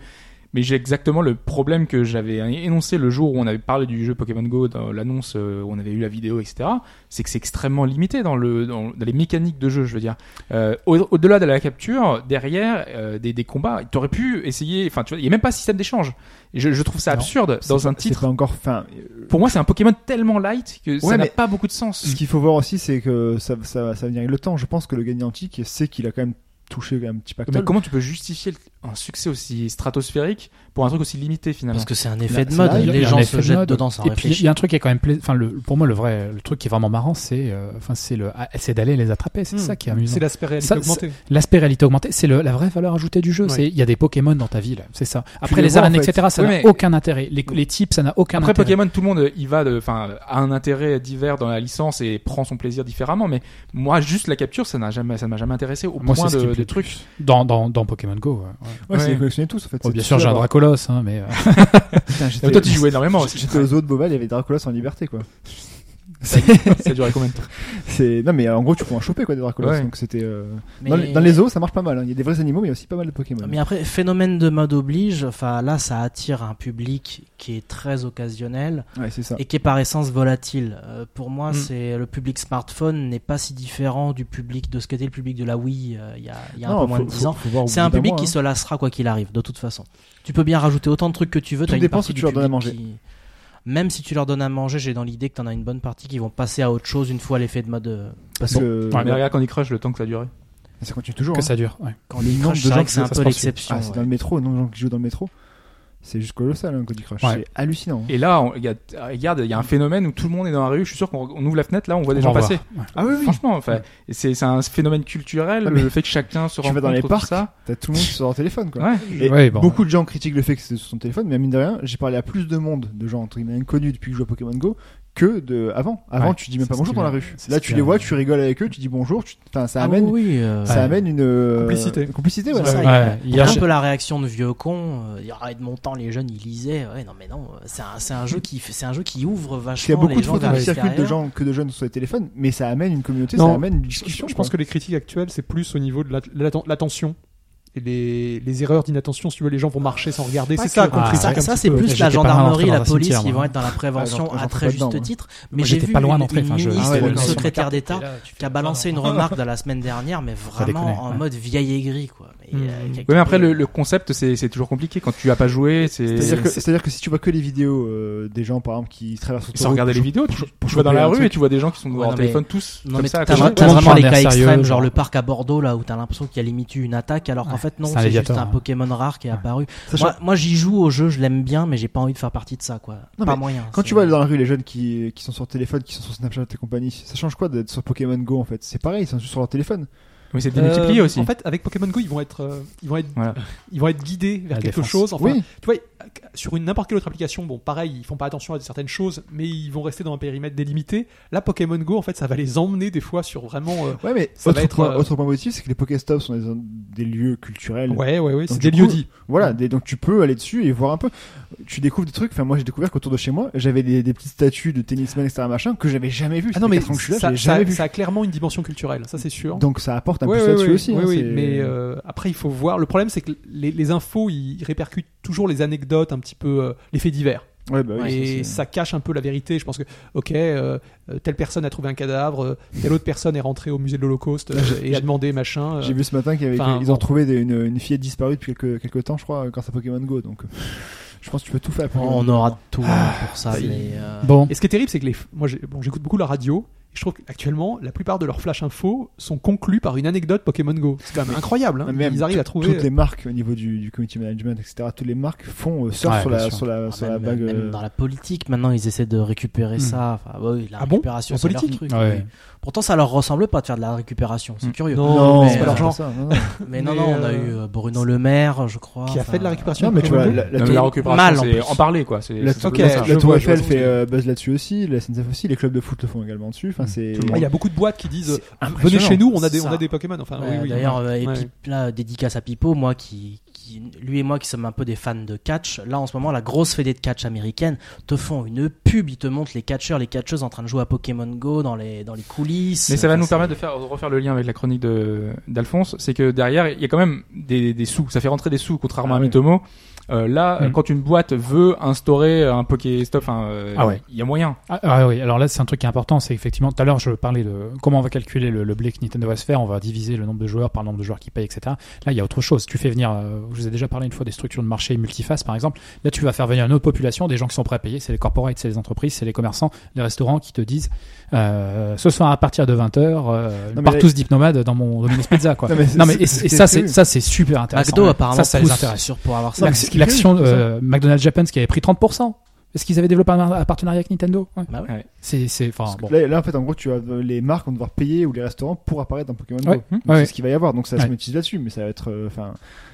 Mais j'ai exactement le problème que j'avais énoncé le jour où on avait parlé du jeu Pokémon Go dans l'annonce euh, où on avait eu la vidéo, etc. C'est que c'est extrêmement limité dans, le, dans, dans les mécaniques de jeu, je veux dire. Euh, au- Au-delà de la capture, derrière euh, des, des combats, t'aurais pu essayer. Enfin, tu vois, il y a même pas de système d'échange. Et Je, je trouve ça Non, absurde dans un C'est titre. pas encore. Enfin, Pour moi, c'est un Pokémon tellement light que Ouais, ça n'a mais- pas beaucoup de sens. Ce qu'il faut voir aussi, c'est que ça, ça, ça va venir avec le temps. Je pense que le gagnant antique sait qu'il a quand même touché un petit pactole. Mais comment tu peux justifier le- un succès aussi stratosphérique pour un truc aussi limité finalement Parce que c'est un effet de c'est mode, là, il y a les un gens effet se de jettent mode. dedans sans Et puis il y réfléchir. a un truc qui est quand même plais- enfin le pour moi le vrai le truc qui est vraiment marrant c'est euh, enfin c'est le ah, c'est d'aller les attraper, c'est Hmm. ça qui est amusant. C'est l'aspect réalité Ça, augmenté. L'aspect réalité augmentée, c'est le- la vraie valeur ajoutée du jeu, Ouais. c'est il y a des Pokémon dans ta ville, c'est ça. Après les les vois, en arènes fait. etc, ça Oui, n'a mais- aucun intérêt. Les, les types ça n'a aucun Après intérêt. Pokémon, tout le monde euh, y va, de- enfin, a un intérêt divers dans la licence et prend son plaisir différemment. Mais moi, juste la capture, ça n'a jamais, ça m'a jamais intéressé au Moi, point c'est ce qui me de, plaît de le trucs. dans, dans, dans Pokémon Go. ouais. Ouais. Ouais, c'est Ouais. les collectionner tous en fait. Bon, C'est Oh, bien tout sûr, j'ai un d'avoir- Dracolos, hein, mais euh, Putain, Et j'étais- toi, tu jouais énormément aussi. J'étais au zoo de Beauval, il y avait Dracolos en liberté quoi. ça durait combien de temps C'est non mais euh, en gros tu peux en choper quoi des Dracolos Ouais. donc c'était euh, Mais- Ah, dans, les- dans les zoos ça marche pas mal hein. il y a des vrais animaux mais il y a aussi pas mal de Pokémon. Mais après, phénomène de mode oblige, enfin là, ça attire un public qui est très occasionnel Ouais c'est ça. et qui est par essence volatile. Euh, pour moi, Mm. c'est le public smartphone n'est pas si différent du public de ce qu'était le public de la Wii euh, il y a, il y a un Non, peu moins faut- de 10 faut- ans. faut voir au C'est bout un d'un public mois, qui hein. se lassera quoi qu'il arrive, de toute façon. Tu peux bien rajouter autant de trucs que tu veux. Tout t'as une dépend partie si tu du leur donnes à public qui- Même si tu leur donnes à manger, j'ai dans l'idée que t'en as une bonne partie qui vont passer à autre chose une fois l'effet de mode euh, parce Bon. que Ouais, Mais mais regarde quand il crush le temps que ça durait. ça continue toujours. que hein. ça dure. ouais. quand Le ils nombre crachent, de c'est gens vrai que c'est que un ça peu se passe l'exception. Ah, c'est ouais. dans le métro, non gens qui jouent dans le métro. C'est juste colossal, hein, Cody Crush. Ouais. C'est hallucinant. hein. Et là, on- regarde, regarde, il y a un phénomène où tout le monde est dans la rue. Je suis sûr qu'on on ouvre la fenêtre, là, on voit des On gens va passer. voir. Ah oui, Franchement, enfin, c'est c'est un phénomène culturel, Ah, mais le fait que chacun se Tu vas dans les rencontre, tout parcs, ça. T'as tout le monde sur leur téléphone, quoi. Ouais. Et Ouais, bon. Beaucoup de gens critiquent le fait que c'est sur son téléphone, mais mine de rien, j'ai parlé à plus de monde, de gens entre guillemets inconnus depuis que je joue à Pokémon Go, que de avant. Avant, Ouais, tu dis même c'est pas ce bonjour qui dans la vient. rue. C'est Là, ce tu qui les vient. vois, tu rigoles avec eux, tu dis bonjour. tu- Enfin, ça Ah amène, oui, euh, ça Ouais. amène une euh, Complicité. Complicité, voilà. ça, Ouais. il y a- Ouais, hier, un j'ai- peu la réaction de vieux con. Il y aura de mon temps, les jeunes, ils lisaient. Ouais, non, mais non. euh, C'est un, c'est un jeu qui, fait- c'est un jeu qui ouvre Parce qu'il y a vachement beaucoup les de gens photos vers qui circulent de l'extérieur. gens que de jeunes sur les téléphones, mais ça amène une communauté, ça Non. amène une Je, discussion. je pense quoi. que les critiques actuelles, c'est plus au niveau de la- l'atten- l'attention et les, les erreurs d'inattention. Si tu veux, les gens vont marcher sans regarder. Pas C'est ça que- qu'on Ah, critique. ouais. un ça, ça, petit c'est peu. Mais plus j'étais la pas loin gendarmerie, d'entrer dans la un police cimetière, qui moi. vont être dans la prévention j'entrais à pas très dedans, juste moi. titre. Mais Moi, j'ai j'étais vu pas loin une- d'entrer. une Enfin, je- ministre Ah ouais, ou une non, secrétaire d'État qui a balancé une remarque dans la semaine dernière, mais vraiment déconner, en ouais. mode vieille aigrie, quoi. Mais, Mm. euh, quelqu'un Oui, mais après, qui- le, le concept, c'est c'est toujours compliqué. Quand tu as pas joué, c'est. C'est-à-dire que, c'est- c'est-à-dire que si tu vois que les vidéos euh, des gens, par exemple, qui traversent Sans regarder les vidéos, tu, tu vas dans choper la un rue truc. et tu vois des gens qui sont Ouais, dans non, leur téléphone tous. Non, comme mais ça, à t'as côté. côté. t'as Tout le monde vraiment prend les un cas air extrêmes, sérieux, genre genre. le parc à Bordeaux, là, où t'as l'impression qu'il y a limite eu une attaque, alors qu'en Ouais, fait, non, c'est un c'est juste aviateur, un hein. Pokémon rare qui est Ouais. apparu. Sachant- Moi, moi, j'y joue au jeu, je l'aime bien, mais j'ai pas envie de faire partie de ça, quoi. Non, pas mais moyen. Quand c'est- tu vois dans la rue les jeunes qui, qui sont sur téléphone, qui sont sur Snapchat et compagnie, ça change quoi d'être sur Pokémon Go en fait C'est pareil, ils sont juste sur leur téléphone. Mais c'est démultiplié Euh, aussi. En fait, avec Pokémon Go, ils vont être, euh, ils vont être, Voilà. ils vont être guidés vers La quelque défense. chose. Enfin, oui, tu vois, sur une n'importe quelle autre application, bon, pareil, ils font pas attention à certaines choses, mais ils vont rester dans un périmètre délimité. Là, Pokémon Go, en fait, ça va les emmener des fois sur vraiment. euh, ouais, mais ça autre, va être, point, euh, autre point positif, c'est que les Pokéstops sont des, des lieux culturels. Ouais, ouais, ouais, c'est Donc, des du lieux coup, dits. Voilà, des- donc tu peux aller dessus et voir un peu. Tu découvres des trucs. Enfin, moi j'ai découvert qu'autour de chez moi, j'avais des, des petites statues de tennisman, etc. machin, que j'avais jamais vu. Ah non, mais ça, j'avais ça- jamais vu. ça a clairement une dimension culturelle, ça c'est sûr. Donc ça apporte un Ouais, plus ouais, là-dessus ouais, aussi. ouais, hein, ouais, c'est- mais euh, après, il faut voir. Le problème, c'est que les, les infos, ils répercutent toujours les anecdotes, un petit peu euh, les faits divers. Ouais, bah oui, et ça, c'est- ça cache un peu la vérité. Je pense que, ok, euh, euh, telle personne a trouvé un cadavre, euh, telle autre personne est rentrée au musée de l'Holocauste euh, et a demandé machin. euh. J'ai vu ce matin qu'ils Enfin, ils ont bon. trouvé des- une, une fillette disparue depuis quelques, quelques temps, je crois, grâce à Pokémon Go. Donc, euh, je pense que tu peux tout faire. pour On aura de tout hein, pour ça, si. mais, euh, Bon, Et ce qui est terrible, c'est que les... moi, j'ai- bon, j'écoute beaucoup la radio. Et je trouve qu'actuellement, la plupart de leurs flash infos sont conclus par une anecdote Pokémon Go. C'est quand même incroyable. hein. Même Ils arrivent à trouver. Toutes les marques au niveau du, du community management, etc. Toutes les marques font euh, surf Ouais, sur, bien la, sûr. sur la Ah, sur la même, bague. même euh, dans la politique, maintenant ils essaient de récupérer Hmm. ça. Enfin, bah oui, la Ah bon récupération, En c'est leur politique truc, ouais. mais- Pourtant, ça leur ressemble pas de faire de la récupération. C'est Hmm. curieux. Non, mais, c'est pas leur euh, genre. ça, non, non. Mais non, Mais, non, on a euh, eu euh, Bruno Le Maire, je crois. Qui a fait de la enfin, récupération Ah, Non, mais tu vois, la, la- Non, la- mais la Mal, récupération, en c'est plus. en parler, quoi. C'est la- c'est Ok, simplement ça. la je Tour vois, je Eiffel vois ce que fait tu euh, buzz là-dessus aussi, la SNCF aussi, les clubs de foot le font également dessus. Enfin, c'est. tout le Ah, Il y a beaucoup de boîtes qui disent euh, venez impressionnant. chez nous, on a des, C'est on a ça. des Pokémon. Enfin, Ah oui, Euh, oui. D'ailleurs, euh, et Ouais. puis, là, dédicace à Pipo, moi qui, qui, lui et moi qui sommes un peu des fans de catch. Là, en ce moment, la grosse fédé de catch américaine te font une pub. Ils te montrent les catcheurs, les catcheuses en train de jouer à Pokémon Go dans les, dans les coulisses. Mais ça va Enfin, nous c'est- permettre de faire, de refaire le lien avec la chronique de- d'Alphonse, c'est que derrière, il y a quand même des, des sous, ça fait rentrer des sous, contrairement Ah à oui. Mitomo. Euh, là, Mhm. euh, quand une boîte veut instaurer un Pokéstop, enfin, euh, Ah ouais. il y a moyen. Ah, ah oui, alors là, c'est un truc qui est important. C'est effectivement, tout à l'heure, je parlais de comment on va calculer le, le blé que Nintendo va se faire. On va diviser le nombre de joueurs par le nombre de joueurs qui payent, etc. Là, il y a autre chose. Tu fais venir, euh, je vous ai déjà parlé une fois des structures de marché multifaces, par exemple. Là, tu vas faire venir une autre population, des gens qui sont prêts à payer. C'est les corporates, c'est les entreprises, c'est les commerçants, les restaurants qui te disent euh, ce soir à partir de 20h, euh, Non, mais part là- tous dipnomades dans mon Domino's Pizza. Quoi. Non, mais c'est- non, mais c'est- et, et c'est ça, c'est prévu. ça, c'est super intéressant. McDo, Ouais. apparemment, ça, ça les pousse intéresse. sur- pour avoir ça. Non, mais L'ac- c'est ce qui L'action est prévu, c'est euh, McDonald's Japan, ce qui avait pris 30%. Est-ce qu'ils avaient développé un, un partenariat avec Nintendo Ouais. Bah ouais. Ouais. C'est, c'est, enfin, bon. Là, là, en fait, en gros, tu as euh, les marques vont devoir payer ou les restaurants pour apparaître dans Pokémon Ouais. Go. Hmm. Donc, Ouais. C'est ce qu'il va y avoir. Donc ça Ouais. se monétise là-dessus, mais ça va être. euh, Enfin,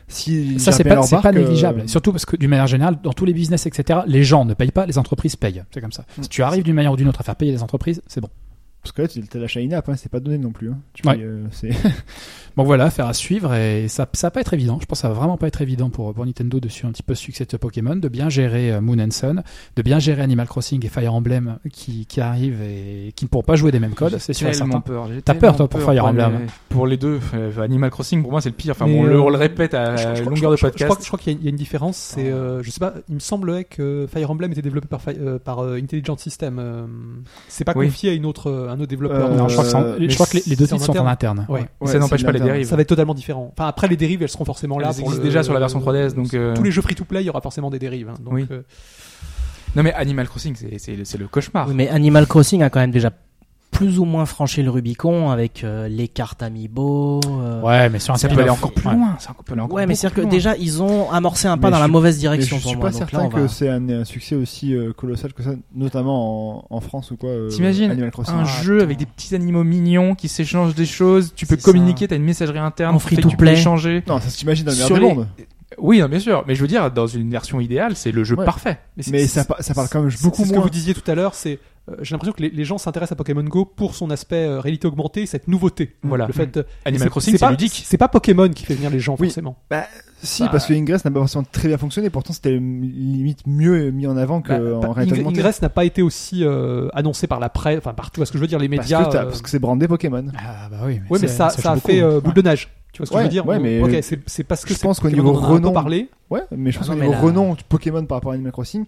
si Ça, c'est ils appellent pas, leur c'est pas marque, euh, négligeable. Surtout parce que, d'une manière générale, dans tous les business, etc., les gens ne payent pas, les entreprises payent. C'est comme ça. Mm. Si tu arrives d'une manière ou d'une autre à faire payer les entreprises, c'est bon. Parce que là, tu- t'as la Shiny App, hein, c'est pas donné non plus. hein. Tu Ouais. payes, euh, c'est- Bon, voilà, faire à suivre et ça, ça va pas être évident. Je pense que ça va vraiment pas être évident pour, pour Nintendo de suivre un petit peu ce succès de Pokémon, de bien gérer euh, Moon and Sun, de bien gérer Animal Crossing et Fire Emblem qui, qui arrivent et qui ne pourront pas jouer des mêmes codes, c'est sûr et Tellement certain. peur. j'ai T'as peur, tellement toi, pour Fire les- Emblem. Pour les deux, euh, Animal Crossing, pour moi, c'est le pire. Enfin, Mais, bon, le- euh, on le répète à Je crois- je crois- longueur de je crois- Je crois, podcast. Ah. je crois qu'il y a une- il y a une différence. C'est, euh, je sais pas. Il me semblait que Fire Emblem était développé par, Fi- euh, par euh, Intelligent System. euh, c'est pas Oui. confié à une autre, euh, un autre développeur. Euh, Non, je crois que, c'est en- mais je crois que les, les deux c'est en titres sont en interne. Ouais. Ouais, ça n'empêche c'est pas les l'interne. dérives. Ça va être totalement différent. Enfin, après les dérives, elles seront forcément là. Elles pour existent le- déjà sur la version 3DS, donc, euh, tous les jeux free-to-play, il y aura forcément des dérives. hein. donc, Oui. euh, Non, mais Animal Crossing, c'est- c'est le- c'est le cauchemar. Oui, mais Animal Crossing a quand même déjà plus ou moins franchi le Rubicon avec euh, les cartes Amiibo. euh, Ouais, mais sur un Ça peut spin-off, aller encore plus ouais. loin. Ça peut aller encore ouais, beaucoup mais hein. c'est-à-dire que plus loin. déjà, ils ont amorcé un pas Mais dans je la suis- mauvaise Mais direction je suis pour moi. pas Donc certain là, on va... que c'est un, un succès aussi euh, colossal que ça, notamment en, en France ou quoi. euh, T'imagines Animal Crossing. un jeu avec des petits animaux mignons qui s'échangent des choses, tu peux C'est communiquer, t'as une messagerie interne, En free fait, to tu peux play. échanger. Non, ça se t'imagine dans le meilleur Sur des les- mondes. Oui, non, bien sûr, mais je veux dire, dans une version idéale, c'est le jeu Ouais. parfait. c'est- Mais ça, c'est- par- ça parle quand même c'est- beaucoup c'est ce moins. que vous disiez tout à l'heure, c'est euh, j'ai l'impression que les, les gens s'intéressent à Pokémon Go pour son aspect euh, réalité augmentée, cette nouveauté. Voilà. Le fait, euh, Animal Crossing, c'est pas- ludique. C'est pas Pokémon qui fait venir les gens Oui. forcément. Si, Bah- parce que Ingress n'a pas forcément très bien fonctionné, pourtant c'était m- limite mieux mis en avant que Bah, euh, pas- en Ing- réalité augmentée. Ingress n'a pas été aussi euh, annoncé par la presse, enfin par tu vois ce que je veux dire, les Parce médias. que t'as- euh, parce que c'est brandé Pokémon. Ah, bah oui. Ouais, mais c'est- ça, joue ça a beaucoup, fait hein. euh, boule de neige. Tu vois ce que Ouais, je veux dire ouais, mais- Ok, c'est- c'est parce que Je c'est pense qu'au Pokémon, niveau on en a un peu renom- parlé. Ouais, mais je pense Ah qu'au non, mais niveau là- renom de Pokémon par rapport à Animal Crossing,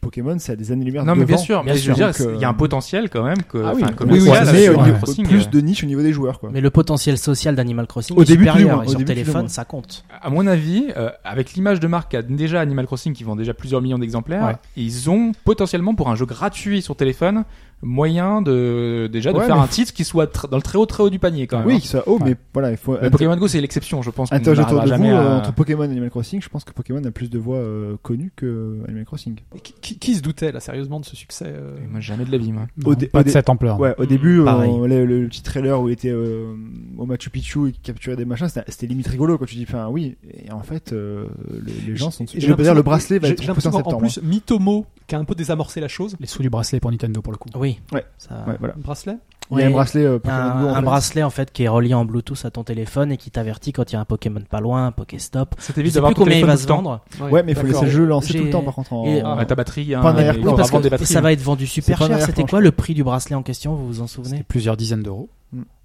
Pokémon c'est à des années-lumière Non, mais bien devant. sûr, mais Bien je veux dire, sûr, donc, il y a un euh, potentiel quand même que, Ah oui, enfin, mais- commercial oui, oui, avec mais au Animal niveau- Crossing, plus euh, de niche au niveau des joueurs quoi. Mais le potentiel social d'Animal Crossing Au est début, tu le supérieur. vois, Et au sur début, tu le vois. téléphone, ça compte. À mon avis, euh, avec l'image de marque qu'a déjà Animal Crossing qui vend déjà plusieurs millions d'exemplaires, Ouais. ils ont potentiellement pour un jeu gratuit sur téléphone moyen de déjà de Ouais, faire mais- un titre qui soit tr- dans le très haut très haut du panier quand même. Oui, hein. qui soit haut, mais voilà, il faut Mais Pokémon Go c'est l'exception, je pense. qu'on Interroge autour n'arrivera de vous, jamais euh, à- entre Pokémon et Animal Crossing, je pense que Pokémon a plus de voix euh, connues que Animal Crossing. Mais Qui, qui- qui se doutait là sérieusement de ce succès euh, Et Moi jamais de la vie, moi. Non, Au dé- pas au de dé- cette ampleur. Ouais, au Mm, début, pareil. on- le, le petit trailer où il était euh, au Machu Picchu et qui capturait des machins, c'était c'était limite rigolo quand tu dis, enfin oui, et en fait, euh, le- les gens sont. Et Je veux dire, le bracelet va j'ai- être j'ai repoussé en l'impression qu'en- septembre. En plus, Mitomo qui a un peu désamorcé la chose. Les sous du bracelet pour Nintendo pour le coup. Oui. Ouais. Ça- hein. Ouais, voilà. Le bracelet. Il y a un Ouais. bracelet euh, Pokémon un, Go, en un fait. bracelet en fait qui est relié en Bluetooth à ton téléphone et qui t'avertit quand il y a un Pokémon pas loin, un Pokéstop. C'était Je vite sais d'avoir plus ton combien il téléphone va tout se le temps. vendre. Ouais, mais il faut D'accord. laisser le jeu lancer J'ai- tout le temps par contre. en- Et- euh, Ah, en- mais ta batterie, hein, Pas en mais arrière-plan, il faut parce avoir que des batteries. ça va être vendu super pas un cher. arrière-plan, C'était je quoi le prix du bracelet en question Vous vous en souvenez C'était plusieurs dizaines d'euros.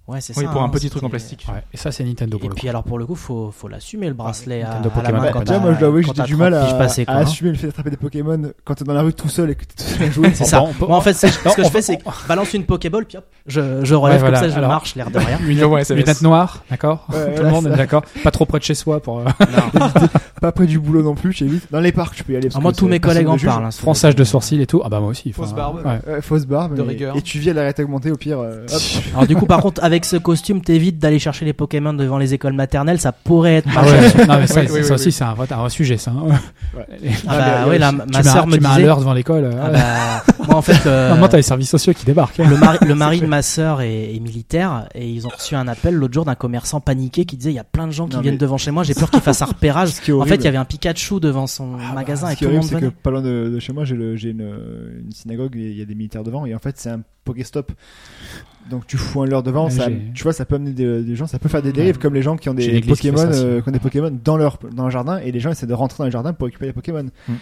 Ouais, c'est Oui, ça, pour un hein, petit truc en c'était- plastique. Ouais. Et ça, c'est Nintendo Et pour le coup. puis alors pour le coup, faut faut l'assumer le bracelet Nintendo à, à la Pokémon, main Bah, quand déjà, t'as- moi je dois avouer que quand j'ai t'as du mal 30 à, piges passées, quoi, à hein. assumer le fait d'attraper des Pokémon quand t'es dans la rue tout seul et que t'es tout seul à jouer. C'est ça. Bon, on peut- Moi, en fait, c'est- ce que on je va- fais, c'est que je balance une Pokéball, puis hop, je, je relève Ouais, voilà. comme ça, je Alors- marche, l'air de rien. Une ouais, ça va Lunettes être- noires, d'accord Ouais, Tout voilà, le monde ça. est d'accord. Pas trop près de chez soi pour euh, Pas près du boulot non plus, j'ai vite. Dans les parcs, tu peux y aller. parce Alors, Ah, moi, que tous c'est- mes personne collègues ne en juge. parlent. hein, sur- fronçage de sourcils et tout. Ah bah moi aussi. Fausse enfin, barbe. ouais. Ouais, fausse barbe. De mais- rigueur. Et tu vis à l'arrêt augmenté au pire. euh, hop. Alors du coup, par contre, avec ce costume, t'évites d'aller chercher les Pokémon devant les écoles maternelles, ça pourrait être. Ah ouais, non, mais ça, Oui, ça oui, oui, aussi, oui. c'est un vrai, un vrai sujet, ça. hein. Ah, mais, Ah bah oui, euh, là, tu- ma tu mets, sœur un- me tu mets un disait. leurre devant l'école. euh, Ah bah, moi en fait, euh, Normalement, t'as les services sociaux qui débarquent. hein. le mari, le mari de ma sœur est, est militaire et ils ont reçu un appel l'autre jour d'un commerçant paniqué qui disait il y a plein de gens qui Non, viennent mais- devant chez moi, j'ai peur qu'ils fassent un repérage. Ce qui est En fait, horrible. il y avait un Pikachu devant son magasin Ah bah, Ce et qui est tout le horrible, monde c'est venait. que pas loin de, de chez moi, j'ai le- j'ai une, une synagogue et il y a des militaires devant. Et en fait, c'est un Pokéstop. Donc tu fous un leurre devant, Ouais, ça, j'ai- tu vois, ça peut amener des, des gens, ça peut faire des dérives, comme les gens qui ont J'ai des l'église qui fait Pokémon, ça, euh, ça. qui ont des Pokémon dans leur dans le jardin, et les gens essaient de rentrer dans le jardin pour récupérer les Pokémon. Mm.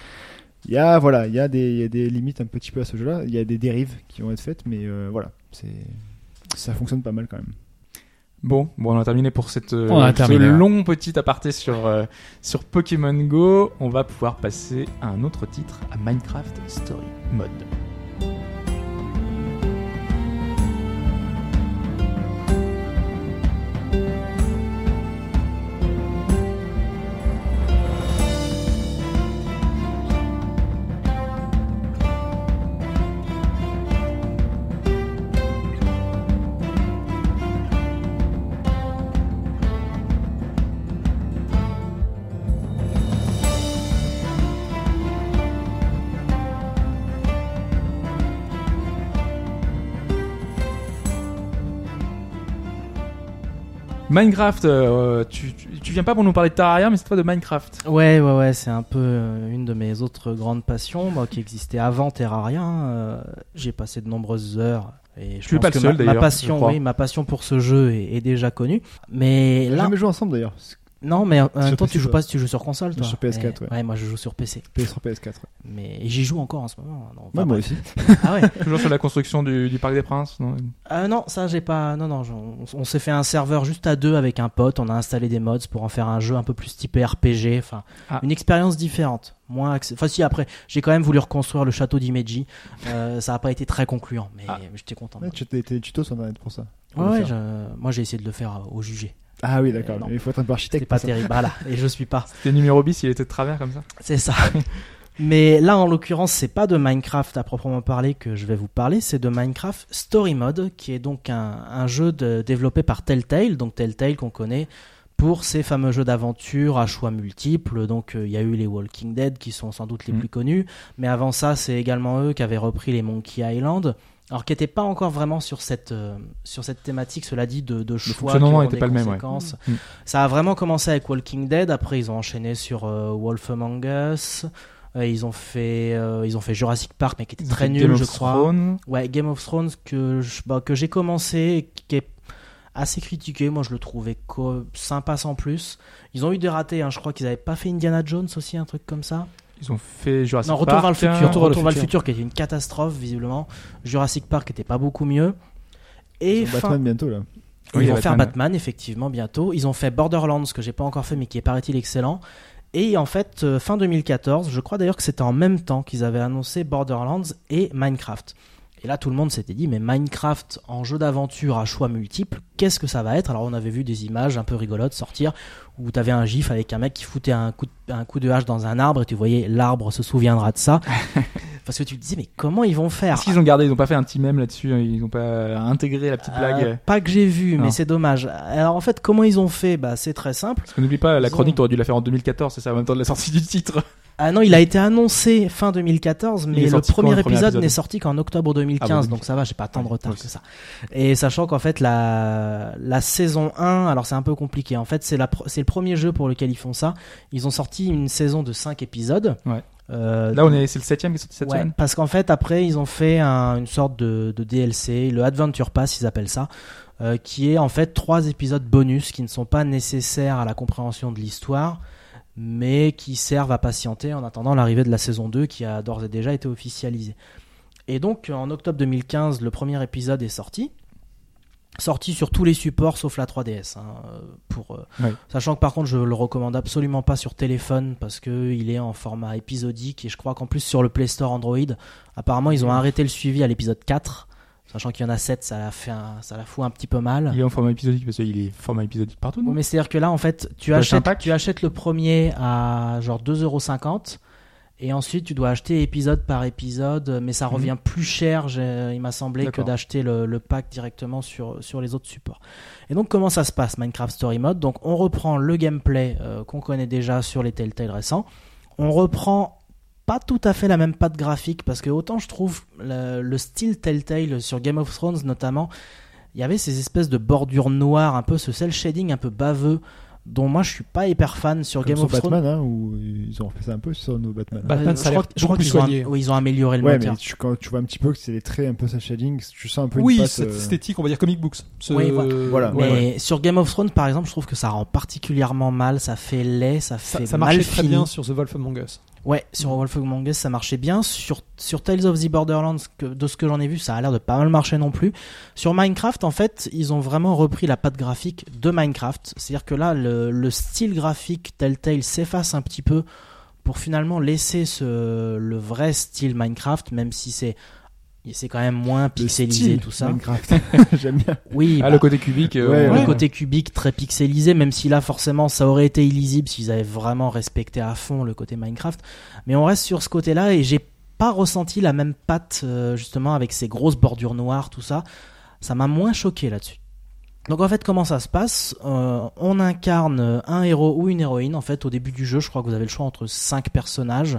Il y a voilà, il y a des, il y a des limites un petit peu à ce jeu-là. Il y a des dérives qui vont être faites, mais euh, voilà, c'est ça fonctionne pas mal quand même. Bon, bon, on a terminé pour cette, euh, On a ce terminé, hein. ouais. long petit aparté sur, euh, sur Pokémon Go. On va pouvoir passer à un autre titre, à Minecraft Story Mode. Minecraft, euh, tu, tu, tu viens pas pour nous parler de Terraria, mais c'est toi de Minecraft. Ouais, ouais, ouais, c'est un peu euh, une de mes autres grandes passions, moi qui existait avant Terraria. euh, j'ai passé de nombreuses heures. Et je Tu es pense pas le que seul, ma- ma, d'ailleurs, je passion, crois. oui, ma passion pour ce jeu est, est déjà connue. Mais On a là, jamais joué ensemble d'ailleurs, c'est non, mais en en même Sur temps, PC, tu joues toi. pas, tu joues sur console, toi. Sur PS4, Mais- ouais. moi, je joue sur PC. PS3, PS4. Mais et j'y joue encore en ce moment. hein, non, enfin, Ouais, moi bref. aussi. Ah ouais. Toujours sur la construction du, du Parc des Princes. Non Euh, non, ça j'ai pas. Non, non, je- on, on s'est fait un serveur juste à deux avec un pote. On a installé des mods pour en faire un jeu un peu plus typé RPG. Enfin, Ah. une expérience différente. Moins. axé- Enfin, si après, j'ai quand même voulu reconstruire le château d'Imeji. Euh, ça a pas été très concluant, mais Ah. j'étais content. Ouais, tu t'es des tutos sur internet pour ça. Ouais, pour le ouais, faire. je- moi j'ai essayé de le faire euh, au jugé. Ah oui, Euh, d'accord. non. Il faut être un peu C'était architecte. pas pour ça. terrible. Voilà, et je suis pas. C'était numéro bis, il était de travers comme ça. C'est ça. Mais là, en l'occurrence, c'est pas de Minecraft à proprement parler que je vais vous parler, c'est de Minecraft Story Mode, qui est donc un, un jeu de- développé par Telltale, donc Telltale qu'on connaît pour ces fameux jeux d'aventure à choix multiples. Donc, euh, il y a eu les Walking Dead qui sont sans doute les Mm. plus connus, mais avant ça, c'est également eux qui avaient repris les Monkey Island. Alors qui n'étaient pas encore vraiment sur cette, euh, sur cette thématique, cela dit, de, de choix. fonctionnement qui auront était des pas le même, ouais. conséquences. Mm. Ça a vraiment commencé avec Walking Dead, après ils ont enchaîné sur euh, Wolf Among Us, euh, ils, ont fait, euh, ils ont fait Jurassic Park, mais qui était très Game nul, of je crois. Thrones. Ouais, Game of Thrones que je- bah, que j'ai commencé, et qui est assez critiqué. Moi, je le trouvais co- sympa sans plus. Ils ont eu des ratés. hein. Je crois qu'ils n'avaient pas fait Indiana Jones aussi, un truc comme ça. Ils ont fait Jurassic non, Park. Retour vers le futur. hein. Retour, vers le futur, qui était une catastrophe visiblement. Jurassic Park était pas beaucoup mieux. Et Ils ont fin- Batman bientôt là. Oui, ils vont faire Batman. Batman effectivement bientôt. Ils ont fait Borderlands que j'ai pas encore fait mais qui est paraît-il excellent. Et en fait euh, fin 2014, je crois d'ailleurs que c'était en même temps qu'ils avaient annoncé Borderlands et Minecraft. Et là tout le monde s'était dit mais Minecraft en jeu d'aventure à choix multiples, qu'est-ce que ça va être Alors on avait vu des images un peu rigolotes sortir où t'avais un gif avec un mec qui foutait un coup de, un coup de hache dans un arbre et tu voyais l'arbre se souviendra de ça. Parce que tu te disais mais comment ils vont faire Est-ce qu'ils ont gardé Ils n'ont pas fait un petit mème là-dessus. hein Ils n'ont pas intégré la petite Euh, blague. Pas que j'ai vu, Non. mais c'est dommage. Alors en fait, comment ils ont fait Bah, c'est très simple. Parce que n'oublie pas, la Ils ont- chronique, t'aurais dû la faire en 2014, c'est ça, en même temps de la sortie du titre. Ah non, il a été annoncé fin 2014, est mais le sorti quand, premier le premier épisode épisode n'est sorti qu'en octobre 2015, Ah bon, donc ça va, j'ai pas tant de Ouais, retard oui. que ça. Et sachant qu'en fait la la saison 1, alors c'est un peu compliqué. En fait, c'est la pro- c'est le premier jeu pour lequel ils font ça. Ils ont sorti une saison de 5 épisodes. Ouais. Euh, Là, on est, c'est le septième qui est sorti cette Ouais, semaine. parce qu'en fait, après, ils ont fait un- une sorte de, de DLC, le Adventure Pass, ils appellent ça, euh, qui est en fait trois épisodes bonus qui ne sont pas nécessaires à la compréhension de l'histoire, mais qui servent à patienter en attendant l'arrivée de la saison 2 qui a d'ores et déjà été officialisée. Et donc, en octobre 2015, le premier épisode est sorti. Sorti sur tous les supports sauf la 3DS. hein, euh, pour, euh, Ouais. Sachant que par contre, je le recommande absolument pas sur téléphone parce que il est en format épisodique et je crois qu'en plus sur le Play Store Android, apparemment ils ont arrêté le suivi à l'épisode 4. Sachant qu'il y en a 7, ça la, fait un- ça la fout un petit peu mal. Il est en format épisodique parce qu'il est format épisodique partout, non Mais c'est-à-dire que là, en fait, tu dois acheter Bah, un achètes, pack tu achètes le premier à genre 2,50€ et ensuite tu dois acheter épisode par épisode, mais ça revient plus cher, j'ai- il m'a semblé, que Mhm. D'accord. d'acheter le, le pack directement sur, sur les autres supports. Et donc, comment ça se passe, Minecraft Story Mode Donc, on reprend le gameplay euh, qu'on connaît déjà sur les Telltale récents. On reprend pas tout à fait la même patte graphique parce que autant je trouve le, le style Telltale sur Game of Thrones notamment, il y avait ces espèces de bordures noires, un peu ce cel shading un peu baveux dont moi je suis pas hyper fan sur Comme Game sur of Thrones. Batman, hein, où ils ont refait ça un peu sur nos Batman. hein. Batman, Euh, ça je a crois, l'air je crois beaucoup qu'ils ont, soigné. am- oui, ils ont amélioré le ouais, moteur. mais tu, quand tu vois un petit peu que c'est des traits un peu cel shading, tu sens un peu une Oui, patte, cette euh, esthétique, on va dire comic books. Ce- Oui, voilà. Voilà. Mais Ouais, ouais. sur Game of Thrones, par exemple, je trouve que ça rend particulièrement mal, ça fait laid, ça fait Ça, ça mal marchait fini. très bien sur The Wolf Among Us. Ouais, sur Wolf Among Us, ça marchait bien. Sur, sur Tales of the Borderlands, que- de ce que j'en ai vu, ça a l'air de pas mal marcher non plus. Sur Minecraft, en fait, ils ont vraiment repris la patte graphique de Minecraft. C'est-à-dire que là, le, le style graphique Telltale s'efface un petit peu pour finalement laisser ce, le vrai style Minecraft, même si c'est c'est quand même moins le pixelisé style tout ça. Minecraft. J'aime bien. Oui, Ah, bah, le côté cubique. euh, Ouais, on- le ouais. côté cubique très pixelisé, même si là forcément ça aurait été illisible s'ils avaient vraiment respecté à fond le côté Minecraft. Mais on reste sur ce côté-là et j'ai pas ressenti la même patte euh, justement avec ces grosses bordures noires, tout ça. Ça m'a moins choqué là-dessus. Donc en fait comment ça se passe Euh, On incarne euh, un héros ou une héroïne. En fait au début du jeu je crois que vous avez le choix entre cinq personnages.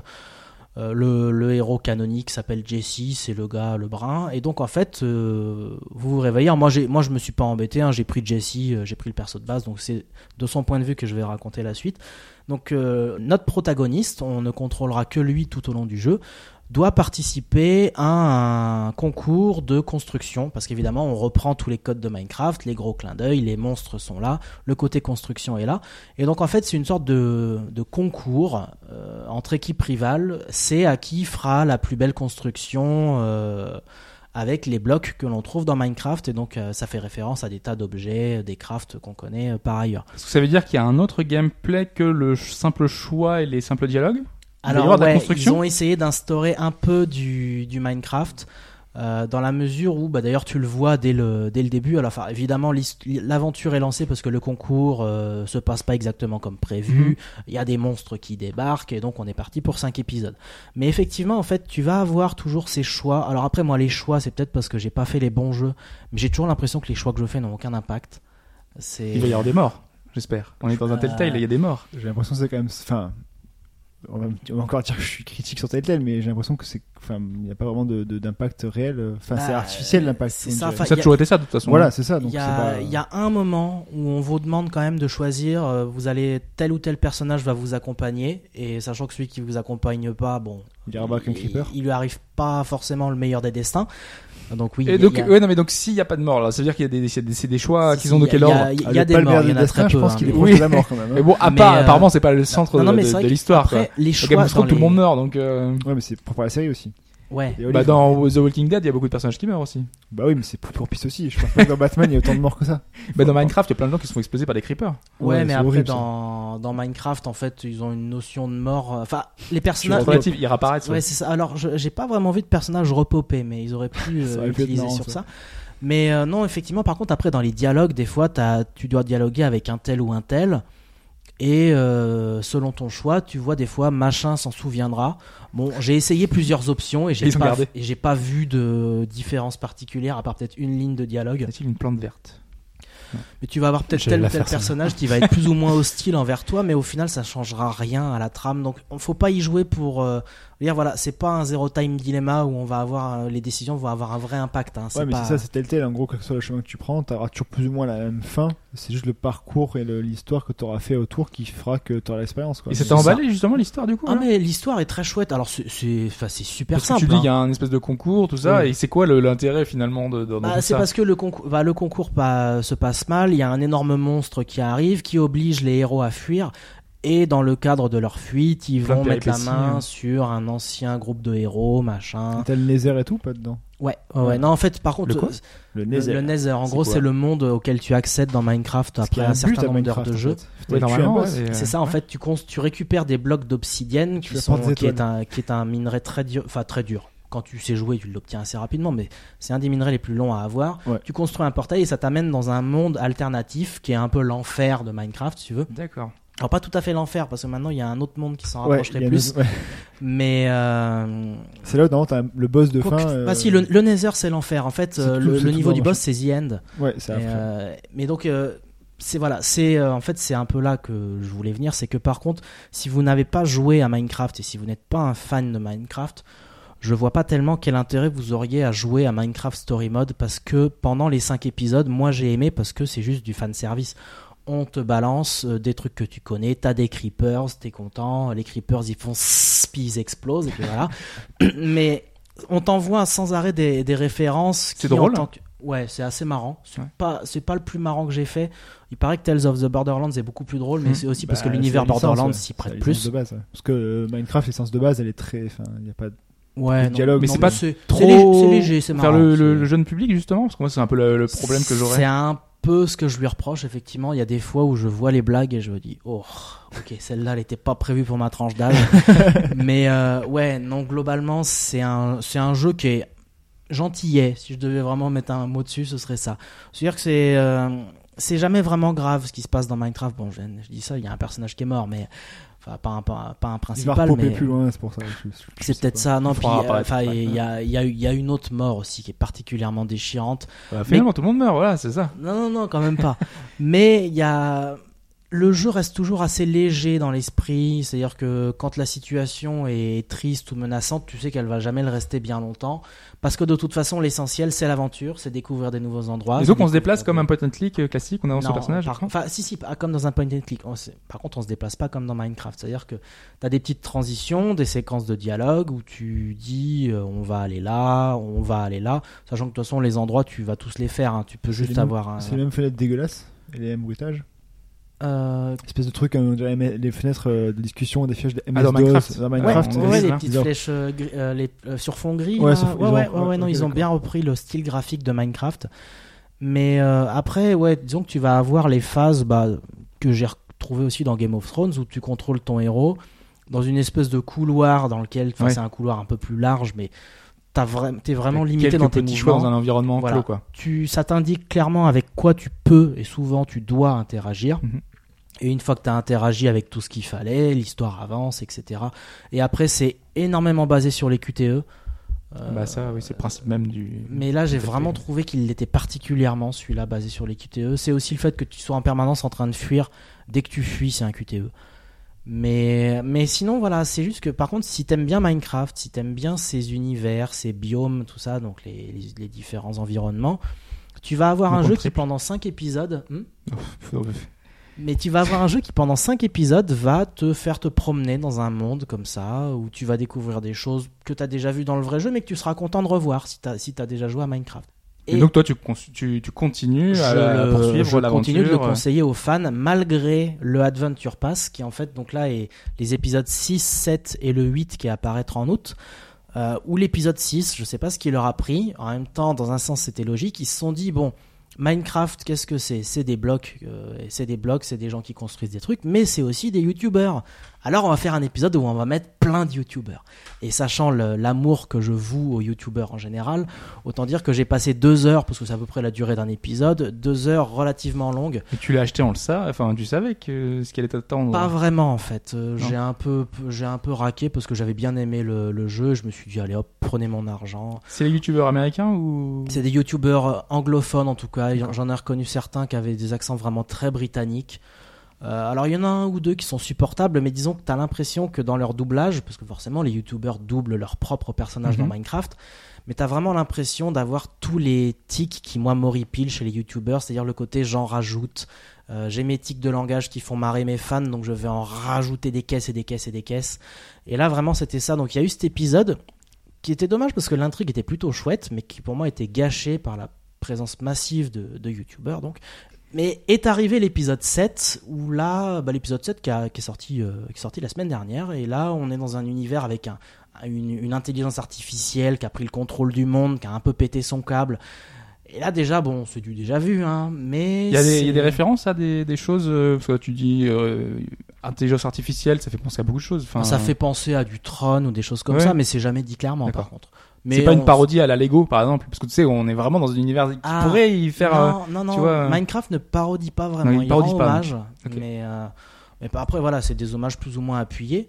Euh, le, le héros canonique s'appelle Jesse, c'est le gars le brun. Et donc en fait, euh, vous vous réveillez. Alors, moi, j'ai, moi, je me suis pas embêté. hein, j'ai pris Jesse, euh, j'ai pris le perso de base. Donc c'est de son point de vue que je vais raconter la suite. Donc euh, notre protagoniste, on ne contrôlera que lui tout au long du jeu, doit participer à un concours de construction parce qu'évidemment on reprend tous les codes de Minecraft, les gros clins d'œil, les monstres sont là, le côté construction est là. Et donc en fait c'est une sorte de, de concours euh, entre équipes rivales, c'est à qui fera la plus belle construction. euh, avec les blocs que l'on trouve dans Minecraft et donc euh, ça fait référence à des tas d'objets, des crafts qu'on connaît euh, par ailleurs. Est-ce que ça veut dire qu'il y a un autre gameplay que le ch- simple choix et les simples dialogues Il va y Alors, avoir de la ouais, construction ils ont essayé d'instaurer un peu du, du Minecraft. euh, dans la mesure où, bah, d'ailleurs, tu le vois dès le, dès le début. Alors, enfin, évidemment, l'hist- l'aventure est lancée parce que le concours euh, se passe pas exactement comme Mhm. prévu. Il y a des monstres qui débarquent et donc on est parti pour cinq épisodes. Mais effectivement, en fait, tu vas avoir toujours ces choix. Alors après, moi, les choix, c'est peut-être parce que j'ai pas fait les bons jeux, mais j'ai toujours l'impression que les choix que je fais n'ont aucun impact. C'est Il va y avoir des morts, j'espère. On est dans un Euh, Telltale, il y a des morts. J'ai l'impression que c'est quand même. Enfin, on va, me- on va encore dire que je suis critique sur Telltale, mais j'ai l'impression que c'est. Enfin, il n'y a pas vraiment de- de- d'impact réel. Enfin, c'est Bah, artificiel l'impact. c'est on ça, dirait. enfin, Ça a y a- toujours été ça, de toute façon. Voilà, c'est ça. Ah, Donc, Il y, c'est a, pas- il y a un moment où on vous demande quand même de choisir, euh, vous allez, tel ou tel personnage va vous accompagner, et sachant que celui qui vous accompagne pas, bon, Il y a un bac, un creeper. il, il lui arrive pas forcément le meilleur des destins. Donc oui, Et il y a- donc, il y a- ouais, non, mais donc s'il n'y a pas de mort, là, ça veut dire qu'il y a des, c'est des- c'est des choix si, qu'ils ont de il y a- quel il y a- ordre Il y a, Avec des Ah, Palmer morts, de il y en a Destin, très je peu. pense hein, qu'il est mais- proche de la mort quand même. hein. Mais bon, à Mais, part, euh, apparemment, c'est pas le centre Non, non, de, mais de- c'est vrai de que l'histoire. quoi. Après, Dans les Game choix of Thrones, dans tout le les- monde meurt, donc. euh, Ouais, mais c'est propre à la série aussi. Ouais. Et au Bah livre. dans The Walking Dead, il y a beaucoup de personnages qui meurent aussi. Bah oui, mais c'est plus pour pisse aussi. Je pense pas que dans Batman, il y a autant de morts que ça. Bah dans Minecraft, il y a plein de gens qui se font exploser par des creepers. Ouais, Ouais, mais c'est après horrible, ça. dans, dans Minecraft, en fait, ils ont une notion de mort. euh, Enfin, les C'est personnages. relatif, ils réapparaissent. Ouais, c'est ça. Alors, je- j'ai pas vraiment vu de personnage repopé, mais ils auraient pu Ça euh, aurait pu être utiliser marrant, sur ça. ça. Mais euh, non, effectivement, par contre, après, dans les dialogues, des fois, t'as- tu dois dialoguer avec un tel ou un tel. Et euh, selon ton choix, tu vois, des fois, machin s'en souviendra. Bon, j'ai essayé plusieurs options et j'ai Ils ont pas, gardé. et j'ai pas vu de différence particulière, à part peut-être une ligne de dialogue. Y a-t-il une plante verte Mais tu vas avoir peut-être Je vais tel la ou tel faire, celle-là. personnage qui va être plus ou moins hostile envers toi, mais au final, ça changera rien à la trame. Donc, on- faut pas y jouer pour euh, dire voilà, c'est pas un zero time dilemma où on va avoir euh, les décisions vont avoir un vrai impact. hein. C'est Ouais, mais pas- c'est ça, c'est Telltale. En gros, quel que soit le chemin que tu prends, t'auras toujours plus ou moins la même fin. C'est juste le parcours et le- l'histoire que t'auras fait autour qui fera que t'auras l'expérience. quoi. Et Mais c'était emballé justement l'histoire du coup. Ah là mais l'histoire est très chouette. Alors c'est c'est- enfin, c'est super hein. Parce que simple. tu dis il hein. y a un espèce de concours tout ça Ouais. et c'est quoi le- l'intérêt finalement de, de- dans Bah, tout c'est ça parce que le concours, bah, le concours pa- se passe mal. Il y a un énorme monstre qui arrive, qui oblige les héros à fuir. Et dans le cadre de leur fuite, ils Plein de vont mettre la péripéties, main hein. sur un ancien groupe de héros, machin. T'as le laser et tout, pas dedans. Ouais, ouais, ouais. Non, en fait, par contre, Le quoi Le Le, laser. le Nether, en C'est gros, quoi c'est le monde auquel tu accèdes dans Minecraft Parce qu'il y après a un, but à certain nombre d'heures Minecraft, de en jeu. fait. Ouais, T'as tué un normalement, boss. ouais, et, euh, C'est ça, en fait, tu, cons- tu récupères des blocs d'obsidienne Tu qui, vas sont, prendre des qui, est étoiles. un, qui est un minerai très dur, enfin très dur. Quand tu sais jouer, tu l'obtiens assez rapidement, mais c'est un des minerais les plus longs à avoir. Ouais. Tu construis un portail et ça t'amène dans un monde alternatif qui est un peu l'enfer de Minecraft, si tu veux. D'accord. Alors pas tout à fait l'enfer, parce que maintenant il y a un autre monde qui s'en Ouais, rapprocherait il y a plus, des- ouais. mais... Euh... C'est là où normalement, t'as le boss de quoi que- fin. euh, Ah si, le, le Nether c'est l'enfer, en fait, c'est euh, tout- le, c'est le tout niveau dans du le boss c'est The End. Ouais, c'est Et, après. euh, mais donc, euh, c'est voilà, c'est euh, en fait c'est un peu là que je voulais venir, c'est que par contre, si vous n'avez pas joué à Minecraft et si vous n'êtes pas un fan de Minecraft, je vois pas tellement quel intérêt vous auriez à jouer à Minecraft Story Mode parce que pendant les 5 épisodes, moi j'ai aimé parce que c'est juste du fan service. On te balance euh, des trucs que tu connais, t'as des creepers, t'es content, les creepers ils font sss, puis ils explosent et puis voilà. Mais on t'envoie sans arrêt des, des références. C'est qui, en hein. drôle. tant que- Ouais, c'est assez marrant. C'est Ouais. pas, c'est pas le plus marrant que j'ai fait. Il paraît que Tales of the Borderlands est beaucoup plus drôle, mais Mm. c'est aussi parce Bah, que l'univers c'est la licence, Borderlands ouais. s'y C'est prête la licence plus. de base, ouais. Parce que euh, Minecraft, l'essence de base, elle est très. Enfin, il y a pas. de- Ouais, Le non, dialogue, non, mais c'est pas Trop c'est léger- c'est léger, c'est marrant. Faire le, le- c'est- le jeune public justement parce que moi c'est un peu le, le problème que C'est j'aurais. Bah, un peu ce que je lui reproche, effectivement. Il y a des fois où je vois les blagues et je me dis, oh, ok, celle-là, elle n'était pas prévue pour ma tranche d'âge. Mais euh, ouais, non, globalement, c'est un, c'est un jeu qui est gentillet. Si je devais vraiment mettre un mot dessus, ce serait ça. C'est-à-dire que c'est. euh, c'est jamais vraiment grave ce qui se passe dans Minecraft. Bon, je, je dis ça, il y a un personnage qui est mort, mais. Enfin, pas un, pas un- pas un Il va principal, repopper mais. plus loin, c'est pour ça. je- je- je sais C'est peut-être pas. ça. Non, Il puis. fera euh, apparaître, Enfin, ouais. il y a, il y a- il y a une autre mort aussi qui est particulièrement déchirante. Bah, finalement tout le monde meurt, voilà, c'est ça. Non, non, non, quand même pas. Mais il y a. Le jeu reste toujours assez léger dans l'esprit, c'est-à-dire que quand la situation est triste ou menaçante, tu sais qu'elle va jamais le rester bien longtemps, parce que de toute façon l'essentiel c'est l'aventure, c'est découvrir des nouveaux endroits. Et donc Ah, c'est on se déplace comme découvrir un point and click euh, classique, on avance non, le personnage. par- Enfin, si, si, pas comme dans un point and click. On sait- par contre, on se déplace pas comme dans Minecraft. C'est-à-dire que tu as des petites transitions, des séquences de dialogue où tu dis euh, on va aller là, on va aller là, sachant que de toute façon, les endroits, tu vas tous les faire. hein. Tu peux les juste mêmes- avoir un. C'est les mêmes fenêtres dégueulasses et les mêmes bruitages. Euh, Espèce de truc, euh, de la M- les fenêtres euh, de discussion, des fièges de Ah, dans MS-DOS, Minecraft. Dans ouais, euh, Minecraft, ouais, on est- les hein. petites Ils ont- flèches euh, gris- euh, les, euh, sur fond gris. Ouais, là. sur- ils ouais, ont- ouais, ouais, ouais, ouais, non, ok, ils ont d'accord. bien repris le style graphique de Minecraft. Mais euh, après, ouais, disons que tu vas avoir les phases bah, que j'ai retrouvées aussi dans Game of Thrones où tu contrôles ton héros dans une espèce de couloir dans lequel, enfin, Ouais. c'est un couloir un peu plus large, mais t'as vra- t'es vraiment Avec limité quelques dans tes petits mouvements. choix dans un environnement Voilà. clos, quoi. tu, ça t'indique clairement avec quoi tu peux et souvent tu dois interagir. Mhm. Et une fois que tu as interagi avec tout ce qu'il fallait, l'histoire avance, etc. Et après, c'est énormément basé sur les QTE. Euh, bah ça, oui, c'est le principe même du. mais là, j'ai tout à fait. vraiment trouvé qu'il l'était particulièrement, celui-là, basé sur les QTE. C'est aussi le fait que tu sois en permanence en train de fuir. Dès que tu fuis, c'est un QTE. Mais, mais sinon, voilà, c'est juste que par contre, si t'aimes bien Minecraft, si t'aimes bien ces univers, ces biomes, tout ça, donc les, les- les différents environnements, tu vas avoir Donc un on jeu le qui triple. pendant 5 épisodes. hmm Faut- mais tu vas avoir un jeu qui pendant 5 épisodes va te faire te promener dans un monde comme ça, où tu vas découvrir des choses que tu as déjà vues dans le vrai jeu, mais que tu seras content de revoir si tu as, déjà joué à Minecraft. Et donc toi, tu, cons- tu, tu continues à la- le- je poursuivre continue de le l'aventure. conseiller aux fans malgré le Adventure Pass qui en fait donc là est les épisodes 6, 7 et le 8 qui apparaîtront en août. euh, ou l'épisode 6, je sais pas ce qui leur a pris. En même temps, dans un sens, c'était logique. Ils se sont dit bon, Minecraft, qu'est-ce que c'est C'est des blocs, euh, et c'est des blocs, c'est des gens qui construisent des trucs, mais c'est aussi des youtubeurs. Alors on va faire un épisode où on va mettre plein de youtubeurs. Et sachant le- l'amour que je voue aux youtubeurs en général, autant dire que j'ai passé deux heures, parce que c'est à peu près la durée d'un épisode, deux heures relativement longues euh, Et tu l'as acheté, on le sait. Enfin, tu savais que euh, ce qu'elle allait t'attendre. Pas vraiment en fait. Euh, j'ai un peu, j'ai un peu raqué parce que j'avais bien aimé le, le jeu. Je me suis dit allez hop, prenez mon argent. C'est les youtubeurs américains ou C'est des youtubeurs euh, anglophones en tout cas. J'en- J'en ai reconnu certains qui avaient des accents vraiment très britanniques. Euh, alors il y en a un ou deux qui sont supportables, mais disons que t'as l'impression que dans leur doublage, parce que forcément les youtubeurs doublent leurs propres personnages Mhm. dans Minecraft, mais t'as vraiment l'impression d'avoir tous les tics qui moi m'horripilent chez les youtubeurs, c'est-à-dire le côté j'en rajoute. Euh, J'ai mes tics de langage qui font marrer mes fans, donc je vais en rajouter des caisses et des caisses et des caisses. Et là, vraiment, c'était ça. Donc, il y a eu cet épisode qui était dommage parce que l'intrigue était plutôt chouette, mais qui pour moi était gâchée par la présence massive de, de youtubeurs. Donc. Mais est arrivé l'épisode 7, où là, bah, l'épisode 7 qui, a- qui est sorti, euh, qui est sorti la semaine dernière, et là, on est dans un univers avec un, une, une intelligence artificielle qui a pris le contrôle du monde, qui a un peu pété son câble. Et là, déjà, bon, c'est du déjà vu, hein, mais. Il y, a des, il y a des c'est- références à des, des choses, euh, parce que tu dis euh, intelligence artificielle, ça fait penser à beaucoup de choses. Enfin, Ça fait penser à du Tron ou des choses comme hein. Ouais. ça, mais c'est jamais dit clairement D'accord. par contre. Mais c'est pas on- une parodie à la Lego, par exemple, parce que tu sais, on est vraiment dans un univers qui Ah, pourrait y faire. euh, non, non, non, tu vois, euh, Minecraft ne parodie pas vraiment. Non, il il parodie rend pas, non. hommage, Ok. mais, euh, mais pas- après voilà, c'est des hommages plus ou moins appuyés.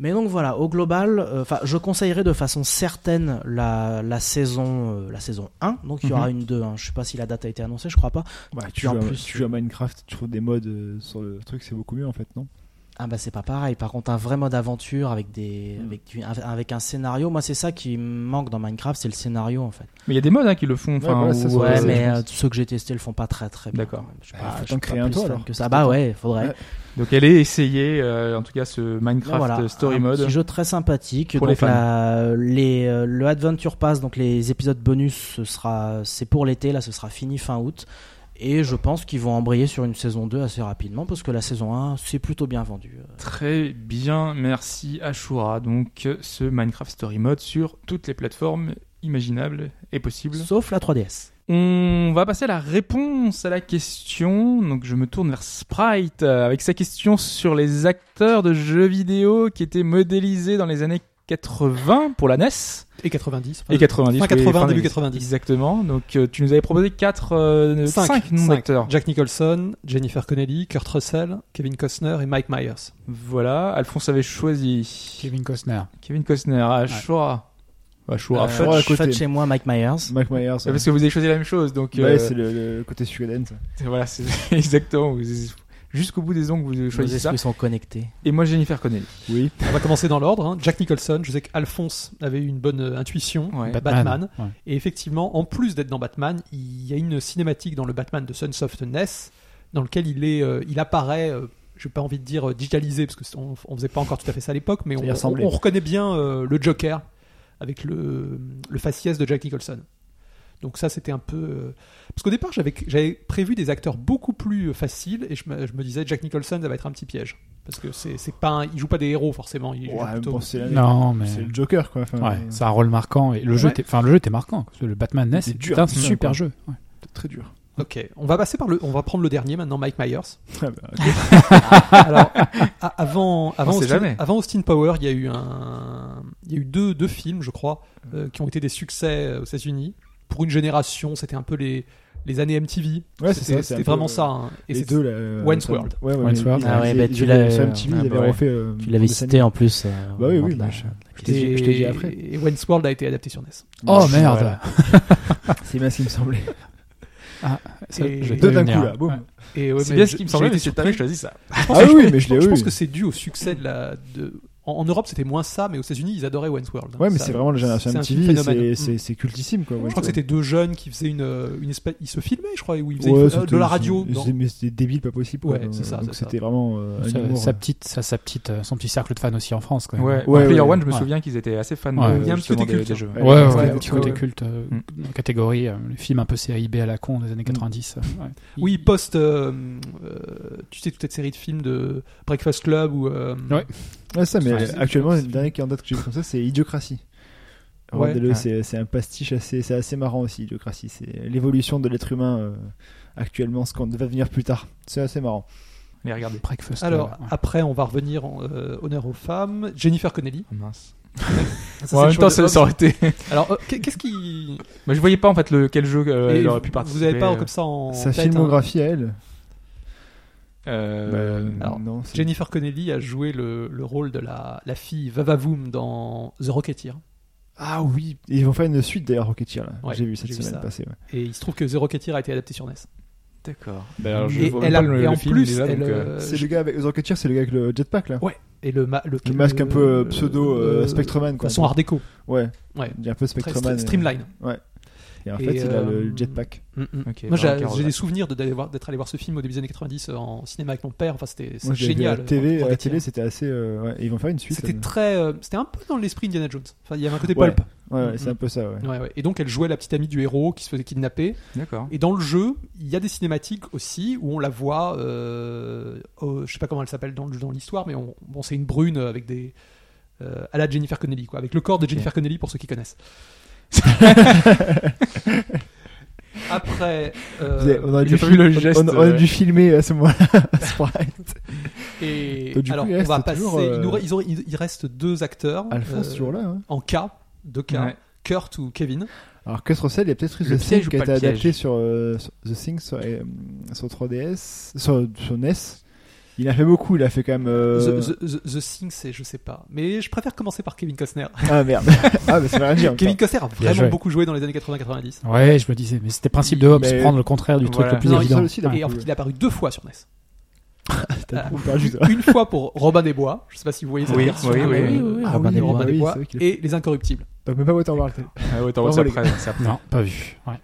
Mais donc voilà, au global, euh, 'fin, je conseillerais de façon certaine la, la saison euh, la saison 1. Donc il y Mhm. aura une 2. Hein. Je sais pas si la date a été annoncée, je crois pas. Bah, Puis tu, joues en à- plus- tu joues à Minecraft, tu trouves des modes euh, sur le truc, c'est beaucoup mieux en fait, non Ah bah c'est pas pareil. Par contre, un vrai mode aventure avec des Mhm. avec, du- avec un scénario, moi c'est ça qui me manque dans Minecraft, c'est le scénario en fait. Mais il y a des modes hein, qui le font. Enfin, voilà, ça, où, ça, Ouais, Ouais, mais je pense. euh, ceux que j'ai testés le font pas très très bien. D'accord. Je suis Eh, pas- faut je t'en suis pas créer un plus toi, fan alors. que ça. Bah ouais, faudrait. Ouais. Donc elle est essayée, euh, en tout cas, ce Mais Minecraft euh, voilà, Story un Mode. petit jeu très sympathique. Pour donc les fans. la- les, euh, le Adventure Pass, donc les épisodes bonus, ce sera, c'est pour l'été. Là, ce sera fini fin août. Et je pense qu'ils vont embrayer sur une saison 2 assez rapidement parce que la saison 1 c'est plutôt bien vendu. Très bien, merci Ashura. Donc euh, ce Minecraft Story Mode sur toutes les plateformes imaginables et possibles. Sauf la 3DS. On va passer à la réponse à la question. Donc je me tourne vers Sprite euh, avec sa question sur les acteurs de jeux vidéo qui étaient modélisés dans les années 80 pour la NES Et 90. enfin, et 90. oui, fin 80, fin 90. début 90. Exactement. Donc euh, tu nous avais proposé euh, 4 Cinq, 5 noms cinq. d'acteurs. Jack Nicholson, Jennifer Connelly, Kurt Russell, Kevin Costner et Mike Myers. Voilà, Alphonse avait choisi Kevin Costner. Kevin Costner, Ashura. Ashura, Euh, Fudge. à faites côté. chez moi Mike Myers. Mike Myers. ouais. Ouais, Parce que vous avez choisi la même chose, donc Ouais, euh, c'est le, le côté suédois. ça. voilà, c'est exactement. vous- Jusqu'au bout des ongles, vous Les choisissez ça. esprits sont connectés. Et moi, Jennifer Connelly. Oui. On va commencer dans l'ordre. hein. Jack Nicholson, je sais qu'Alphonse avait eu une bonne euh, intuition. Ouais. Batman. Ouais. Et effectivement, en plus d'être dans Batman, il y a une cinématique dans le Batman de Sons of the Ness, dans lequel il est, euh, il apparaît. euh, j'ai pas envie de dire euh, digitalisé parce que c'est- on, on faisait pas encore tout à fait ça à l'époque, mais Ça on, y ressemblait. on- on reconnaît bien euh, le Joker avec le, le faciès de Jack Nicholson. Donc ça, c'était un peu euh, parce qu'au départ, j'avais j'avais prévu des acteurs beaucoup plus euh, faciles et je me, je me disais Jack Nicholson, ça va être un petit piège parce que c'est c'est pas un- il joue pas des héros forcément, il joue Ouais, plutôt- bon, c'est la- Non, mais. c'est le Joker quoi. Enfin, Ouais, euh, c'est un rôle marquant. Et le, jeu Ouais. était... Enfin, le jeu était marquant. parce que Le Batman NES, était c'est dur, un putain, super quoi. jeu. Ouais. c'est très dur. Ok, on va passer par le, on va prendre le dernier maintenant, Mike Myers. Ah bah, Alors, a- avant, avant, sait Austin, jamais. avant Austin Power, il y a eu un, il y a eu deux, deux films, je crois, Mm. euh, qui ont été des succès euh, aux États-Unis pour une génération. C'était un peu les, les années MTV. Ouais, c'est ça, c'était c'est un c'était peu, vraiment euh, ça. hein. Et les c'est- deux là. euh, Wayne's ensemble. World. Ouais, ouais, Wayne's mais World. ils- Ah ouais, ils- bah, ils tu avaient- l'as- sur MTV, ah ils bah avaient ouais. refait. euh, Tu l'avais le cité en plus. euh, Bah au oui, moment oui, de la- bah, je- la Je t'ai- je t'ai dit après. Et Wayne's World a été adapté sur E NES. Oh Ouais. merde Voilà. C'est bien ce qui me semblait. Ça, Et- je vais te Deux d'un venir. coup là. boum. Ouais. Et ouais, c'est mais bien je- ce qui me j'ai semblait, été mais c'est surpris. que je l'ai dit ça. Je pense Ah que- oui, je- mais je l'ai Je eu. pense que c'est dû au succès de la. De... En, en Europe, c'était moins ça, mais aux États-Unis, ils adoraient Wayne's World. Ouais, mais Ça- c'est vraiment la génération c'est un MTV, phénomène. Mm. c'est- c'est c'est cultissime quoi. Je crois que c'était deux jeunes qui faisaient une, euh, une espèce. Ils se filmaient, je crois, ou ils faisaient Ouais, une- c'était- de la radio. c'était- dans- Mais c'était débile, pas possible. quoi. Ouais, c'est ça, Donc c'est ça. c'était vraiment. euh, un Sa, humour, sa petite, sa, sa petite, euh, son petit cercle de fans aussi en France. Quand même. Ouais, Ouais, Player ouais. One, je me hein. Ouais. souviens qu'ils étaient assez fans Ouais, de, il y a un petit justement côté des, culte, des hein. jeux. Ouais, ouais, Ouais, ouais, ouais, un petit ouais, côté ouais. culte, euh, Mm. dans la catégorie, euh, les films un peu CAIB à la con des années 90. euh, ouais. Oui, post. euh, euh, tu sais, toute cette série de films de Breakfast Club ou. euh, Ouais. Ouais, ça, mais Enfin, c'est- actuellement, le dernier qui est en date que j'ai vu comme ça, c'est Idiocratie. Ouais. Regardez-le, Ouais. c'est c'est un pastiche assez, c'est assez marrant aussi, Idiocratie. C'est l'évolution de l'être humain euh, actuellement, ce qu'on va venir plus tard. C'est assez marrant. Mais regardez. Breakfast. Alors, Club, ouais. après, on va revenir en euh, honneur aux femmes. Jennifer Connelly. Oh, mince. Ça, c'est en le même choix temps, de ça, l'homme. ça aurait été. Alors, euh, qu'est- qu'est-ce qui. Mais je voyais pas en fait le, quel jeu euh, Et il aurait vous- pu participer. Vous avez pas euh, comme ça en. Sa tête, hein. filmographie à elle. euh, bah, alors, non, c'est- Jennifer Connelly a joué le, le rôle de la, la fille Vavavoom dans The Rocketeer. Ah oui, ils vont faire une suite d'ailleurs Rocketeer là. Ouais, j'ai vu cette j'ai vu semaine ça. passer. ouais. Et il se trouve que The Rocketeer a été adapté sur NES. D'accord. Bah, alors, je et vois elle pas a- le- et le en film plus, déjà, elle, donc, euh, euh, C'est le gars avec les Rocketeer, c'est le gars avec le jetpack là. Ouais. et le, ma- le, Le masque un peu euh, le- pseudo euh, le- Spectreman quoi. façon Art déco. Ouais. Ouais. Il est un peu Très Spectreman. euh, stre- streamline. Et en Et, fait, il a euh, le jetpack. ok, Moi, dans j'ai le cadre, j'ai ouais. des souvenirs de- d'aller voir- d'être allé voir ce film au début des années 90 euh, en cinéma avec mon père. Enfin, c'était c'est Moi, je l'ai vu à génial. la TV, à la Rocketeer. télé, c'était assez. euh, ouais. Et Ils vont faire une suite. C'était là. très, euh, c'était un peu dans l'esprit Indiana Jones. Enfin, il y avait un côté Ouais. pulp. Ouais, ouais, Mhm. c'est un peu ça. Ouais. Ouais, ouais. Et donc, elle jouait la petite amie du héros qui se faisait kidnapper. D'accord. Et dans le jeu, il y a des cinématiques aussi où on la voit. Euh, euh, je sais pas comment elle s'appelle dans, le- dans l'histoire, mais on, bon, c'est une brune avec des. euh, à la Jennifer Connelly, quoi, avec le corps de Jennifer Connelly pour ceux qui connaissent. Après, euh, Vous avez- on aurait il dû, a pas vu le film- geste, on- on aurait euh. dû filmer à ce moment-là. Sprite. et Donc, du coup, alors il on reste va passer. toujours, euh, il, nous re- ils auraient- il- il reste deux acteurs Alphonse, euh, toujours là. hein. en K, deux K, Ouais. Kurt ou Kevin. Alors, Kurt Russell, il y a peut-être eu Le The piège Thing ou qui pas a été le piège adapté sur, euh, sur The Thing sur, euh, sur 3DS, sur, sur NES. Il a fait beaucoup, il a fait quand même. euh, The, the, the- The Thing, c'est je sais pas, mais je préfère commencer par Kevin Costner. Ah merde. ah, mais ça veut rien dire. Kevin Costner a vraiment joué. beaucoup joué dans les années 80-90. Ouais, je me disais, mais c'était principe de Hobbes, Mais- prendre le contraire du Voilà. truc le plus Non, il- évident. aussi, là. Ouais. Et en fait, il est apparu deux fois sur NES. T'as Ah. tout perdu, toi. Une fois pour Robin des Bois, je sais pas si vous voyez cette Oui, version. Euh, oui, oui, oui. Ah Robin oui, des Bois, Robin des Bois, c'est vrai qu'il a- et Les Incorruptibles. T'as même pas Waterworld. Ah ouais, t'en Bravo, vois ça les après. c'est après. Non, pas vu. Ouais.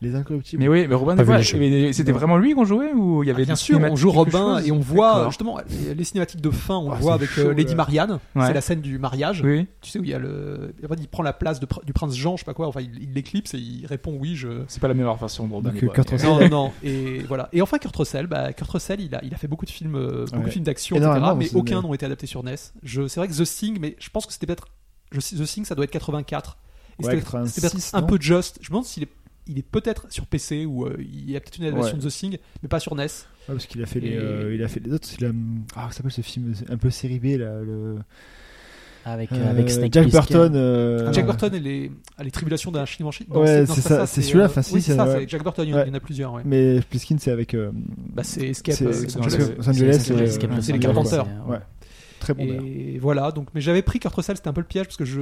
Les incorruptibles. Mais oui, mais Robin, Pas des vu Bois, les jeux. mais c'était Non. vraiment lui qu'on jouait ou il y avait Ah, bien des sûr, on cinématiques, joue quelque Robin chose et on voit D'accord. justement euh, les, les cinématiques de fin, on Ah, le voit c'est avec chaud, euh, Lady là. Marianne, Ouais. c'est la scène du mariage. Oui. Tu sais où il y a le, en fait, il prend la place de pr- du prince Jean, je sais pas quoi. Enfin, il il l'éclipse et il répond oui, je. C'est pas la meilleure version de Robin Donc, des Bois. Kurt mais- Russell. Non, non, non. Et voilà. Et enfin, Kurt Russell, bah, Kurt Russell, il a, il a fait beaucoup de films, euh, beaucoup Ouais. de films d'action, etc. Énormément, Mais c'est- aucun n'ont été adaptés sur NES. Je, c'est vrai que The Thing, mais je pense que c'était peut-être, je sais- The Thing, ça doit être 84. Et Ouais, c'était peut-être- c'était peut-être 86, un non peu Just. Je me demande s'il est, il est peut-être sur PC ou euh, il y a peut-être une adaptation Ouais. de The Thing, mais pas sur E NES. Ouais, Ah, parce qu'il a fait les, Et- euh, il a fait les autres. Il a, hum, ah, ça s'appelle ce film un peu série B là, le Avec, euh, euh, avec Snake Jack Plissken. Burton. euh, Jack Burton et les, ah, les tribulations d'un chinois en Chine. Ouais, non, c'est pas ça, c'est celui-là, euh, enfin, si, oui, c'est c'est- ça, ouais. c'est Jack Burton. Il y en a- Ouais. il y en a plusieurs. ouais. Mais Pliskin, c'est avec. euh, Bah, c'est Escape. c'est euh, Los Los Angeles. Angeles. Los Angeles. C'est- Ah, euh, c'est- Los c'est les Angeles, Carpenters. Ouais. Très bon. d'ailleurs. Et voilà, donc, mais j'avais pris Kurt Russell, c'était un peu le piège parce que je,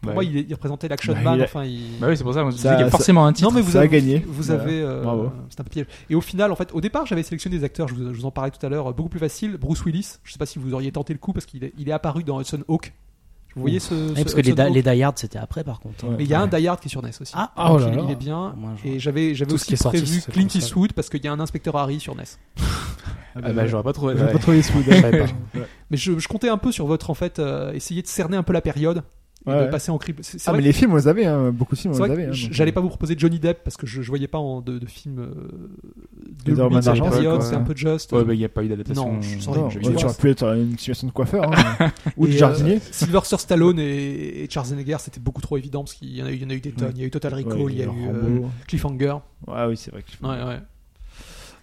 pour Ouais. moi, il, est- il représentait l'action Ouais, man. Bah il a- Enfin, il... Bah oui, c'est pour ça, moi, je me Ça- disais qu'il y a ça- forcément un titre. non, mais vous ça a avez, gagné. vous Voilà. avez, euh, Bravo. c'est un peu piège. Et au final, en fait, au départ, j'avais sélectionné des acteurs. Je vous, je vous en parlais tout à l'heure. Beaucoup plus facile. Bruce Willis. Je sais pas si vous auriez tenté le coup parce qu'il est, il est apparu dans Hudson Hawk. Vous voyez ce, Ouais, ce parce que les, Hudson da- Hawk les Die Hard, c'était après par contre. Ouais. Mais il y a un Die Hard qui est sur NES aussi. Ah, ah, oh là Donc, il, là. il est bien. Moi, je- Et j'avais, j'avais Tout ce aussi qui est sorti, prévu c'est Clint pour ça. Eastwood parce qu'il y a un inspecteur Harry sur NES. Ah bah, j'aurais pas trouvé. J'aime pas ouais. trop les Swedes. Mais je, je comptais un peu sur votre en fait, euh, essayer de cerner un peu la période et Ouais, de ouais. passer en crible. C'est, c'est Ah, vrai mais les films, on les avait, hein. beaucoup de films, C'est on vrai les que avait. hein, j- donc, j'allais euh, pas vous proposer Johnny Depp parce que je, je voyais pas en- de, de film euh, de Les lui, Dormans de cette d'Argent, période, quoi. c'est un peu juste. Ouais, bah, il n'y a pas eu d'adaptation. Non, je- euh, sans Non, horrible, jeux ouais, je vidéo. tu aurais pu être dans une situation de coiffeur hein, ou de Et, euh, jardinier. Sylvester Stallone et, et Schwarzenegger, c'était beaucoup trop évident parce qu'il y en a eu, il y en a eu des tonnes. Il y a eu Total Recall, Ouais, il y a eu Rambo. euh, Cliffhanger. Ouais, Ah oui, c'est vrai. que- Ouais, ouais.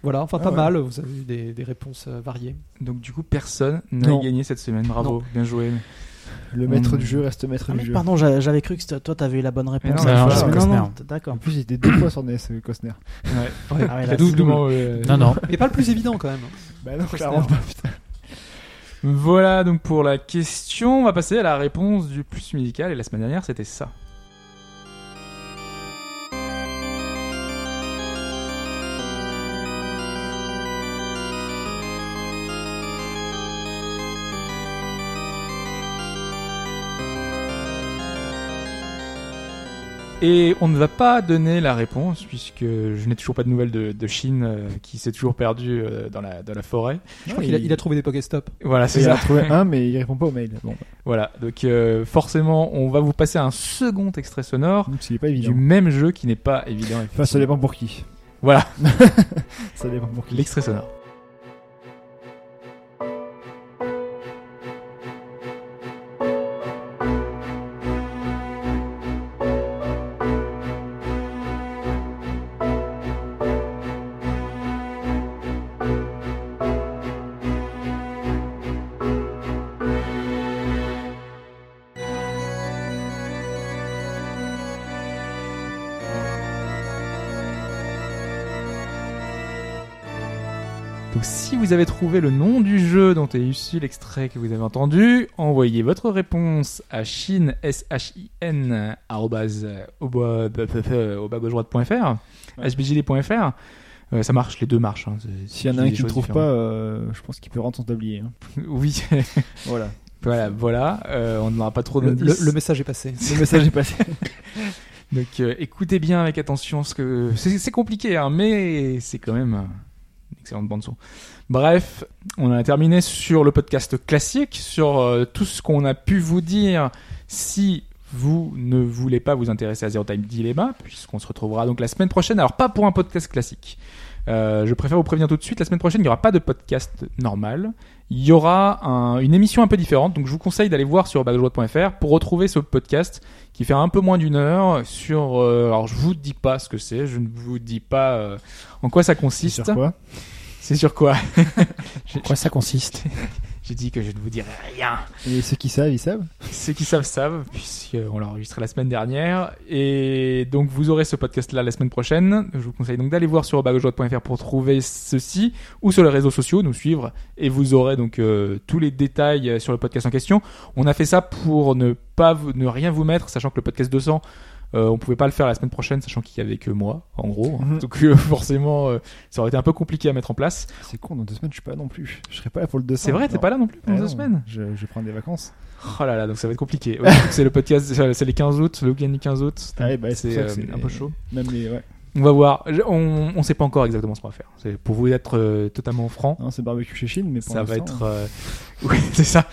Voilà, enfin Ah pas ouais. mal, vous avez eu des, des réponses euh, variées. Donc du coup, personne n'a Non. gagné cette semaine. Bravo, bien joué. Le maître Mm. du jeu reste maître Ah du merde, jeu. pardon, j'a- j'avais cru que c'était- toi t'avais eu la bonne réponse. Mais non, Ah, mais c'est non, Costner. non, t- d'accord. En plus, il était deux fois sur NES, euh, Costner. Ouais. Ah ouais, là, T'as c'est doublement, cool. euh, Non, non. Mais pas le plus évident quand même. Bah non, Costner. clairement pas, putain. Voilà donc pour la question. On va passer à la réponse du plus musical. Et la semaine dernière, c'était ça. Et on ne va pas donner la réponse puisque je n'ai toujours pas de nouvelles de, de Chine euh, qui s'est toujours perdue euh, dans, la, dans la forêt. Je crois qu'il a, il a trouvé des Pokéstop. Voilà, c'est Il en ça. a trouvé un, mais il répond pas au mail. Bon, Voilà, donc euh, forcément, on va vous passer un second extrait sonore donc c'est pas du évident. même jeu qui n'est pas évident. Enfin, ça effectivement. dépend pour qui. Voilà, Ça dépend pour qui. l'extrait sonore. Donc si vous avez trouvé le nom du jeu dont est issu l'extrait que vous avez entendu, envoyez votre réponse à chine, s h i n au bas gauche droite.fr, Ouais. hbjd.fr. Euh, ça marche, les deux marchent. hein, c'est- S'il y en c'est a un des qui ne choses trouve pas, différentes. euh, je pense qu'il peut rendre son tablier. hein. Oui, Voilà. voilà, voilà. euh, on n'aura pas trop Le, d'indices. le- le message est passé. Le message est passé. Donc euh, écoutez bien avec attention ce que c'est c'est compliqué hein, mais c'est quand même euh, une excellente bande son. Bref, on a terminé sur le podcast classique sur euh, tout ce qu'on a pu vous dire si vous ne voulez pas vous intéresser à Zero Time Dilemma puisqu'on se retrouvera donc la semaine prochaine alors pas pour un podcast classique. Euh, je préfère vous prévenir tout de suite, la semaine prochaine il n'y aura pas de podcast normal, il y aura un- une émission un peu différente, donc je vous conseille d'aller voir sur bagjoie.fr pour retrouver ce podcast qui fait un peu moins d'une heure sur. euh, alors je vous dis pas ce que c'est, je ne vous dis pas euh, en quoi ça consiste. Sur quoi C'est sur quoi En quoi ça consiste J'ai dit que je ne vous dirai rien. Et ceux qui savent, ils savent. Ceux qui savent savent, puisqu'on l'a enregistré la semaine dernière. Et donc vous aurez ce podcast-là la semaine prochaine. Je vous conseille donc d'aller voir sur bagjoie.fr pour trouver ceci, ou sur les réseaux sociaux, nous suivre, et vous aurez donc euh, tous les détails euh, sur le podcast en question. On a fait ça pour ne pas vous- ne rien vous mettre, sachant que le podcast 200, euh, on pouvait pas le faire la semaine prochaine, sachant qu'il y avait que moi, en gros. Mhm. Donc euh, forcément, euh, ça aurait été un peu compliqué à mettre en place. C'est con, dans deux semaines, je suis pas là non plus. Je serai pas là pour le 200. C'est vrai, t'es non. pas là non plus pendant Ah deux non, semaines. je, je prends des vacances. Oh là là, donc ça va être compliqué. Ouais, surtout que c'est le podcast, c'est c'est les 15 août, le week-end du 15 août. Ah ouais, bah, c'est c'est pour ça euh, que c'est- un peu chaud. Même les. Ouais. On va voir. Je- On, on sait pas encore exactement ce qu'on va faire. C'est pour vous être euh, totalement franc, Non, c'est barbecue chez Chine, mais pour ça va l'instant, être. euh, Oui, c'est ça.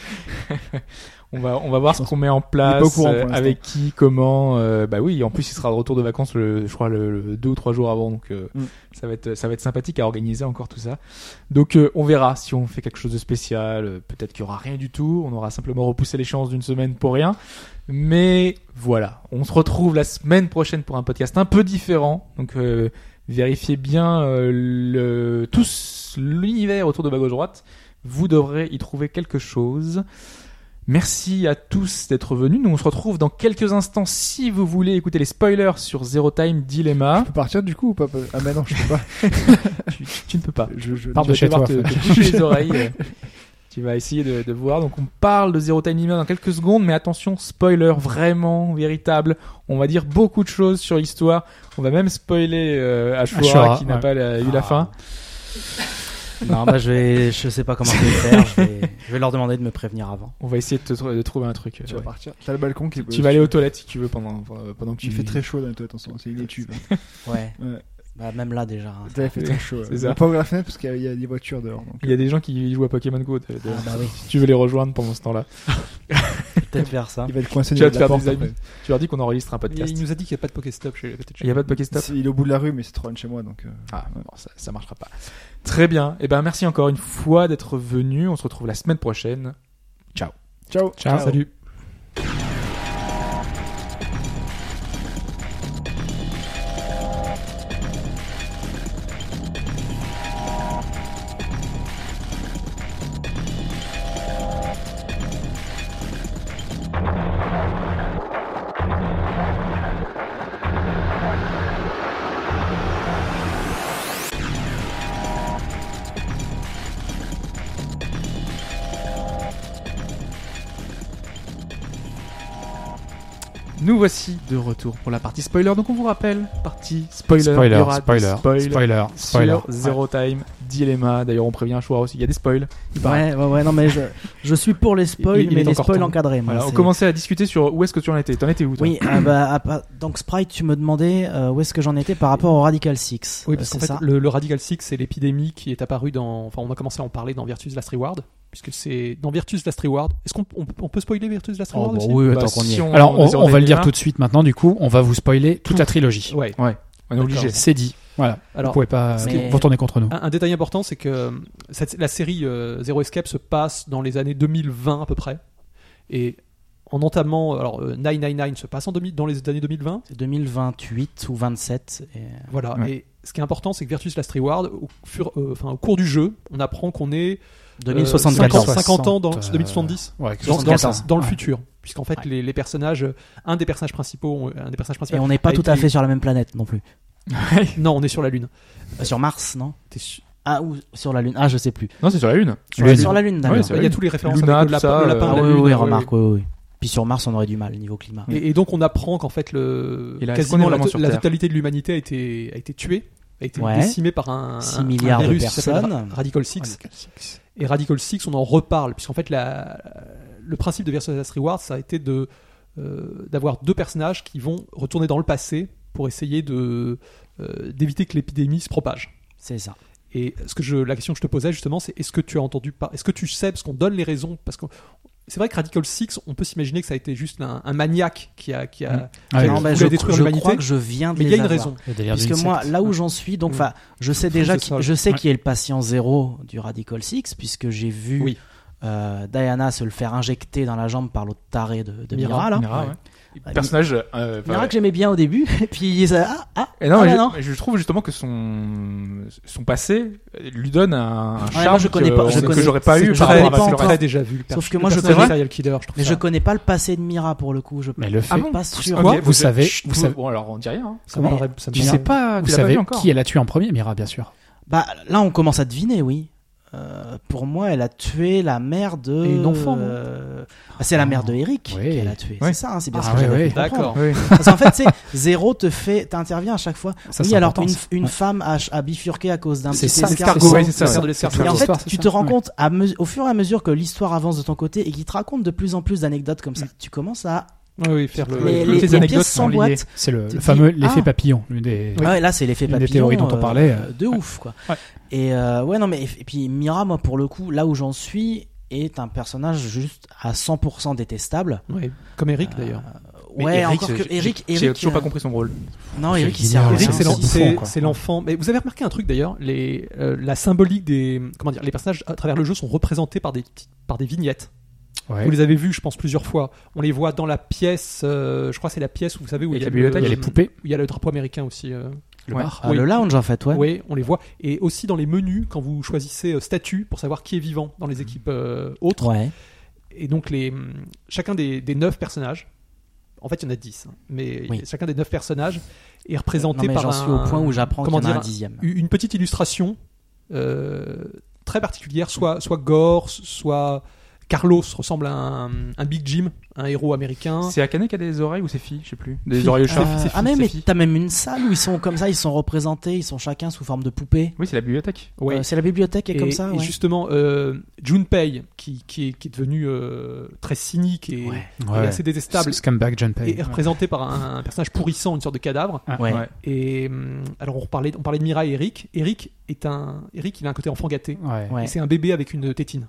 on va on va voir ce qu'on met en place, pas au courant pour euh, l'instant. avec qui, comment. euh, bah oui, en plus il sera de retour de vacances, le, je crois le, le deux ou trois jours avant, donc euh, Mm. ça va être ça va être sympathique à organiser encore tout ça. Donc euh, on verra si on fait quelque chose de spécial. euh, Peut-être qu'il y aura rien du tout. On aura simplement repoussé l'échéance d'une semaine pour rien. Mais voilà, on se retrouve la semaine prochaine pour un podcast un peu différent. Donc euh, vérifiez bien euh, le, tout s- l'univers autour de ma gauche droite. Vous devrez y trouver quelque chose. Merci à tous d'être venus. Nous on se retrouve dans quelques instants si vous voulez écouter les spoilers sur Zero Time Dilemma. Je peux partir du coup ou pas Ah, bah non, je peux pas. tu, tu ne peux pas. Je, je- Pardon. Tu vas chez devoir toi, te- en te boucher les oreilles. euh, Tu vas essayer de, de voir. Donc on parle de Zero Time Dilemma dans quelques secondes, mais attention, spoiler vraiment véritable. On va dire beaucoup de choses sur l'histoire. On va même spoiler euh, Ashura, Ashura, qui n'a ouais. pas la- eu la Ah. fin. Non, bah je vais, je sais pas comment je vais le faire. Je vais, je vais leur demander de me prévenir avant. On va essayer de, te tr- de trouver un truc. euh, Tu ouais. vas partir. T'as le balcon qui est- Tu vas aller aux toilettes si tu veux pendant euh, pendant que tu Il fait très chaud dans les toilettes en ce moment, c'est il est tube. Ouais. Ouais. Bah même là déjà. hein. T'avais fait très chaud. C'est On ça. va pas ouvrir la fenêtre parce qu'il y a- il y a des voitures dehors. donc. Il y a des gens qui jouent à Pokémon Go. de- de- Ah bah oui, Si tu veux les rejoindre pendant ce temps-là, peut-être faire ça. Il va être coincé Tu vas devant te la faire porte. des amis. après. tu leur dis qu'on enregistre un Il, podcast. il nous a dit qu'il n'y a pas de Pokéstop chez peut-être chez Il n'y a pas de Pokéstop. C'est- Il est au bout de la rue, mais c'est trop loin de chez moi donc. euh, Ah, bon, ça, ça marchera pas. Très bien. Eh ben, merci encore une fois d'être venu. On se retrouve la semaine prochaine. Ciao. Ciao. Salut. Nous voici de retour pour la partie spoiler. Donc on vous rappelle, partie spoiler. il y Spoiler, aura des spoiler, spoils spoiler, spoiler. Sur Zero Time, Dilemma. D'ailleurs, on prévient Chouard aussi. Il y a des spoils. Il paraît. Ouais, ouais, ouais, non, mais je, je suis pour les spoils, Il- il mais est les encore spoils temps. encadrés. moi, Voilà, on c'est- commençait à discuter sur où est-ce que tu en étais. T'en étais où toi Oui, ah bah, à part- donc Sprite, tu me demandais euh, où est-ce que j'en étais par rapport au Radical Six. Oui, Euh, parce c'est qu'en fait, ça. le, le Radical Six, c'est l'épidémie qui est apparue dans. Enfin, on a commencé à en parler dans Virtus Last Reward, puisque c'est dans Virtus Last Reward. Est-ce qu'on on- on peut spoiler Virtus Last Oh, Reward bah aussi oui, Bah, attends qu'on y si est. on- Alors, on, Zero on va Time le dire Dilemma, tout de suite maintenant, du coup, on va vous spoiler toute la trilogie. Ouais. On est obligé. C'est dit. Voilà. vous Alors, pouvez pas Mais- vous retourner contre nous. un, un détail important, c'est que euh, cette- la série euh, Zero Escape se passe dans les années 2020 à peu près, et en entamant, alors euh, 999 se passe en 2000 dans les années 2020, C'est 2028 ou 27. et- Voilà. Ouais. Et ce qui est important, c'est que Virtus Last Reward, au, fur- euh, enfin, au cours du jeu, on apprend qu'on est euh, 2074. 50, 50 ans dans 60, 2070 Ouais, Euh, dans, dans- 74, dans le ouais. futur, puisqu'en fait Ouais. les, les personnages, euh, un des personnages principaux, ont- un des personnages principaux. Et on n'est pas a tout été- à fait sur la même planète non plus. Non, on est sur la Lune. Euh, Sur Mars, non T'es su- Ah, ou sur la Lune Ah, je sais plus. Non, c'est sur la Lune. Sur la Lune. Sur la Lune, d'accord. Ouais, c'est Bah, Il y vrai. a tous les références Luna, avec le tout lapin, ça, le lapin euh, ah, de la oui, Lune. oui, euh, remarque, oui, oui. Puis sur Mars, on aurait du mal niveau climat. Et, et donc on apprend qu'en fait le Et là, est-ce Mmh. qu'on est quasiment la, vraiment sur la Terre totalité de l'humanité a été a été tuée, a été Ouais. décimée par un, 6 un- un milliards de virus qui s'appelle personnes. Ra- Radical Six. Et Radical Six, on en reparle, puisqu'en fait, la- le principe de Versus Last Reward, ça a été de, euh, d'avoir deux personnages qui vont retourner dans le passé pour essayer de, euh, d'éviter que l'épidémie se propage. C'est ça. Et ce que je, la question que je te posais justement, c'est est-ce que tu as entendu pas, est-ce que tu sais, parce qu'on donne les raisons, parce que c'est vrai que Radical Six, on peut s'imaginer que ça a été juste un, un maniaque qui a, qui a, Mm. Ah, non, je mais voulais ben, je, détruire je l'humanité, crois que je viens de mais il les y a une avoir. raison. Puisque moi, là où j'en suis, donc, Mm. enfin, je sais Je trouve déjà, que qui, c'est ça, je sais ouais. qui est le patient zéro du Radical Six, puisque j'ai vu Oui. euh, Diana se le faire injecter dans la jambe par l'autre taré de, de Mira, Mira, là. Mira, ouais. Ah, Personnage. euh, Mira enfin, que j'aimais bien au début, et puis ça, ah, ah, Et non, ah, mais là, je, non. mais je trouve justement que son son passé lui donne un, un moi, charme je connais que, Ah, pas- je que connais- j'aurais pas c'est eu que par je connais rapport pas à ce encore. que très j'aurais- déjà vu. le Sauf perso- que le moi, je personnage connais- de serial killer, je trouve Mais ça- je connais pas le passé de Mira pour le coup. Je... Mais le je fait. suis pas sûr. Ah Ok, Quoi Vous êtes- savez- chut, vous vous- savez- bon, alors on dit rien. hein. ça me Mais- paraît- ça me Tu paraît- sais pas, Vous tu l'as pas vu savez encore. qui elle a tué en premier, Mira, bien sûr. Bah là, on commence à deviner, oui. Euh, pour moi, elle a tué la mère de. Et une enfant, non Euh, ah, c'est la mère de Eric Oui. qu'elle a tué. Oui. C'est ça, hein, c'est bien Ah, ce que oui, j'avais oui. fait comprendre. D'accord. Oui. Parce qu'en fait, c'est zéro te fait, t'interviens à chaque fois. Ça, oui, c'est alors important, une, ça. une Ouais. femme a, a bifurqué à cause d'un C'est petit ça, escargot. l'escargot, Et oui, c'est ça, La sœur ouais. de l'escargot. en fait, L'histoire, c'est tu ça. te rends Ouais. compte à mes- au fur et à mesure que l'histoire avance de ton côté et qu'il te raconte de plus en plus d'anecdotes comme ça, Mm. tu commences à Oui, oui, faire le- les, toutes les- les les anecdotes pièces sont liées. s'emboîtent. C'est le, Tu le te fameux dis, l'effet ah. papillon, l'une des. Ouais, là, c'est l'effet Une des papillon. théories dont on euh, parlait, euh, de ouf, quoi. Ouais. Et euh, ouais, non, mais et puis Mira, moi, pour le coup, là où j'en suis, est un personnage juste à 100% détestable. Ouais, Comme Eric d'ailleurs. Mais ouais, Eric, encore j'ai- que j'ai- Eric, J'ai Eric. toujours pas euh, compris son rôle. Non, Eric, il Eric, sert à Eric, rien. c'est l'en- c'est c'est- bouffon, quoi. c'est l'enfant. Mais vous avez remarqué un truc d'ailleurs, les, euh, la symbolique des comment dire, les personnages à travers le jeu sont représentés par des petites- par des vignettes. Ouais. Vous les avez vus, je pense, plusieurs fois. On les voit dans la pièce. euh, je crois que c'est la pièce où vous savez où Et il y a la le, bibliothèque. Il y a les poupées. où il y a le drapeau américain aussi. euh. Le Ouais. bar. Ah, Oui. Le lounge, en fait, ouais. Oui, on les voit. Et aussi dans les menus quand vous choisissez euh, statut pour savoir qui est vivant dans les équipes euh, autres. Ouais. Et donc, les, hum, chacun des, des neuf personnages, en fait, il y en a dix, hein, mais Oui. chacun des neuf personnages est Non, représenté mais par j'en un- suis au point où j'apprends qu'il y comment en a un dire, dixième. u- une petite illustration euh, très particulière, soit, soit Gore, soit Carlos ressemble à un, un Big Jim, un héros américain. C'est Akane qui a des oreilles ou c'est filles, je sais plus. Des Fille. oreilles de chat. Euh, C'est ah, fille, mais, c'est mais fille. t'as même une salle où ils sont comme ça, ils sont représentés, ils sont chacun sous forme de poupée. Oui, c'est la bibliothèque. Ouais. Euh, c'est la bibliothèque qui est comme ça, ouais. justement, euh, Junpei, qui, qui, est, qui est devenu euh, très cynique et, Ouais. et assez détestable, Scumbag John Payne. est représenté par un- un personnage pourrissant, une sorte de cadavre. Ouais. Ouais. Et hum, alors on parlait, on parlait de Mira et Eric. Eric est un, Eric, il a un côté enfant gâté. Ouais. Ouais. Et C'est un bébé avec une tétine.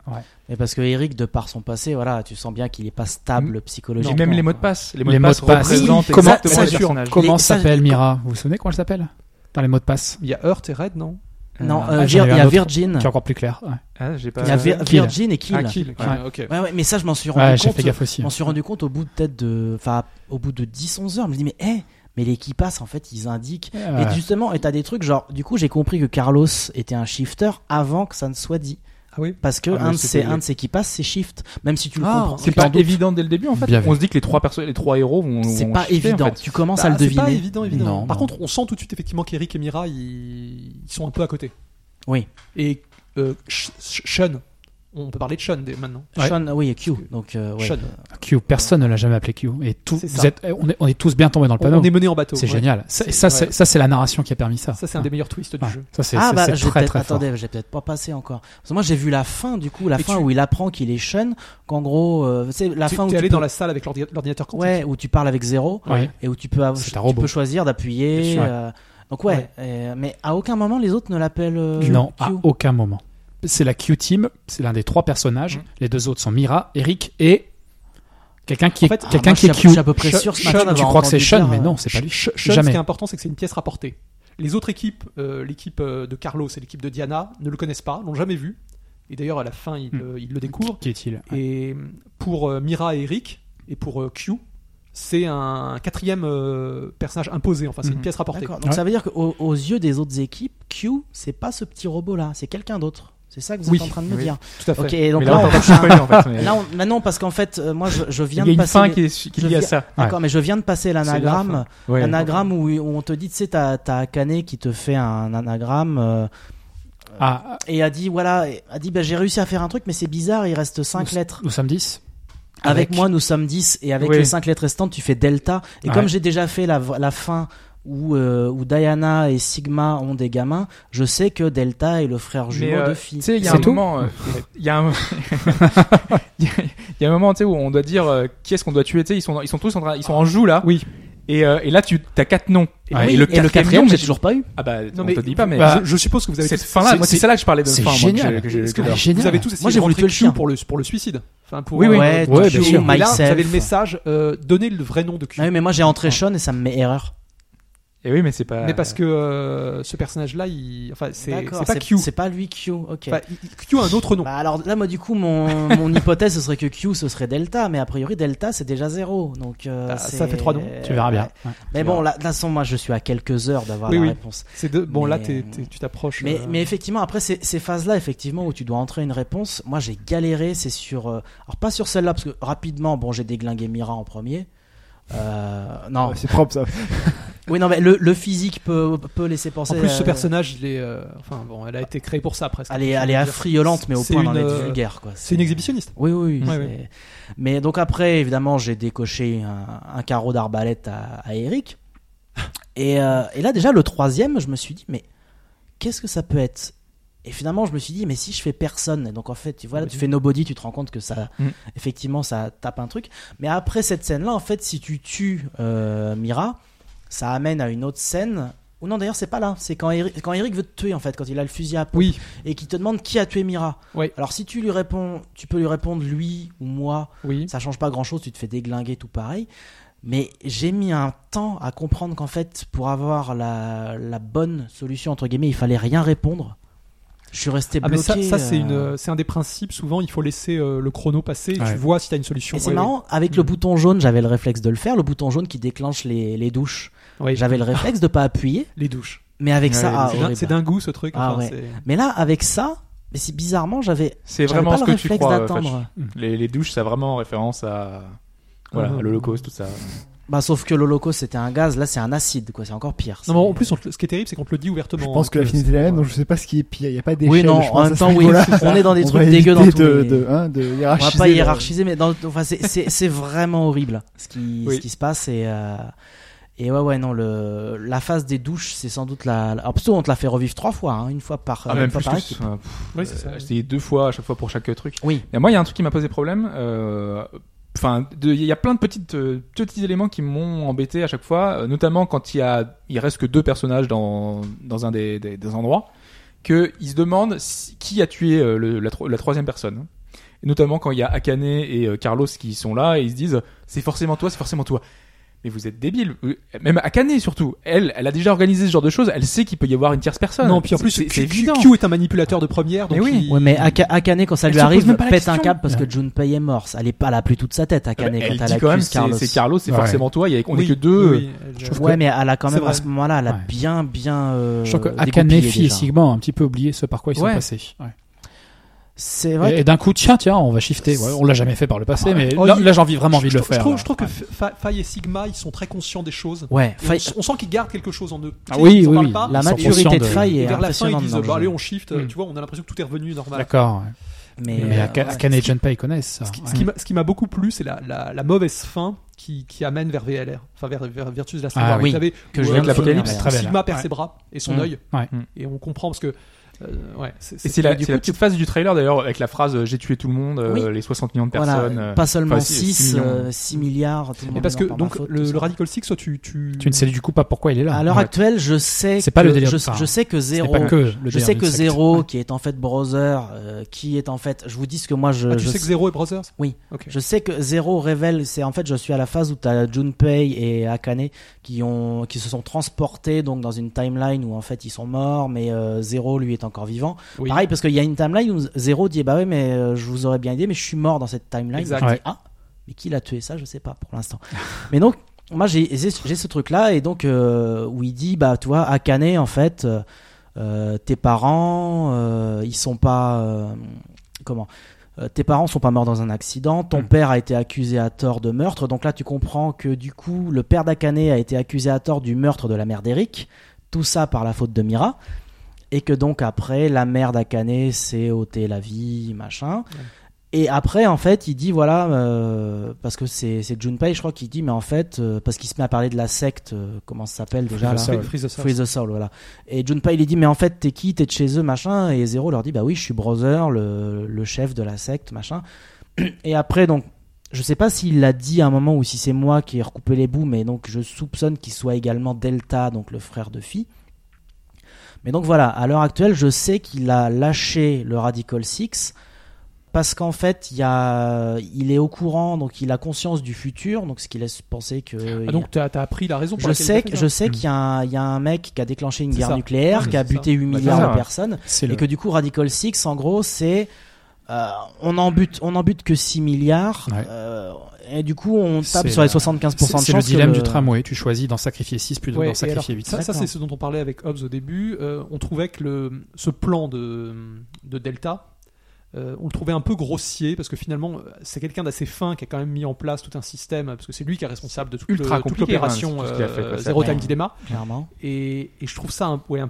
Mais parce que Eric, de par son passé, voilà, tu sens bien qu'il est pas stable psychologiquement. J'ai même les mots de passe. Les mots Les de mots passe de passe. représentent Oui, comment- exactement ça, les sûr. personnages. Comment Les- ça, s'appelle je- Mira Vous vous souvenez comment elle s'appelle Dans les mots de passe. Il y a Hurt et Red, non Non, Ah, euh, j'en ai Vir- eu il un y a autre Virgin. Qui est encore plus clair. Ouais, Ah, j'ai pas. Il y a Vir- Kill. Virgin et Kill. Ah, Kill. Kill, Ouais. Ok. Ouais, ouais, mais ça, je m'en suis rendu Ouais, j'ai compte. fait gaffe aussi. Je m'en suis rendu compte au bout de peut-être de, enfin, au bout de 10-11 heures. Je me dis, mais, hé, mais les qui passent, en fait, ils indiquent. Ouais. Et justement, et t'as des trucs genre, du coup, j'ai compris que Carlos était un shifter avant que ça ne soit dit. Ah oui. Parce que Ah, mais un, de c'est ces, pas- un de ces qui passent, c'est shift. Même si tu le comprends. C'est T'en pas doutes. évident dès le début en fait. Bien vu. On se dit que les trois perso- les trois héros vont. C'est vont pas shifter, en évident. fait. Tu commences à Bah, le c'est pas deviner. évident, évidemment. Non, Par non. contre, on sent tout de suite effectivement qu'Eric et Mira, ils, ils sont un peu à côté. Oui. Et euh, Sh- Sh- Sean, On peut parler de Sean dès maintenant. Ouais. Sean, ah oui, et Q. Donc, euh, ouais. Sean. Q, personne ne l'a jamais appelé Q. Et tout, C'est vous ça. êtes, on, est, on est tous bien tombés dans le On, panneau. on est mené en bateau. C'est ouais. génial. Ça, C'est- ça, ouais. c'est, ça, c'est la narration qui a permis ça. Ça, c'est un des meilleurs twists du Ouais. jeu. Ça, c'est, Ah c'est- bah c'est je vais très peut-être très fort. attendez, j'ai peut-être pas passé encore. Parce que moi j'ai vu la fin du coup, la Mais fin tu- où il apprend qu'il est Sean, qu'en gros euh, c'est la Tu fin où es tu allé peux- dans la salle avec l'ordi- l'ordinateur quantique. ouais, où tu parles avec zéro Ouais. et où tu peux av- C'est un tu robot. peux choisir d'appuyer Bien sûr. euh, donc ouais, euh, mais à aucun moment les autres ne l'appellent euh, Non, Q. à aucun moment. C'est la Q Team, c'est l'un des trois personnages. Mhm. Les deux autres sont Mira, Eric et quelqu'un qui En est, fait, quelqu'un Ah, moi, qui est je Q. suis à- Je suis à peu près Sean- sûr ce Sean, matin tu Tu d'avoir crois que c'est entendu Sean, dire, mais euh, non, c'est pas lui. Sh- Sean, Jamais. ce qui est important, c'est que c'est une pièce rapportée. Les autres équipes, euh, l'équipe euh, de Carlos et l'équipe de Diana, ne le connaissent pas, l'ont jamais vu. Et d'ailleurs, à la fin, ils, Hmm. euh, ils le découvrent. Qui est-il Et pour euh, Mira et Eric, et pour euh, Q, c'est un quatrième euh, personnage imposé. Enfin, c'est Mhm. une pièce rapportée. D'accord. Donc Ouais. ça veut dire qu'aux aux yeux des autres équipes, Q, c'est pas ce petit robot là, c'est quelqu'un d'autre. C'est ça que vous Oui. êtes en train de me Oui. dire. Tout à fait. OK, donc Mais là, là, on on- t'a pas spoilé, en fait. mais là, on- maintenant parce qu'en fait euh, moi je, je viens Il y a de une passer fin les- qui est qui est je liée à viens- ça. D'accord, mais je viens de passer l'anagramme. Ouais. Anagramme où, où on te dit, tu sais, t'as t'as Akane qui te fait un anagramme euh, Ah, et a dit, voilà, et a dit, bah, j'ai réussi à faire un truc, mais c'est bizarre, il reste 5 lettres. nous sommes 10 Avec, moi, nous sommes 10 et avec Oui. les 5 lettres restantes, tu fais delta. Et Ouais. comme j'ai déjà fait la, la fin où, euh, où Diana et Sigma ont des gamins, je sais que delta est le frère Mais, jumeau euh, de Phi. Tu sais, il y a C'est un tout moment, euh, il y a un, il y a- il y a un moment, tu sais, où on doit dire euh, qui est-ce qu'on doit tuer. Tu sais, ils sont, ils sont tous en train, ils sont en joue là. Oui. Et, euh, et là, tu as quatre noms. Ouais, Oui, et et, le le quatrième, quatrième, j'ai mais- toujours pas eu. Ah bah, on Non, mais te dit pas, mais bah, je, je suppose que vous avez cette tous- fin là, c'est- moi, c'est c'est- ça là que je parlais de c'est fin. moi, que génial. j'ai- que j'ai- Est-ce que que j'ai- Ah, génial. Vous avez tous essayé Moi, j'ai de voulu rentrer que le Q chien. pour le pour le suicide. Enfin, pour, Oui, oui. Ouais, Ouais, Q, bien sûr. Et là, vous myself. avez le message euh, donnez le vrai nom de Q. Ah oui, mais moi, j'ai entré Sean et ça me met erreur. Et oui, mais c'est pas. Mais parce que euh, ce personnage-là, il... enfin, c'est D'accord, c'est pas Q. C'est pas lui Q, ok. Enfin, il- il- Q a un autre nom. Bah alors là, moi, du coup, mon, mon hypothèse, ce serait que Q, ce serait Delta, mais a priori, Delta, c'est déjà zéro. Donc, euh, Bah, c'est- ça fait trois noms. Tu verras bien. Ouais. Mais bon, là, de toute façon, moi, je suis à quelques heures d'avoir Oui, la oui. réponse. C'est deux- Bon, là, Mais, t'es- euh, t'es- tu t'approches. Mais, euh, mais effectivement, après ces, ces phases-là, effectivement, où tu dois entrer une réponse, moi, j'ai galéré. C'est sur. euh, alors, pas sur celle-là, parce que rapidement, bon, j'ai déglingué Mira en premier. Euh, non. Ouais, Ah, c'est propre ça. Oui, non, mais le, le physique peut, peut laisser penser. En plus, ce euh, personnage, il est, euh, enfin, bon, elle a été créée pour ça presque. Elle est, elle est affriolante, mais au C'est point d'en une, être euh, vulgaire, quoi. C'est une exhibitionniste. Oui, oui. oui, Ouais, c'est- ouais. Mais donc après, évidemment, j'ai décoché un, un carreau d'arbalète à, à Eric. Et, euh, et là, déjà, le troisième, je me suis dit, mais qu'est-ce que ça peut être Et finalement, je me suis dit, mais si je fais personne, et donc en fait, tu vois, là, tu fais nobody, tu te rends compte que ça, Mm. effectivement, ça tape un truc. Mais après cette scène-là, en fait, si tu tues euh, Mira, ça amène à une autre scène. Ou non, d'ailleurs, c'est pas là. C'est quand Eric, quand Eric veut te tuer, en fait, quand il a le fusil à pompe Oui. et qui te demande qui a tué Mira. Oui. Alors si tu lui réponds, tu peux lui répondre lui ou moi, Oui. ça change pas grand chose, tu te fais déglinguer tout pareil. Mais j'ai mis un temps à comprendre qu'en fait, pour avoir la, la bonne solution, entre guillemets, il fallait rien répondre. Je suis resté Ah, mais bloqué. ça, ça, c'est euh, une, c'est un des principes. Souvent, il faut laisser euh, le chrono passer. Et Ouais. Tu vois si t'as une solution. Et c'est Ouais, Hmm. marrant, avec le bouton jaune, j'avais le réflexe de le faire, le bouton jaune qui déclenche les, les douches. ouais. Ouais. J'avais le réflexe de pas appuyer, les douches. mais avec Ouais, ça, ah, C'est d'un- horrible. c'est d'un goût ce truc. Ah, enfin, ouais. c'est- Mais là, avec ça, mais si bizarrement, j'avais c'est j'avais vraiment pas ce le que tu réflexe crois. euh, Fatch. d'attendre. Les, les douches, ça a vraiment référence à voilà, Mhm. à l'Holocauste, tout ça. Bah, sauf que l'Holocauste c'était un gaz, là c'est un acide, quoi, c'est encore pire. Non, C'est- mais en plus, on te- ce qui est terrible, c'est qu'on te le dit ouvertement. hein, Je pense que la finalité est la même, donc je sais pas ce qui est pire. Il n'y a pas d'échelle. Oui, non, je en pense, même à ce temps, oui, niveau-là. on est dans des On trucs va dégueux dans éviter tous de, les- de, hein, de On va hiérarchiser. pas le- hiérarchiser, mais dans- enfin, c'est- c'est c'est vraiment horrible hein, ce qui, Oui. ce qui se passe. Et, euh, et ouais, ouais, non, le, la phase des douches, c'est sans doute la. la- Alors, plutôt, on te la fait revivre trois fois, hein, une fois par, Ah, une même fois plus. par tous. équipe. Enfin, Oui, c'est ça. Euh, J'essayais deux fois à chaque fois pour chaque truc. Oui. Et moi, il y a un truc qui m'a posé problème. euh, Enfin, de- il y a plein de petites, euh, petits éléments qui m'ont embêté à chaque fois, euh, notamment quand il y a, il reste que deux personnages dans dans un des, des, des endroits, que ils se demandent si- qui a tué euh, le- la, tro- la troisième personne. Et notamment quand il y a Akane et euh, Carlos qui sont là et ils se disent c'est forcément toi, c'est forcément toi. Mais vous êtes débiles. Euh, Même Akane surtout. Elle, elle a déjà organisé ce genre de choses. Elle sait qu'il peut y avoir une tierce personne. Non, puis en C'est- plus, c'est Q- c'est évident. Q est un manipulateur de première. Donc Mais oui. il- Ouais, mais Aka- Akane, quand ça Elle lui se pose arrive, même pas la pète un question. câble parce que Ouais. Junpei est mort. Elle est pas la plus toute sa tête, Akane, Elle quand dit elle quand même accuse Carlos. c'est c'est Carlos, c'est Ouais. forcément toi. Il y a, on oui, est que deux. euh, oui, oui, je- trouve Ouais, que- mais elle a quand c'est même à vrai. ce moment-là, elle a Ouais. bien, bien. euh, Je crois que Akane, dégoupillé Phi et déjà. Sigma ont un petit peu oublié ce par quoi ils sont Ouais. passés. Ouais. C'est vrai. Et, et d'un coup, tiens, tiens, on va shifter. Ouais, on l'a jamais fait par le passé, mais Oh, là, il- là, j'ai envie vraiment envie de je, le trouve- je faire. trouve, là. je trouve que Fa- Faye et Sigma, ils sont très conscients des choses. que- Ouais, Et faille- on, on sent qu'ils gardent quelque chose en eux. Ah Tu sais, oui, ils en oui, parlent oui. pas, la Ils sont maturité conscients de de- faille est et vers la fin, ils impressionnante. disent dans le bah, jeu. allez, on shift. Mm. Tu vois, on a l'impression que tout est revenu normal. D'accord. ouais. Mais, Mais euh, à Ca- à Cannes et John Pay, ils connaissent ça. Ce qui- Ouais. ce qui m'a- Ce qui m'a beaucoup plu, c'est la, la, la mauvaise fin qui, qui amène vers VLR, enfin vers, vers Virtus Last Ah Reward. oui, Vous savez, que où, je euh, viens de l'apocalypse, finir, très belle. Sigma perd Ouais. ses bras et son Mm. œil, Ouais. et on comprend parce que. euh, ouais, Et c'est et la, c'est du coup, la petite phase du trailer d'ailleurs avec la phrase euh, j'ai tué tout le monde, euh, Oui. les 60 millions de Voilà, personnes. euh, pas seulement enfin, six- 6, six millions. milliards. Tout le tu- Et monde parce est que mort par ma donc faute, le, tout le ça. Radical Six, toi, tu. tu... Tu ne sais du coup pas pourquoi il est là. À l'heure hein. Ouais. actuelle, je sais. C'est pas que- le délire Je, de Farah. je sais que Ce n'est zéro. pas que le Je délire sais du que secte. Zero, Ouais. qui est en fait Browser, euh, qui est en fait, je vous dis ce que moi je, Ah, tu je sais que Zero et Brothers Oui. Ok. Je sais que Zero révèle, c'est en fait, je suis à la phase où tu as Junpei et Akane qui, ont, qui se sont transportés donc dans une timeline où en fait ils sont morts, mais euh, Zero lui est encore vivant. Oui. Pareil, parce qu'il y a une timeline où Zero dit Bah ouais, mais euh, je vous aurais bien aidé, mais je suis mort dans cette timeline. Exact. Je dis, Ouais. Ah, mais qui l'a tué Ça, je sais pas pour l'instant. mais donc, moi j'ai j'ai- j'ai ce truc là, et donc euh, où il dit Bah, tu vois, Akane, en fait, euh, euh, tes parents, euh, ils sont pas. euh, comment euh, tes parents sont pas morts dans un accident, ton Mm. père a été accusé à tort de meurtre, donc là tu comprends que du coup le père d'Akane a été accusé à tort du meurtre de la mère d'Eric, tout ça par la faute de Mira, et que donc après la mère d'Akane s'est ôté la vie, machin. Et après, en fait, il dit voilà, euh, parce que c'est c'est Junpei, je crois, qui dit, mais en fait, euh, parce qu'il se met à parler de la secte, euh, comment ça s'appelle déjà là Free- Freeze the Source. Free the Soul, voilà. Et Junpei, il dit, mais en fait, t'es qui T'es de chez eux, machin. Et Zero leur dit, bah oui, je suis Brother, le, le chef de la secte, machin. Et après, donc, je sais pas s'il l'a dit à un moment ou si c'est moi qui ai recoupé les bouts, mais donc, je soupçonne qu'il soit également Delta, donc le frère de Phi. Mais donc voilà, à l'heure actuelle, je sais qu'il a lâché le Radical Six parce qu'en fait, il, y a, il est au courant, donc il a conscience du futur, donc ce qui laisse penser que. Ah, donc, t'as as appris la raison pour Je laquelle il sais, a fait que- ça. je sais qu'il y, a un- il y a un mec qui a déclenché une C'est guerre ça. nucléaire, Ouais, qui a c'est ça. buté 8 Bah, c'est milliards ça. de personnes, C'est et le- que du coup, Radical Six, en gros, c'est. euh, on en bute, on en bute que 6 milliards, Ouais. euh, et du coup, on tape C'est sur les la- 75% de C'est chances. c'est le que dilemme du tramway. Tu choisis d'en sacrifier 6 plutôt que d'en Ouais, et alors, sacrifier 8. Ça, ça, D'accord. c'est ce dont on parlait avec Hobbes au début. Euh, on trouvait que le, ce plan de, de Delta, euh, on le trouvait un peu grossier parce que finalement, euh, c'est quelqu'un d'assez fin qui a quand même mis en place tout un système parce que c'est lui qui est responsable de toute le- Ultra toute compliqué, l'opération hein, c'est tout ce qu'il a fait, quoi, euh, ça. Zero Time Ouais. Dilemma. Clairement. Et, et je trouve ça un, ouais, un,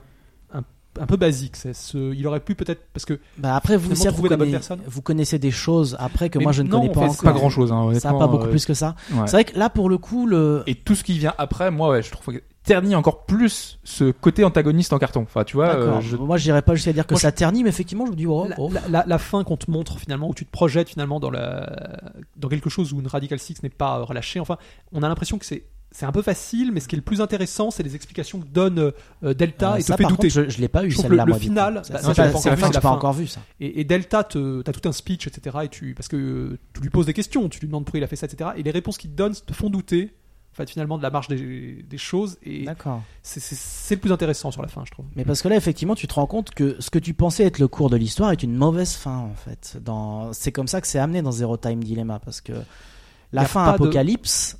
un- un peu basique. C'est ce- il aurait pu peut-être parce que Bah après, vous, Finalement, certes, vous, trouver la bonne connaissez- personne. vous connaissez des choses après que Mais moi je ne non, connais en pas fait, encore. c'est pas hein, grand chose, Ça, pas euh, beaucoup plus que ça. C'est vrai que là, pour le coup, le. euh, Et tout ce qui vient après, moi, ouais, je trouve que ternit encore plus ce côté antagoniste en carton. Enfin, tu vois, D'accord. euh, je- Moi, j'irais pas jusqu'à dire que Moi, je- ça ternit, mais effectivement, je me dis, oh, la, oh. la- la- la fin qu'on te montre finalement, où tu te projettes finalement dans, la, dans quelque chose où une Radical Six n'est pas euh, relâchée, enfin, on a l'impression que c'est. C'est un peu facile, mais ce qui est le plus intéressant, c'est les explications que donne euh, Delta Euh, et ça, te fait par douter. contre, je, je l'ai pas eu Je trouve celle-là. le- le moi, du coup. final, Ça, bah, ça, ça, j'ai j'ai pas pas- c'est encore vrai vu, que j'ai la pas fin. encore vu ça. Et, et Delta, te- t'as tout un speech, etc. Et tu, parce que euh, tu lui poses des questions, tu lui demandes pourquoi il a fait ça, etc. Et les réponses qu'il te donne te font douter, en fait, finalement, de la marche des, des choses. Et D'accord. c'est- c'est c'est le plus intéressant sur la fin, je trouve. Mais parce que là, effectivement, tu te rends compte que ce que tu pensais être le cours de l'histoire est une mauvaise fin, en fait. Dans... C'est comme ça que c'est amené dans Zero Time Dilemma, parce que Y la a fin pas de- Apocalypse,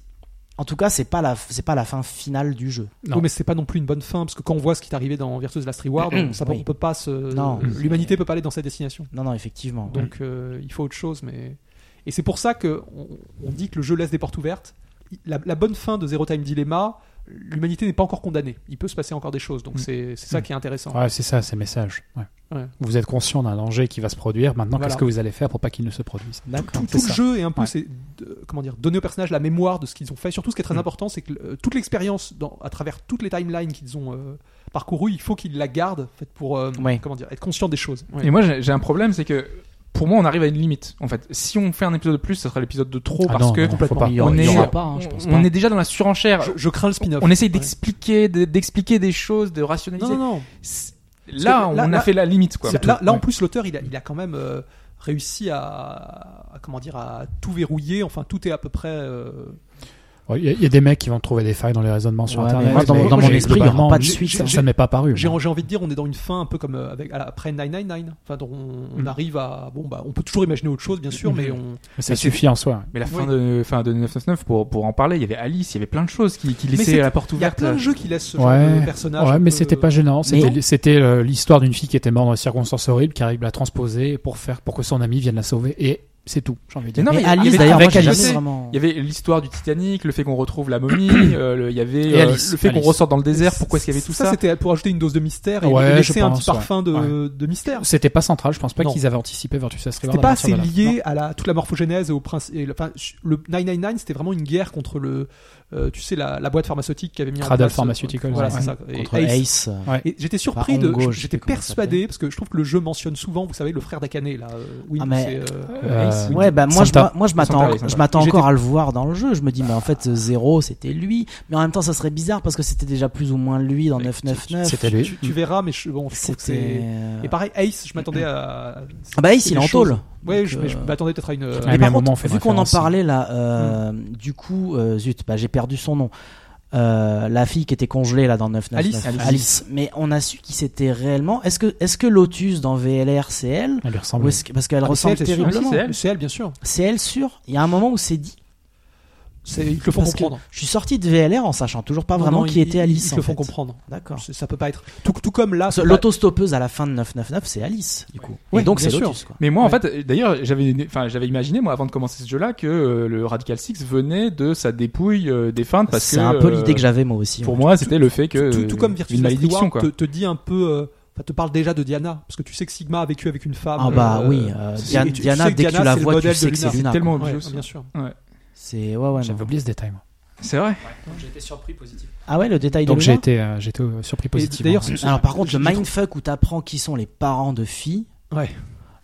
en tout cas, c'est pas la, c'est pas la fin finale du jeu. Non. Oui, mais c'est pas non plus une bonne fin, parce que quand on voit ce qui est arrivé dans Virtue's Last Reward, on, ça, Oui. on peut pas se. Non. L'humanité peut pas aller dans cette destination. Non, non, effectivement. Donc Mm. euh, il faut autre chose, mais et c'est pour ça que on, on dit que le jeu laisse des portes ouvertes. Il- La, la bonne fin de Zero Time Dilemma, l'humanité n'est pas encore condamnée. Il peut se passer encore des choses, donc Mm. c'est c'est ça Mm. qui est intéressant. Ouais, c'est ça, c'est le message. Ouais. Ouais. Vous êtes conscient d'un danger qui va se produire. Maintenant, Voilà. qu'est-ce que vous allez faire pour pas qu'il ne se produise D'accord. Tout, c'est tout le ça. jeu est un peu, Ouais. c'est de- comment dire, donner aux personnages la mémoire de ce qu'ils ont fait. Surtout, ce qui est très Mm. important, c'est que euh, toute l'expérience dans- à travers toutes les timelines qu'ils ont euh, parcourues, il faut qu'ils la gardent, en fait, pour euh, Ouais. comment dire, être conscient des choses. Ouais. Et moi, j'ai j'ai un problème, c'est que pour moi, on arrive à une limite. En fait, si on fait un épisode de plus, ce sera l'épisode de trop Ah Oh, parce non, que non, faut complètement, pas. Il y aura- on il est, y aura pas, hein, je pense on pas. est déjà dans la surenchère. je, je crains le spin-off. On essaye Ouais. d'expliquer, de- d'expliquer des choses, de Non, rationaliser. non, non. C'est- Là, Parce on que là- a là- fait la limite, quoi. Là, là, là, en Ouais. plus, l'auteur, il a, il a quand même euh, réussi à, à- comment dire, à tout verrouiller. Enfin, tout est à peu près. euh, Ouais, Il y, a- il y a des mecs qui vont trouver des failles dans les raisonnements sur Ouais, mais Internet. moi, dans- mais dans mon j'ai- esprit, il y aura globalement, pas de j'ai- suite, j'ai- hein. Ça ne m'est pas apparu. J'ai moi. j'ai envie de dire, on est dans une fin un peu comme euh, avec, à la- après 999. Enfin, donc, on, on Mm. arrive à. Bon, bah, on peut toujours imaginer autre chose, bien sûr, Mm. mais on. Mais Ça suffit en soi. Mais la fin Oui. de fin de 999 pour pour en parler, il y avait Alice, il y avait plein de choses qui, qui c'est- laissaient la porte Il y a ouverte. plein de jeux qui laissent ce genre de Ouais, personnage. ouais un mais peu- c'était pas gênant. Mais- C'était c'était, euh, l'histoire d'une fille qui était morte dans des circonstances horribles, qui arrive à la transposer pour faire pour que son ami vienne la sauver. Et C'est tout, j'ai envie de Mais dire. non, mais il y avait- Alice, avec d'ailleurs, moi, Alice, j'ai jamais je sais. vraiment. Il y avait l'histoire du Titanic, le fait qu'on retrouve la momie, euh, le- il y avait Et euh, Alice, le fait qu'on Alice. ressorte dans le désert. Pourquoi est-ce qu'il y avait tout ça, c'était pour ajouter une dose de mystère et Ouais, je laisser un pense, petit parfum de, ouais. de mystère. C'était pas central, je pense pas Non. qu'ils avaient anticipé Virtus Last River. C'était à pas partir assez de là. lié à la, toute la morphogénèse et au principe. et le- Enfin, le 999, c'était vraiment une guerre contre le, euh, tu sais, la, la boîte pharmaceutique qui avait mis en Cradle place. euh, Pharmaceuticals, Voilà, ouais. c'est ça. Et Contre Ace. Ace. Et j'étais surpris Enfin, Hongo, de, je sais j'étais plus comment ça persuadé parce que je trouve que le jeu mentionne souvent, vous savez, le frère d'Akane là. euh, oui, Ah, mais- c'est, euh, Euh, Ace, oui. ouais. Ouais, bah moi je, Santa. m'a- moi je m'attends, Santa, oui, je Santa. m'attends Et encore à le voir dans le jeu. Je me dis, mais en fait, euh, Zero, c'était lui. Mais en même temps, ça serait bizarre parce que c'était déjà plus ou moins lui dans 999. C'était lui. tu, tu verras, mais je, bon, je trouve que C'était. c'est. Et pareil, Ace, je m'attendais à. Ah bah Ace, il est en des tôle. choses. Ouais, Donc, je, mais je euh, m'attendais peut-être à une. Ah, Mais mais à par un contre, moment, on fait vu qu'on en référence. parlait là, euh, du coup, euh, zut, bah, j'ai perdu son nom. Euh, la fille qui était congelée là dans 999. Alice. Alice. Mais on a su qui c'était réellement. Est-ce que, est-ce que Lotus dans VLR c'est elle Elle lui ressemble. Ou est-ce que- Parce qu'elle Ah, mais ressemble c'est elle, c'est sûr. terriblement. Ah, si, C'est elle, c'est elle, bien sûr. C'est elle sûre Il y a un moment où c'est dit. C'est- Ils te le font Parce que comprendre. je suis sorti de VLR en sachant toujours pas vraiment Non, non, qui ils- était Alice. Ils te en le font fait. comprendre. D'accord. Ça peut pas être. Tout, tout comme là. Parce que L'autostoppeuse à la fin de 999, c'est Alice, du coup. Ouais, Et donc c'est bien sûr. Lotus, quoi. Mais moi, en Ouais. fait, euh, d'ailleurs, j'avais, enfin, j'avais imaginé, moi, avant de commencer ce jeu-là, que euh, le Radical Six venait de sa dépouille euh, défunte, parce que C'est un peu euh, l'idée que j'avais moi aussi. Pour ouais. moi, c'était le fait tout, que tout- tout comme euh, Virtus une malédiction, quoi. Te, te dit un peu. euh, Enfin, te parle déjà de Diana, parce que tu sais que Sigma a vécu avec une femme. Ah bah euh, oui, euh, c'est- Diana, et tu- tu sais que dès que tu Diana, la c'est le vois, tu modèle sais de que c'est Luna. Luna. tellement quoi. Ouais, obvious. bien sûr. C'est ouais ouais. non. J'avais oublié ce détail. moi. C'est vrai. J'étais surpris positivement. Ah ouais, le détail Donc de j'ai Luna. été, euh, j'étais euh, surpris positivement. d'ailleurs, Ouais. c'est- Alors par contre, le J'ai- j'ai mindfuck où t'apprends qui sont les parents de filles. Ouais.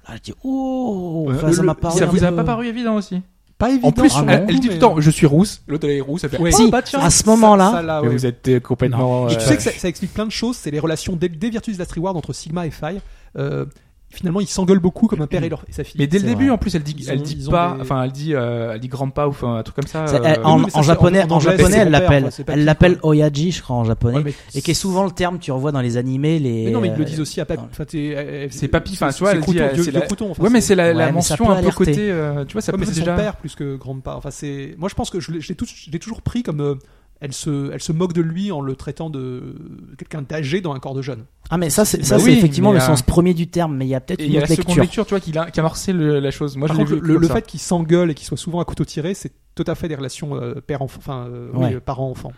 Là, je dis oh, Euh, enfin, le- ça m'a paru. ça un vous a peu- pas paru évident aussi. Pas évident. En plus, Ah non. elle, elle dit tout le temps, je suis rousse. L'autre elle est rousse. Elle fait, Ouais. oh, Si, bah, tiens. à ce moment-là- Ça, ça, là, Mais Ah ouais. vous êtes euh, complètement. Et tu euh, sais que ça, ça explique plein de choses. C'est les relations dès, dès Virtus Last Reward entre Sigma et Phi. Euh, finalement, ils s'engueulent beaucoup comme un père et, leur, et sa fille. Mais dès le C'est début, vrai. en plus, elle dit, Ils elle ont- dit ils ont pas, des- enfin, elle dit, euh, elle dit grand-pa ou enfin, un truc comme ça. C'est- euh, elle- en, oui, mais ça, en c'est- en- japonais, en en, anglais, japonais, c'est elle son père, l'appelle, quoi, c'est pas elle qui, l'appelle quoi. Oyaji, je crois, en japonais, Ouais, mais- et qui est souvent le terme tu revois dans les animés. Les Mais non, mais ils le euh, disent aussi à Papi. Enfin, t'es- euh, C'est Papi, enfin, tu vois, c'est elle dit, Crouton, euh, Dieu- c'est Dieu la- Crouton, enfin, Ouais, mais c'est- c'est la, Ouais, la mais ça peut mention un peu alerter. côté. euh, tu vois, ça Ouais, peut mais c'est déjà. son père plus que grand-père. Enfin, c'est. Moi, je pense que je l'ai je l'ai tout- je l'ai toujours pris comme. euh, elle se, elle se moque de lui en le traitant de quelqu'un d'âgé dans un corps de jeune. Ah mais ça, c'est ça, Bah c'est oui, effectivement mais, le euh, sens premier du terme, mais il y a peut-être Et il une y a la autre seconde lecture. lecture, tu vois, qui a, qui a amorcé le- la chose. Moi, Par je l'ai contre, vu le, comme le ça. fait qu'il s'engueule et qu'il soit souvent à couteau tiré, c'est tout à fait des relations euh, père-enfant, enfin, euh, oui, Ouais. euh, parent-enfant.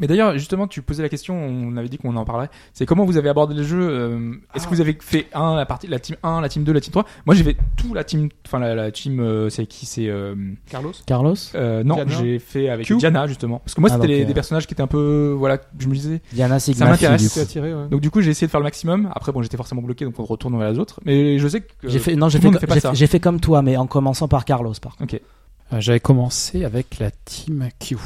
Mais d'ailleurs, justement, tu posais la question, on avait dit qu'on en parlerait. C'est comment vous avez abordé le jeu euh, Est-ce Ah. que vous avez fait un, la partie, la team 1, la team 2, la team 3 Moi, j'ai fait tout la team, enfin la, la team, euh, c'est qui C'est euh, Carlos Carlos, euh, non, Diana j'ai fait avec Q Diana justement, parce que moi, Ah, c'était donc, les- euh, des personnages qui étaient un peu, voilà, je me disais. Diana Sigma, m'intéresse. fille, du C'est coup. attiré, ouais. Donc du coup, j'ai essayé de faire le maximum. Après, bon, j'étais forcément bloqué, donc on retourne vers les autres. Mais je sais que J'ai fait non, tout le j'ai fait, monde ne fait pas j'ai- ça. j'ai fait comme toi, mais en commençant par Carlos, par contre. Euh, J'avais commencé avec la team Q.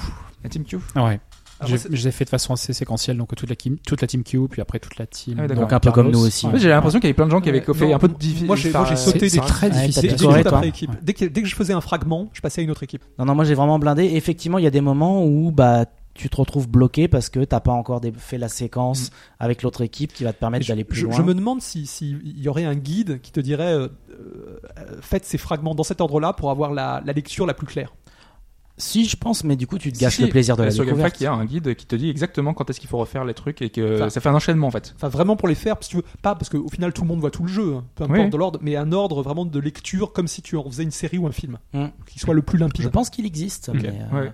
la team Q. Ouais. Alors, Ah, J'ai- c'est- je les ai fait de façon assez séquentielle, donc toute la, team, toute la team Q, puis après toute la team. Ah oui, d'accord. Donc un peu comme Carlos. nous aussi. En fait, J'ai l'impression qu'il y avait plein de gens qui avaient Ouais, fait non, un peu de diffi- moi, j'ai- moi, j'ai enfin, sauté C'est des- c'est très Ouais, t'as difficile. bien Dès de que correct, j'étais suivre. après équipe. Dès, que, dès que je faisais un fragment, je passais à une autre équipe. Non, non, moi j'ai vraiment blindé. Et Effectivement, il y a des moments où bah tu te retrouves bloqué parce que t'as pas encore dé- fait la séquence avec l'autre équipe qui va te Mm. permettre Je, d'aller plus je- loin. je me demande s'il si, il y aurait un guide qui te dirait euh, euh, faites ces fragments dans cet ordre-là pour avoir la, la lecture la plus claire. Si je pense, mais du coup tu te gâches Si, le plaisir de la sur Game découverte. Pack, il y hein. a un guide qui te dit exactement quand est-ce qu'il faut refaire les trucs et que Enfin, ça fait un enchaînement en fait. Enfin, vraiment pour les faire, parce que tu veux, pas parce qu'au final tout le monde voit tout le jeu, hein, peu Oui. importe de l'ordre, mais un ordre vraiment de lecture comme si tu en faisais une série ou un film, Mm. qui soit le plus limpide. Je pense qu'il existe. Ok, mais, euh, ouais.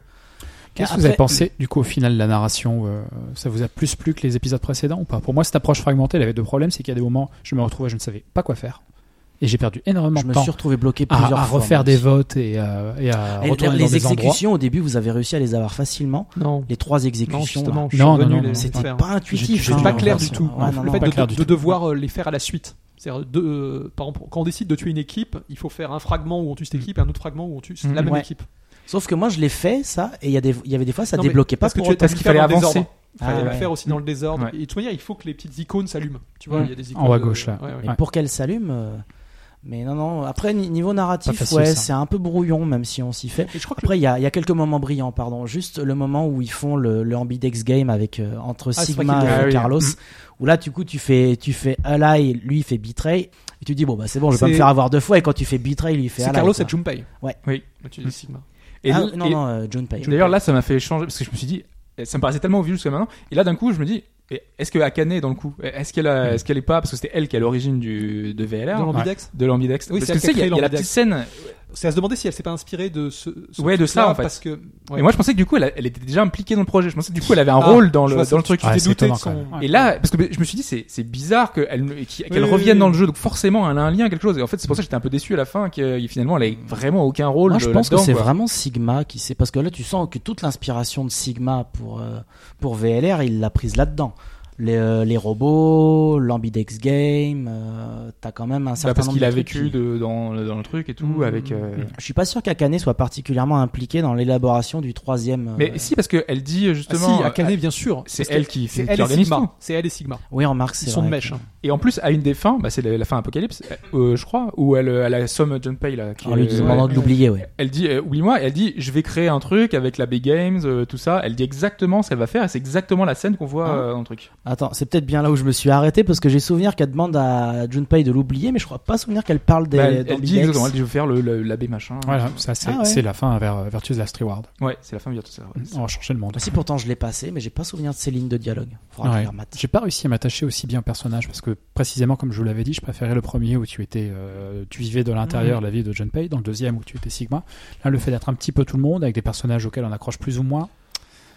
Qu'est-ce que Après- vous avez pensé du coup au final de la narration euh, Ça vous a plus plu que les épisodes précédents ou pas Pour moi, cette approche fragmentée, elle avait deux problèmes. C'est qu'il y a des moments, je me retrouvais, je ne savais pas quoi faire, et j'ai perdu énormément Je de me temps suis retrouvé bloqué à, plusieurs à fois. refaire moi des aussi. votes et, euh, et à Et retourner les dans des endroits. exécutions au début, vous avez réussi à les avoir facilement. Non, Les trois non exécutions. là. justement, je suis Non, non, revenu non, les- non, les C'était faire. pas intuitif. J'ai- hein, j'ai pas j'ai clair du l'impression. tout. Ouais, non, le non. fait Pas de, clair de- du de tout. devoir euh, les faire à la suite. C'est-à-dire, de, euh, par exemple, quand on décide de tuer une équipe, il faut faire un fragment où on tue cette équipe et un autre fragment où on tue la Mhm. même Ouais. équipe. Sauf que moi, je l'ai fait, ça, et il y, a des- il y avait des fois, ça Non, mais débloquait pas parce que pour tu- autant. Parce le qu'il faire fallait dans le désordre. avancer. Il fallait Ah, le ouais. faire aussi dans le désordre. Ouais. Et de toute manière, il faut que les petites icônes s'allument. Tu vois, Ouais. il y a des icônes. En haut à de- gauche, là. Ouais, ouais. Mais pour qu'elle s'allume. euh, Mais non, non. Après, ni- niveau narratif, Pas facile, ouais, ça. c'est un peu brouillon, même si on s'y fait. Et je crois que Après, il y a, il y a quelques moments brillants, pardon. Juste le moment où ils font le, le ambidex game avec euh, entre c'est Sigma vrai et qu'il- Ah oui. Carlos, où là, du coup, tu fais, tu fais ally, lui il fait betray, et tu dis bon bah c'est bon, je vais pas me C'est- faire avoir deux fois. Et quand tu fais betray, lui il fait c'est ally. Carlos quoi. et Junpei. Ouais. Oui. Mais Tu dis Sigma. Et Ah, l- non, et- non, euh, Junpei. D'ailleurs, là, ça m'a fait changer parce que je me suis dit, eh, ça me paraissait tellement vieux jusqu'à maintenant. Et là, d'un coup, je me dis, eh, est-ce que Akane est dans le coup Est-ce qu'elle, a- est-ce qu'elle est pas Parce que c'était elle qui est à l'origine du de Dans VLR, l'ambidex de l'ambidex. Oui, parce c'est que elle tu sais, qui il a y a, il y créé a la l'ambidex. petite scène C'est à se demander si elle s'est pas inspirée de ce. ce Ouais, de ça, truc-là, en fait. Parce que. Et moi, je pensais que du coup, elle, a- elle était déjà impliquée dans le projet. Je pensais que du coup, elle avait un Ah, rôle dans je le, vois ça. dans le truc. Tu t'es Ouais, c'est douté de étonnant, son- quand même. Et là, parce que je me suis dit, c'est c'est bizarre qu'elle ne- qu'elle Oui, oui, revienne oui. dans le jeu, donc forcément, elle a un lien, quelque chose. Et en fait, c'est pour ça que j'étais un peu déçu à la fin, que finalement, elle ait vraiment aucun rôle. Moi, je euh, pense que là-dedans, c'est quoi. vraiment Sigma qui sait. Parce que là, tu sens que toute l'inspiration de Sigma pour, euh, pour VLR, il l'a prise là-dedans. Les, euh, les robots, l'ambidex game, euh, t'as quand même un Bah, certain parce nombre qu'il de a trucs vécu qui- de- dans, dans le truc et tout, Mmh, avec. euh, mmh. Je suis pas sûr qu'Akane soit particulièrement impliqué dans l'élaboration du troisième. euh, Mais si, parce qu'elle dit euh, Ah, justement. si, euh, Akane, bien sûr. c'est Parce elle que- qui, C'est qui elle et organise tout. Sigma. C'est elle et Sigma. Oui, on marque, c'est Ils sont de vrai mèche. que- hein. Et en plus, à une des fins, bah, c'est la, la fin Apocalypse, euh, je crois, où elle, euh, elle assomme John Pay là. qui En lui est- Ah, demandant de l'oublier, ouais. Elle dit, euh, oublie-moi, elle dit, je vais créer un truc avec la Big Games, euh, tout ça. Elle dit exactement ce qu'elle va faire et c'est exactement la scène qu'on voit Ah. euh, dans le truc. Attends, c'est peut-être bien là où je me suis arrêté parce que j'ai souvenir qu'elle demande à Junpei de l'oublier, mais je crois pas souvenir qu'elle parle des. Bah, elle, elle d'Ambidex. dit exactement, elle dit, je vais faire le- le- l'abbé machin. Voilà, ça c'est Ah ouais. c'est la fin vers euh, Virtue's Last Reward. Ouais, c'est la fin de tout ça. ouais. On va changer le monde. Bah, si pourtant je l'ai passé, mais j'ai pas souvenir de ces lignes de dialogue. Faudra que Ouais. je les remate. J'ai pas réussi à m'attacher aussi bien au personnage parce que précisément comme je vous l'avais dit, je préférais le premier où tu étais, euh, tu vivais de l'intérieur la vie de John Pay, dans le deuxième où tu étais Sigma. Là, le fait d'être un petit peu tout le monde avec des personnages auxquels on accroche plus ou moins.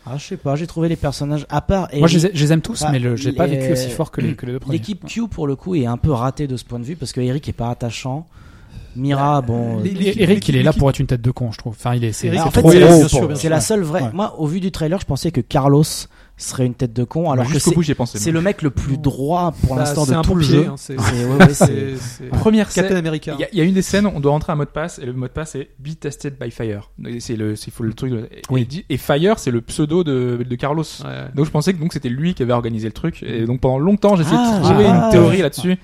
Ah, je sais pas, j'ai trouvé les personnages à part. Moi, Eric, je les, ai- je les aime tous, Bah, mais le- je l'ai pas les- vécu aussi fort que les, que les deux premiers. L'équipe Q pour le coup est un peu ratée de ce point de vue parce que Eric est pas attachant. Mira, bon. euh, Bah, Ah, les- Et- Eric, il est là pour être une tête de con, je trouve. Enfin, il est, c'est Eric, c'est en fait, trop c'est- gros bien pour- sûr, bien C'est la seule vraie. Ouais. Moi, au vu du trailer, je pensais que Carlos serait une tête de con, alors que Jusqu'au c'est bout, j'y ai pensé. c'est le mec le plus droit pour Bah, l'instant c'est un de tout le pompier, jeu. hein, c'est- C'est- ouais, ouais, c'est- C'est c'est- Première Captain scène. America. Il y, a- il y a une des scènes, on doit rentrer un mot de passe et le mot de passe est Be tested by fire. Et C'est le, c'est faut le truc. de- et- Oui. et dit- Et fire, c'est le pseudo de, de Carlos. Ouais. Donc je pensais que donc c'était lui qui avait organisé le truc. Et donc pendant longtemps, j'ai essayé Ah, de trouver ah, une théorie ouais. là-dessus.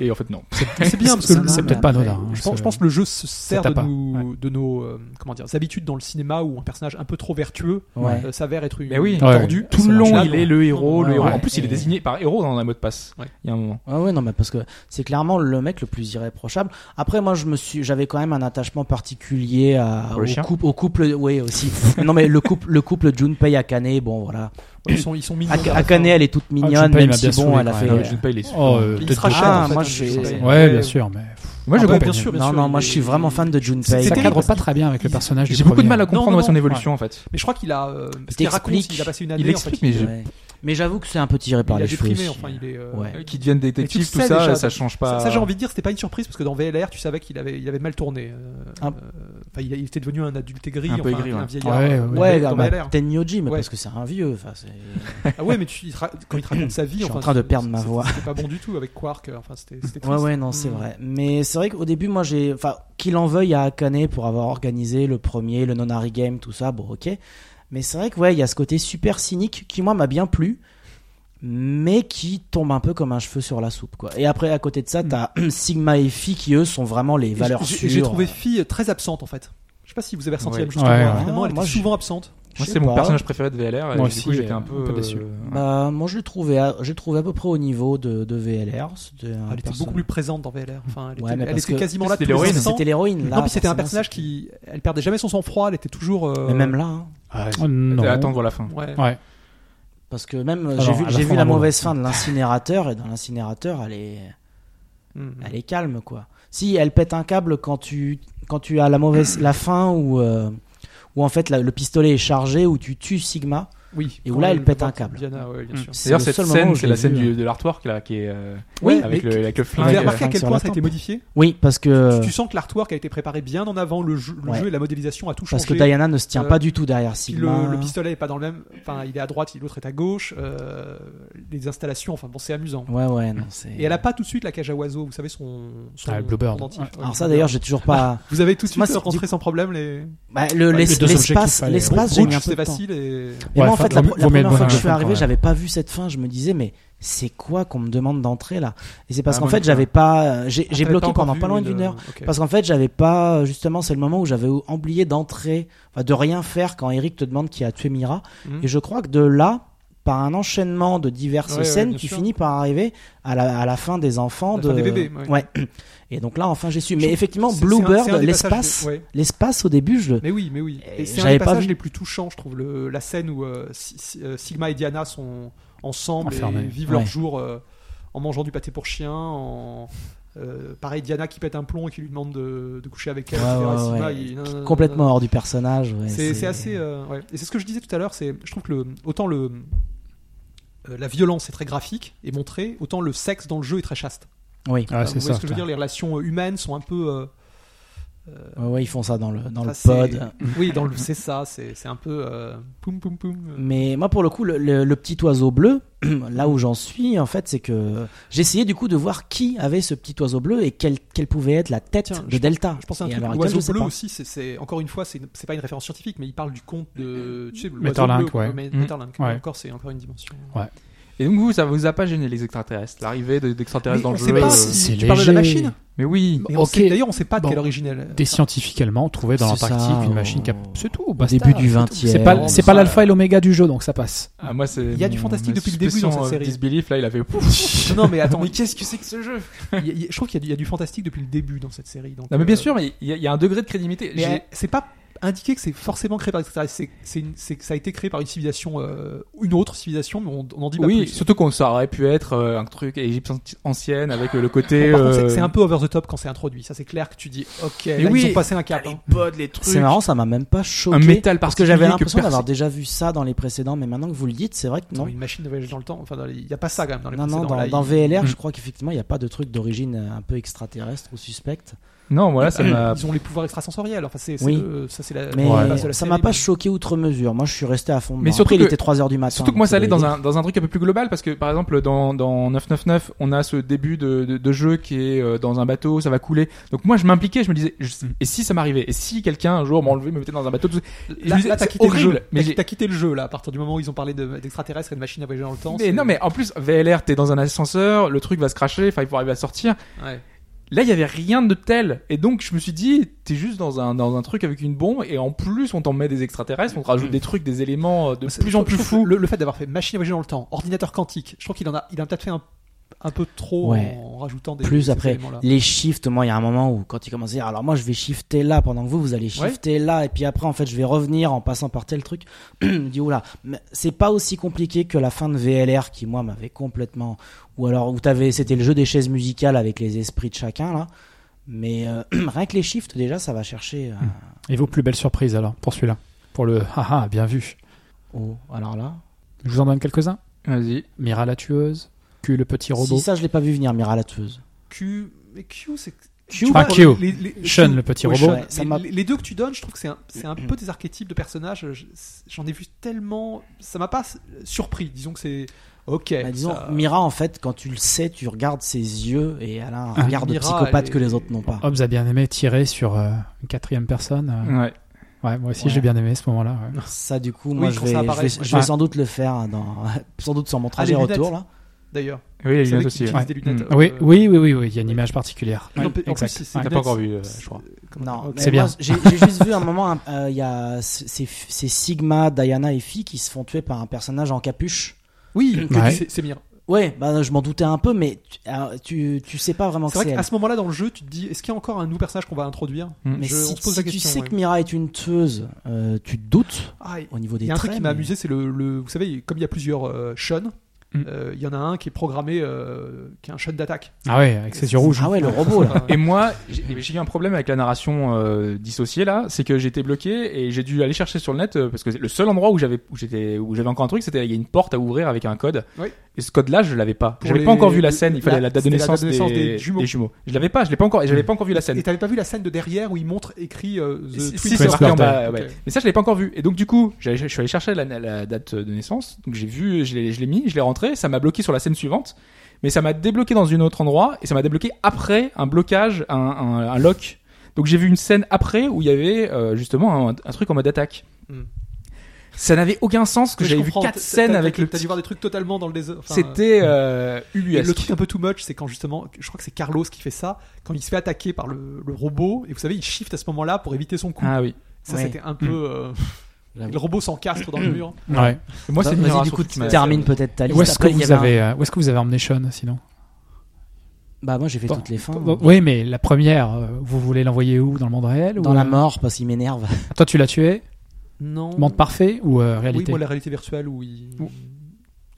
Et en fait, non. C'est bien parce que C'est- le- c'est peut-être pas après, anodin. hein, Je pense, ce- je pense que le jeu se sert tape de, pas. nous- de nos euh, comment dire, habitudes dans le cinéma où un personnage un peu trop vertueux Ouais. euh, s'avère être une Mais oui, Ouais, tordu. ouais. tout le Ça marche long, pas, il quoi. est le héros, le Ouais. héros. En plus, il est Et- désigné par héros dans un mot de passe. Ouais. Il y a un moment. Ouais, ouais, non, mais parce que c'est clairement le mec le plus irréprochable. Après, moi, je me suis, j'avais quand même un attachement particulier à, Pour au, le chien. couple, au couple, oui, aussi. non, mais le couple, le couple Junpei Akane, bon, voilà. Ils sont, ils sont mignons. Ak- Akane, elle est toute mignonne, Ah, Junpei même m'a si bien bon, saoulé, elle a quand fait. même. Non, mais Junpei, il est super. Oh, euh, Ils tête de se con. rachètent, Ah, en fait, moi, hein, j'ai- Junpei. Ouais, Ouais, bien sûr, mais pff, Moi, Ah je bah, comprends. bien sûr, bien non, sûr, non, il moi, est- je suis vraiment fan de Junpei. C'est ça terrible. cadre pas très bien avec le personnage. du J'ai beaucoup de premier. mal à comprendre Non, moi, non, son non. évolution en fait. Mais je crois qu'il a. euh, parce Il qu'il raconte explique. qu'il a passé une année. Il en fait, explique, mais j'ai- Ouais. Mais j'avoue que c'est un peu tiré par il a les cheveux. déprimé. aussi. Enfin, il est. euh, Ouais. euh, Qui deviennent Mais détectives, tu tout le sais ça, déjà, ça donc- change pas. Ça, ça, j'ai envie de dire, c'était pas une surprise parce que dans VLR, tu savais qu'il avait, il avait mal tourné. euh, Ah. euh, Enfin, il, a- il était devenu un adulte aigri, Un peu enfin, aigri, ouais. un vieillard. Ouais, ouais. euh, Ouais, dans bah, VLR. Ten Nyoji, mais Ouais. parce que c'est un vieux. Enfin, c'est- Ah ouais, mais tu- il te ra- quand il te raconte sa vie, Je suis en enfin, train de c'est- perdre ma c'est- voix. C'était pas bon du tout avec Quark. euh, Enfin, c'était. c'était Ouais, triste. ouais, non, c'est Mm. vrai. Mais c'est vrai qu'au début, moi, j'ai. Enfin, qu'il en veuille à Akane pour avoir organisé le premier, le non-Harry Game, tout ça, bon, ok. Mais c'est vrai que, ouais, il y a ce côté super cynique qui, moi, m'a bien plu, mais qui tombe un peu comme un cheveu sur la soupe, quoi. Et après, à côté de ça, t'as Sigma et Phi qui, eux, sont vraiment les Hmm. Et valeurs j'ai- sûres. J'ai trouvé fille euh, très absente en fait. Je sais pas si vous avez ressenti Ouais. la même chose que Ouais, moi. ouais. Finalement, Ah, elle moi, était je- souvent absente. Je Moi, sais c'est mon pas. personnage préféré de VLR. Moi et du coup, aussi, j'étais un euh, peu un peu euh, déçu. Bah, moi, je l'ai trouvé, à... je l'ai trouvé à peu près au niveau de, de VLR. C'était un Elle était personnage- beaucoup plus présente dans VLR. Enfin, elle Ouais, était, mais elle parce était que quasiment là c'était tous les l'héroïne. instants. C'était l'héroïne, là. Non, puis c'était un forcément, personnage c'était- qui. Elle perdait jamais son sang-froid, elle était toujours. euh, Mais même là, hein. Oh, non. Attendre la fin. Ouais. Ouais. Parce que même, euh, Ah j'ai non, vu, à la fin, j'ai vu la vraiment. mauvaise fin de l'incinérateur, et dans l'incinérateur, elle est, Mm. elle est calme, quoi. Si, elle pète un câble quand tu, quand tu as la mauvaise, la fin où, euh, où en fait la- le pistolet est chargé, où tu tues Sigma. Oui. Et où Quand là, elle pète voit un câble. Hmm. Diana, ouais, bien Mm. sûr. D'ailleurs, le cette seul moment scène, où c'est je la l'ai scène vu. hein. du- de l'artwork là, qui est euh, Oui, avec mais le avec le Vous flingue. avez remarqué à flingue quel sur point la ça a été tempe. modifié Oui, parce que, tu, tu sens que l'artwork a été préparé bien en avant, le jeu, le Ouais. jeu et la modélisation a tout parce que changé. Diana ne se tient Euh, pas du tout derrière Puis le, Sigma. le pistolet est pas dans le même. Enfin, il est à droite, l'autre est à gauche. euh, les installations, enfin bon, c'est amusant. Ouais, ouais, non, c'est. Et elle a pas tout de suite la cage à oiseaux, vous savez, son. son Ah, le Bluebird. pendentif. Ouais. Ouais, Alors le ça Bluebird. d'ailleurs, j'ai toujours pas. Vous avez tout de Moi, suite c'est- rencontré sans problème les. Bah, le, les l'es- deux objets l'espace, qu'il fallait, l'espace, ouais. j'ai Brooch, mis un peu c'est de temps. facile et. Mais Ouais, moi, faut- en fait, la, vaut- vaut mieux la première le fois bonheur que je suis quand arrivé, même. j'avais pas vu cette fin. Je me disais, mais c'est quoi qu'on me demande d'entrer là Et c'est parce Ah, qu'en moi non fait, plus. j'avais pas. euh, J'ai Ah, j'ai t'avais bloqué encore pendant vu pas loin le- d'une heure. ok. Parce qu'en fait, j'avais pas. euh, Justement, c'est le moment où j'avais oublié d'entrer, enfin, de rien faire quand Eric te demande qui a tué Mira. Mhm. Et je crois que de là, par un enchaînement de diverses Ouais, ouais, scènes, bien tu sûr. finis par arriver à la, à la fin des enfants La de. fin des bébés, ouais. Et donc là, enfin, j'ai su. Mais Je- effectivement, C'est- c'est un- c'est un Bluebird, des passages l'espace, les- ouais. l'espace au début, je le. Mais oui, mais oui. Et Et c'est un j'avais des pas passages vu. les plus touchants, je trouve. le- la scène où euh, Si- Si- euh, Sigma et Diana sont ensemble Enfermés. et vivent Ouais. leur jour euh, en mangeant du pâté pour chien, en, euh, pareil, Diana qui pète un plomb et qui lui demande de, de coucher avec elle. Ouais, etc. ouais, Sima, ouais. il- Qui est complètement hors du personnage. ouais, C'est c'est assez. euh, ouais. Et c'est ce que je disais tout à l'heure. C'est, je trouve que le, autant le euh, la violence est très graphique et montrée, autant le sexe dans le jeu est très chaste. Oui. Ah, Enfin, c'est vous ça. voyez ce que je veux dire Les relations euh, humaines sont un peu. euh, euh, Ouais, ouais, ils font ça dans le, dans le enfin, c'est- pod. Oui, dans le, c'est ça. C'est, c'est un peu. euh, poum poum poum. Mais moi, pour le coup, le, le- le petit oiseau bleu, là où j'en suis, en fait, c'est que j'essayais du coup de voir qui avait ce petit oiseau bleu et quelle, quelle pouvait être la tête Tiens, de Delta. Je pense à un Et à truc. l'heure actuelle, L'oiseau je sais bleu pas. aussi. C'est, c'est- encore une fois, c'est, une- c'est pas une référence scientifique, mais il parle du conte de. Tu sais, l'oiseau Maeterlinck, bleu, ouais. Met- Mm. Maeterlinck. Ouais. Encore, c'est encore une dimension. Et donc vous, ça vous a pas gêné les extraterrestres L'arrivée de- d'extraterrestres Mais dans on le sait jeu pas euh, si- c'est tu parles de la léger. machine Mais oui Mais on Ok. sait- d'ailleurs, on sait pas de Bon. quelle origine elle. Des scientifiques allemands trouvaient dans C'est l'Antarctique ça, une au- machine qui a... C'est tout, Au basta. début du 20 C'est pas, c'est pas l'alpha et l'oméga du jeu, donc ça passe. Ah, moi, c'est Il y a du mon- fantastique ma depuis le début dans suspension, cette euh, série. Disbelief, là, il avait. Pouf Non, non, mais attends, mais qu'est-ce que c'est que ce jeu il y a- il y a- je trouve qu'il y a du- il y, a du fantastique depuis le début dans cette série. donc, Non, mais bien euh, sûr, mais il y, a- il y a un degré de crédibilité. mais, J'ai- euh, c'est pas indiqué que c'est forcément créé par des extraterrestres. C'est, c'est une- c'est que ça a été créé par une civilisation, euh, une autre civilisation, mais on, on en dit pas oui, plus. surtout qu'on ça aurait pu être euh, un truc égypte anti- ancienne avec euh, le côté. Bon, par contre, c'est- euh, c'est un peu over the top quand c'est introduit. Ça, c'est clair que tu dis, ok, là, oui, ils ont passé un cap. hein. C'est marrant, ça m'a même pas choqué. un métal parce que j'avais particulier l'impression d'avoir personne- déjà vu ça dans les précédents, mais maintenant que vous le dites, c'est vrai que Attends, non. Une machine de voyage dans le temps. Enfin, dans les- il n'y a pas ça quand même dans les Non, non, précédents, dans, là, dans il- VLR, je Mm. crois qu'effectivement, il n'y a pas de truc d'origine euh, un peu extraterrestre ou suspecte. Non, voilà, ça m'a. Ils ont les pouvoirs extrasensoriels. Enfin, c'est, c'est Oui. le- ça, c'est la. Mais la base de la ça série, m'a pas mais- choqué outre mesure. Moi, je suis resté à fond. dedans. Mais surtout Après, il que- était 3h du matin. Surtout que moi, donc ça allait dans euh, un, dans un truc un peu plus global parce que par exemple, dans, dans 999, on a ce début de, de, de jeu qui est euh, dans un bateau, ça va couler. Donc moi, je m'impliquais, je me disais, je- et si ça m'arrivait Et si quelqu'un un jour m'enlevait, me mettait dans un bateau tout ça Et je Là, me disais, là, t'as c'est quitté horrible, le jeu. mais T'as- j'ai- T'as quitté le jeu là, à partir du moment où ils ont parlé de- d'extraterrestres et de machines à voyager dans le temps. Mais c'est- non, mais en plus, VLR, t'es dans un ascenseur, le truc va se cracher, enfin, il faut arriver à sortir. Ouais. Là, il y avait rien de tel. Et donc, je me suis dit, t'es juste dans un, dans un truc avec une bombe, et en plus, on t'en met des extraterrestres, on te rajoute des trucs, des éléments euh, de Mm. C'est- plus je en trouve- plus je trouve fous. que Le, le fait d'avoir fait machine à voyager dans le temps, ordinateur quantique, je trouve qu'il en a, il en a peut-être fait un, un peu trop Ouais. en, rajoutant des plus ces après éléments-là. les shifts moi il y a un moment où quand il commence à dire alors moi je vais shifter là pendant que vous vous allez shifter là et puis après en fait je vais revenir en passant par tel truc du oula mais c'est pas aussi compliqué que la fin de VLR qui moi m'avait complètement ou alors où t'avais c'était le jeu des chaises musicales avec les esprits de chacun là mais euh, rien que les shifts déjà ça va chercher euh, Et vos plus belles surprises alors, pour celui-là Pour le haha, bien vu. Hmm. au- alors là Je vous en donne quelques-uns Vas-y. Mira la tueuse, Q le petit si robot, ça je l'ai pas vu venir Mira la tueuse Q, mais Q, c'est je Q, Ah, crois Q. que les- les- les- Sean Q. le petit Oui, robot. Sean. Ouais, ça Les- m'a- Mm. les, les deux que tu donnes, je trouve que c'est un, c'est un peu des archétypes de personnages. Je- J'en ai vu tellement, ça m'a pas s- surpris. Disons que c'est ok. Bah, disons, ça- euh, Mira, en fait, quand tu le sais, tu regardes ses yeux et elle a un Ah, Oh. regard de Mira, psychopathe elle que les est- autres n'ont pas. Hobbes a bien aimé tirer sur euh, une quatrième personne. euh. Ouais. Ouais, moi aussi Ouais. j'ai bien aimé ce moment-là. ouais. Ça, du coup, Oui, moi, je quand vais, ça je apparaît, vais, ouais. je vais Ouais. sans doute le faire hein, dans, sans doute sur mon trajet Ah, les retour là. D'ailleurs, Oui, les C'est lunettes vrai aussi. qu'il ouais. utilise des lunettes. Mm. Euh, Oui, oui, oui, oui, oui, il y a une image particulière. Non, Ouais, en plus, exact. c'est- Ouais. J'ai lunettes, pas encore vu, euh, je crois. Non, Ok. mais C'est moi, bien. J'ai j'ai juste vu un moment, un- euh, il y a c- c'est c'est Sigma, Diana et Phi qui se font tuer par un personnage en capuche. Oui, que Ouais. tu- c'est c'est Mira. Ouais, bah je m'en doutais un peu, mais tu, alors, tu, tu sais pas vraiment que C'est vrai c'est qu'à elle. ce moment-là dans le jeu, tu te dis, est-ce qu'il y a encore un nouveau personnage qu'on va introduire Mais Je- si, on se pose la si tu question, sais ouais. que Mira est une tueuse, euh, tu te doutes Ah, au niveau des Il y a un traits, truc qui m'a mais- amusé, c'est le, le- Vous savez, comme il y a plusieurs euh, Sean, Mm. euh, il y en a un qui est programmé, euh, qui est un Sean d'attaque. Ah ouais, avec ses yeux rouges. Ah ouais, le robot là. Enfin, Et moi, j'ai j'ai eu un problème avec la narration euh, dissociée là, c'est que j'étais bloqué et j'ai dû aller chercher sur le net euh, parce que c'est le seul endroit où j'avais où j'étais où j'avais encore un truc, c'était il y a une porte à ouvrir avec un code. Oui. Et ce code-là, je l'avais pas. Pour J'avais les- pas encore vu la scène. Il fallait la- la date de c'était la date naissance, de naissance des, des jumeaux. Mm. Je l'avais pas. Je l'ai pas encore. et J'avais pas encore vu la scène. Et t'avais pas vu la scène de derrière où il montre écrit euh, The Si, Twitter c'est marqué en bas, Ok. ouais. Mais ça, je l'ai pas encore vu. Et donc, du coup, j'ai- je suis allé chercher la, la date de naissance. Donc, j'ai vu, je l'ai je l'ai mis, je l'ai rentré. Ça m'a bloqué sur la scène suivante. Mais ça m'a débloqué dans un autre endroit. Et ça m'a débloqué après un blocage, un, un, un lock. Donc, j'ai vu une scène après où il y avait euh, justement un, un truc en mode attaque. Hmm. Ça n'avait aucun sens que Je j'avais vu comprends, quatre t'as- scènes t'as- avec t'as- le. T'as dû petit- voir des trucs totalement dans le désert. Enfin, euh, C'était euh, et le ubuesque. truc un peu too much, c'est quand justement, je crois que c'est Carlos qui fait ça, quand il se fait attaquer par le, le robot, et vous savez, il shift à ce moment-là pour éviter son coup. Ah Mm. oui. ça, ouais. c'était un peu. euh, le robot s'encastre Mm. dans le mur. Ouais. Et Moi, c'est une Vas-y, du narration coup, qui m'a- termine peut-être ta Et liste. Où est-ce que Après, il y vous avait un- avez, euh, où est-ce que vous avez emmené Sean sinon Bah moi j'ai fait Bon, toutes les fins. Bon, Oui, mais la première, euh, vous voulez l'envoyer où Dans le monde réel ou, Dans la euh, mort parce qu'il m'énerve. Toi, tu l'as tué Non. Monde parfait ou euh, Oui, réalité moi, la réalité virtuelle où il.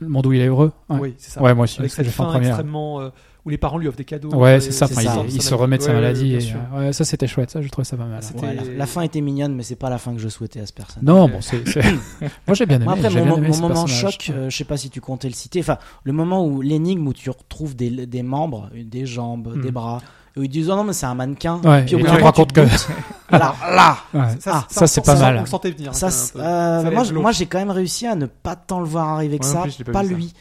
Le monde où il est heureux hein. Oui, c'est ça. Ouais, moi aussi, Avec je cette l'ai fait en fin première. extrêmement. euh, où les parents lui offrent des cadeaux. Ouais, c'est ça. c'est enfin, ça. il, il se remet de sa Ouais, ouais, maladie. bien et, sûr. euh, ouais, ça, c'était chouette. Ça, je trouvais ça pas mal. Ah, c'était- Ouais. Voilà. La fin était mignonne, mais c'est pas la fin que je souhaitais à ce personnage. euh, Non, bon, c'est. c'est- Moi, j'ai bien aimé. Moi, après, j'ai mon, bien mon aimé ce moment personnage. choc, euh, je sais pas si tu comptais le citer, enfin, le moment où l'énigme où tu retrouves des, des membres, des jambes, des Mm. bras, et où ils disent oh non, mais c'est un mannequin. Ouais, Puis au et bout tu d'un te moment, rends compte que. te- Là, là Ouais. Ah, ça, c'est pas on- mal. ah, On le sentait venir. ça, un c'est- peu. euh, Ça a moi, l'air je- glauque. moi, j'ai quand même réussi à ne pas tant le voir arriver que Ouais, en ça, plus, je l'ai pas pas, vu, ça. lui.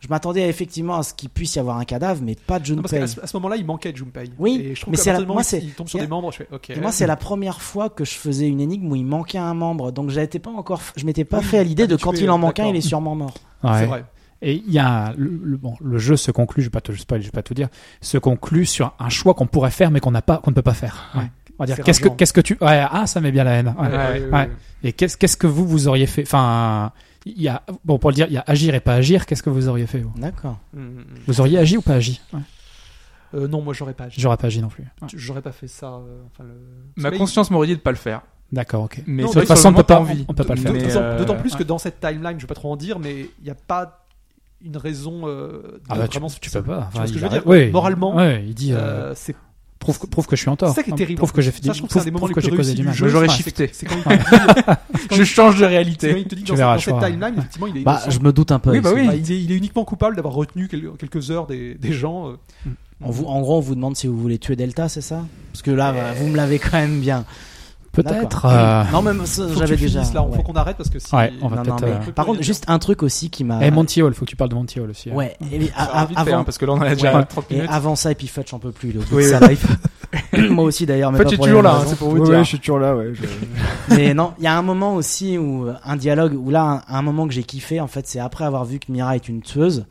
Je m'attendais effectivement à ce qu'il puisse y avoir un cadavre, mais pas de John Non, parce Payne. qu'à ce- à ce moment-là, il manquait de Junpei. Oui, et je trouve mais qu'à c'est la- partir du moment moi, où c'est- il tombe sur y a- des membres, je fais OK. Et moi, c'est la première fois que je faisais une énigme où il manquait un membre, donc j'étais pas encore, je m'étais pas Oui, fait à l'idée de Ah, habitué, quand il en manquait, un, il d'accord. est sûrement mort. C'est Ouais. vrai. Et il y a un- le, le- bon, le jeu se conclut, je vais pas tout, je sais pas, je vais pas tout dire, se conclut sur un choix qu'on pourrait faire mais qu'on n'a pas, qu'on ne peut pas faire. Ouais. On va dire C'est qu'est-ce que rageant. qu'est-ce que tu ouais, ah ça met bien la haine. Ouais. Ouais, ouais. Et qu'est-ce qu'est-ce que vous vous auriez fait Enfin, il y a bon pour le dire, il y a agir et pas agir. Qu'est-ce que vous auriez fait vous D'accord. Mm, mm, mm. Vous auriez agi ou pas agi Ouais. Euh, Non, moi, j'aurais pas. agi. J'aurais pas agi non plus. Ouais. J'aurais pas fait ça. euh, Enfin, le... Ma Parce que là, conscience m'aurait dit de pas le faire. D'accord, ok. Mais Non, c'est de toute vrai que façon, sur on le peut pas, moment, t'as envie. on peut pas le faire. Mais, D'autant euh, d'autant plus ouais. que dans cette timeline, je vais pas trop en dire, mais il n'y a pas une raison euh, de Ah bah, tu, vraiment. tu peux pas. vois Enfin, ce que il je veux arrête- dire ouais, Moralement, ouais, il dit euh, euh, c'est prouve que- prouve que je suis en tort. ça qui est Hein, terrible, Prouve en que j'ai fait. fait Ça, du- je trouve que c'est un prouve- des moments prouve les que plus j'ai causé réussis mal. du jeu. Moi, j'aurais Enfin, shifté. c'est quand il te dit- quand Je il- change de c'est quand réalité. il te dit que Tu dans, verras, dans je cette crois. timeline, effectivement, il est Bah, innocent. je me doute un peu. Oui, avec bah ce- oui. Bah, il, est, il est uniquement coupable d'avoir retenu quel- quelques heures des, des gens. euh. On vous, en gros, on vous demande si vous voulez tuer Delta, c'est ça Parce que là, voilà, vous me l'avez quand même bien. Peut-être. D'accord. euh, Non, même ça, Faut que j'avais tu déjà. finisses là, on- ouais. faut qu'on arrête parce que si. Ouais, on va Non, non, peut-être. mais- euh, Par contre, juste un truc aussi qui m'a. Eh, Monty Hall, faut que tu parles de Monty Hall aussi. hein. Ouais. et- Ça a- va a- vite fait, hein, Ah, avant, parce que là, on en a déjà Ouais. 30 et ah, minutes. avant ça, et puis Fudge, j'en peux plus. Il est au bout Oui, de oui. sa life. Moi aussi, d'ailleurs. mais Fudge pas est pour toujours les mêmes là, hein, raisons. c'est pour Ouais, vous ouais, dire. je suis toujours là, ouais. je- Mais non, il y a un moment aussi où euh, un dialogue où là un, un moment que j'ai kiffé en fait, c'est après avoir vu que Mira est une tueuse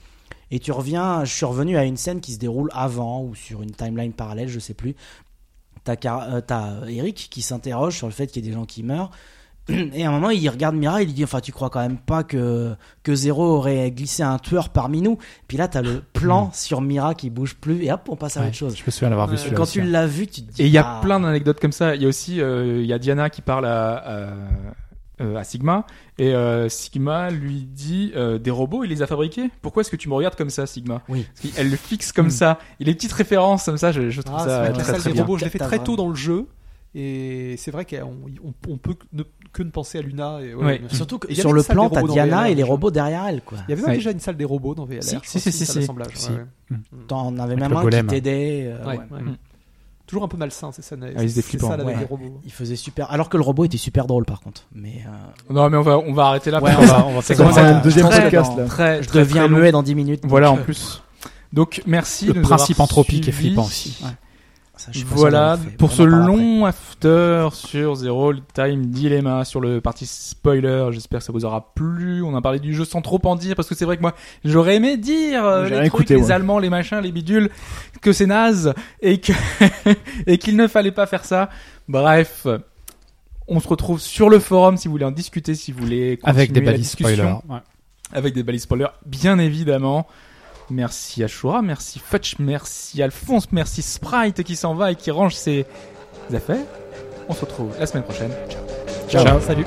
et tu reviens, je suis revenu à une scène qui se déroule avant ou sur une timeline parallèle, je sais plus. T'as Car- euh, t'as Eric qui s'interroge sur le fait qu'il y ait des gens qui meurent. Et à un moment, il regarde Mira, il lui dit Enfin, tu crois quand même pas que, que Zero aurait glissé un tueur parmi nous Puis là, t'as le Hmm. plan sur Mira qui bouge plus, et hop, on passe à Ouais, autre chose. Je me souviens l'avoir vu Ouais. celui-là. Quand aussi, tu l'as vu, tu te dis Et il y a Ah. plein d'anecdotes comme ça. Il y a aussi, euh, il y a Diana qui parle à, à, euh, à Sigma et euh, Sigma lui dit euh, des robots, il les a fabriqués. Pourquoi est-ce que tu me regardes comme ça, Sigma Oui. Parce qu'elle le fixe comme ça. Il y a des petites références comme ça. Je, je trouve Ah, c'est ça vrai que très la salle très des bien. robots, je l'ai fait T'as très tôt vraiment- dans le jeu. Et c'est vrai qu'on on, on peut que ne, que ne penser à Luna. Et, Ouais. bien sûr. Surtout que Il y avait sur une le salle plan, des t'as robots dans hein. Diana VLR, et les je- robots derrière elle, quoi. Il y avait Ouais. déjà une salle des robots dans VLR. Si, je crois, si, si, une si, salle si. d'assemblage, ouais, Si. ouais. T'en avais Avec même le un golem. qui t'aidait. euh, Ouais, ouais. ouais. Mm. Toujours un peu malsain ces scènes. Ah, ils étaient ces flippants. salles avec Ouais. des robots. Il faisait super. Alors que le robot était super drôle, par contre. Mais euh, Non, mais on va on va arrêter là. Ouais, parce que on va- ça- on va ça faire commence ça. à être Un deuxième très- podcast, là. Très, je très, deviens très long. muet dans 10 minutes. donc, Voilà en euh, plus. Donc merci. de Le nous avoir principe anthropique est suivis. flippant aussi. ça, je suis pas sûr Voilà d'avoir fait. pour On en ce parlera après. long after sur Zero Time Dilemma sur le parti spoiler. J'espère que ça vous aura plu. On a parlé du jeu sans trop en dire parce que c'est vrai que moi j'aurais aimé dire euh, J'ai les rien trucs, écouté, les moi. Allemands, les machins, les bidules, que c'est naze et que et qu'il ne fallait pas faire ça. Bref. On se retrouve sur le forum si vous voulez en discuter, si vous voulez continuer Avec des la balises discussion. spoilers. avec des balises spoilers, bien évidemment. Merci Ashura, merci Futch, merci Alphonse, merci Sprite qui s'en va et qui range ses affaires. On se retrouve la semaine prochaine. Ciao. Salut.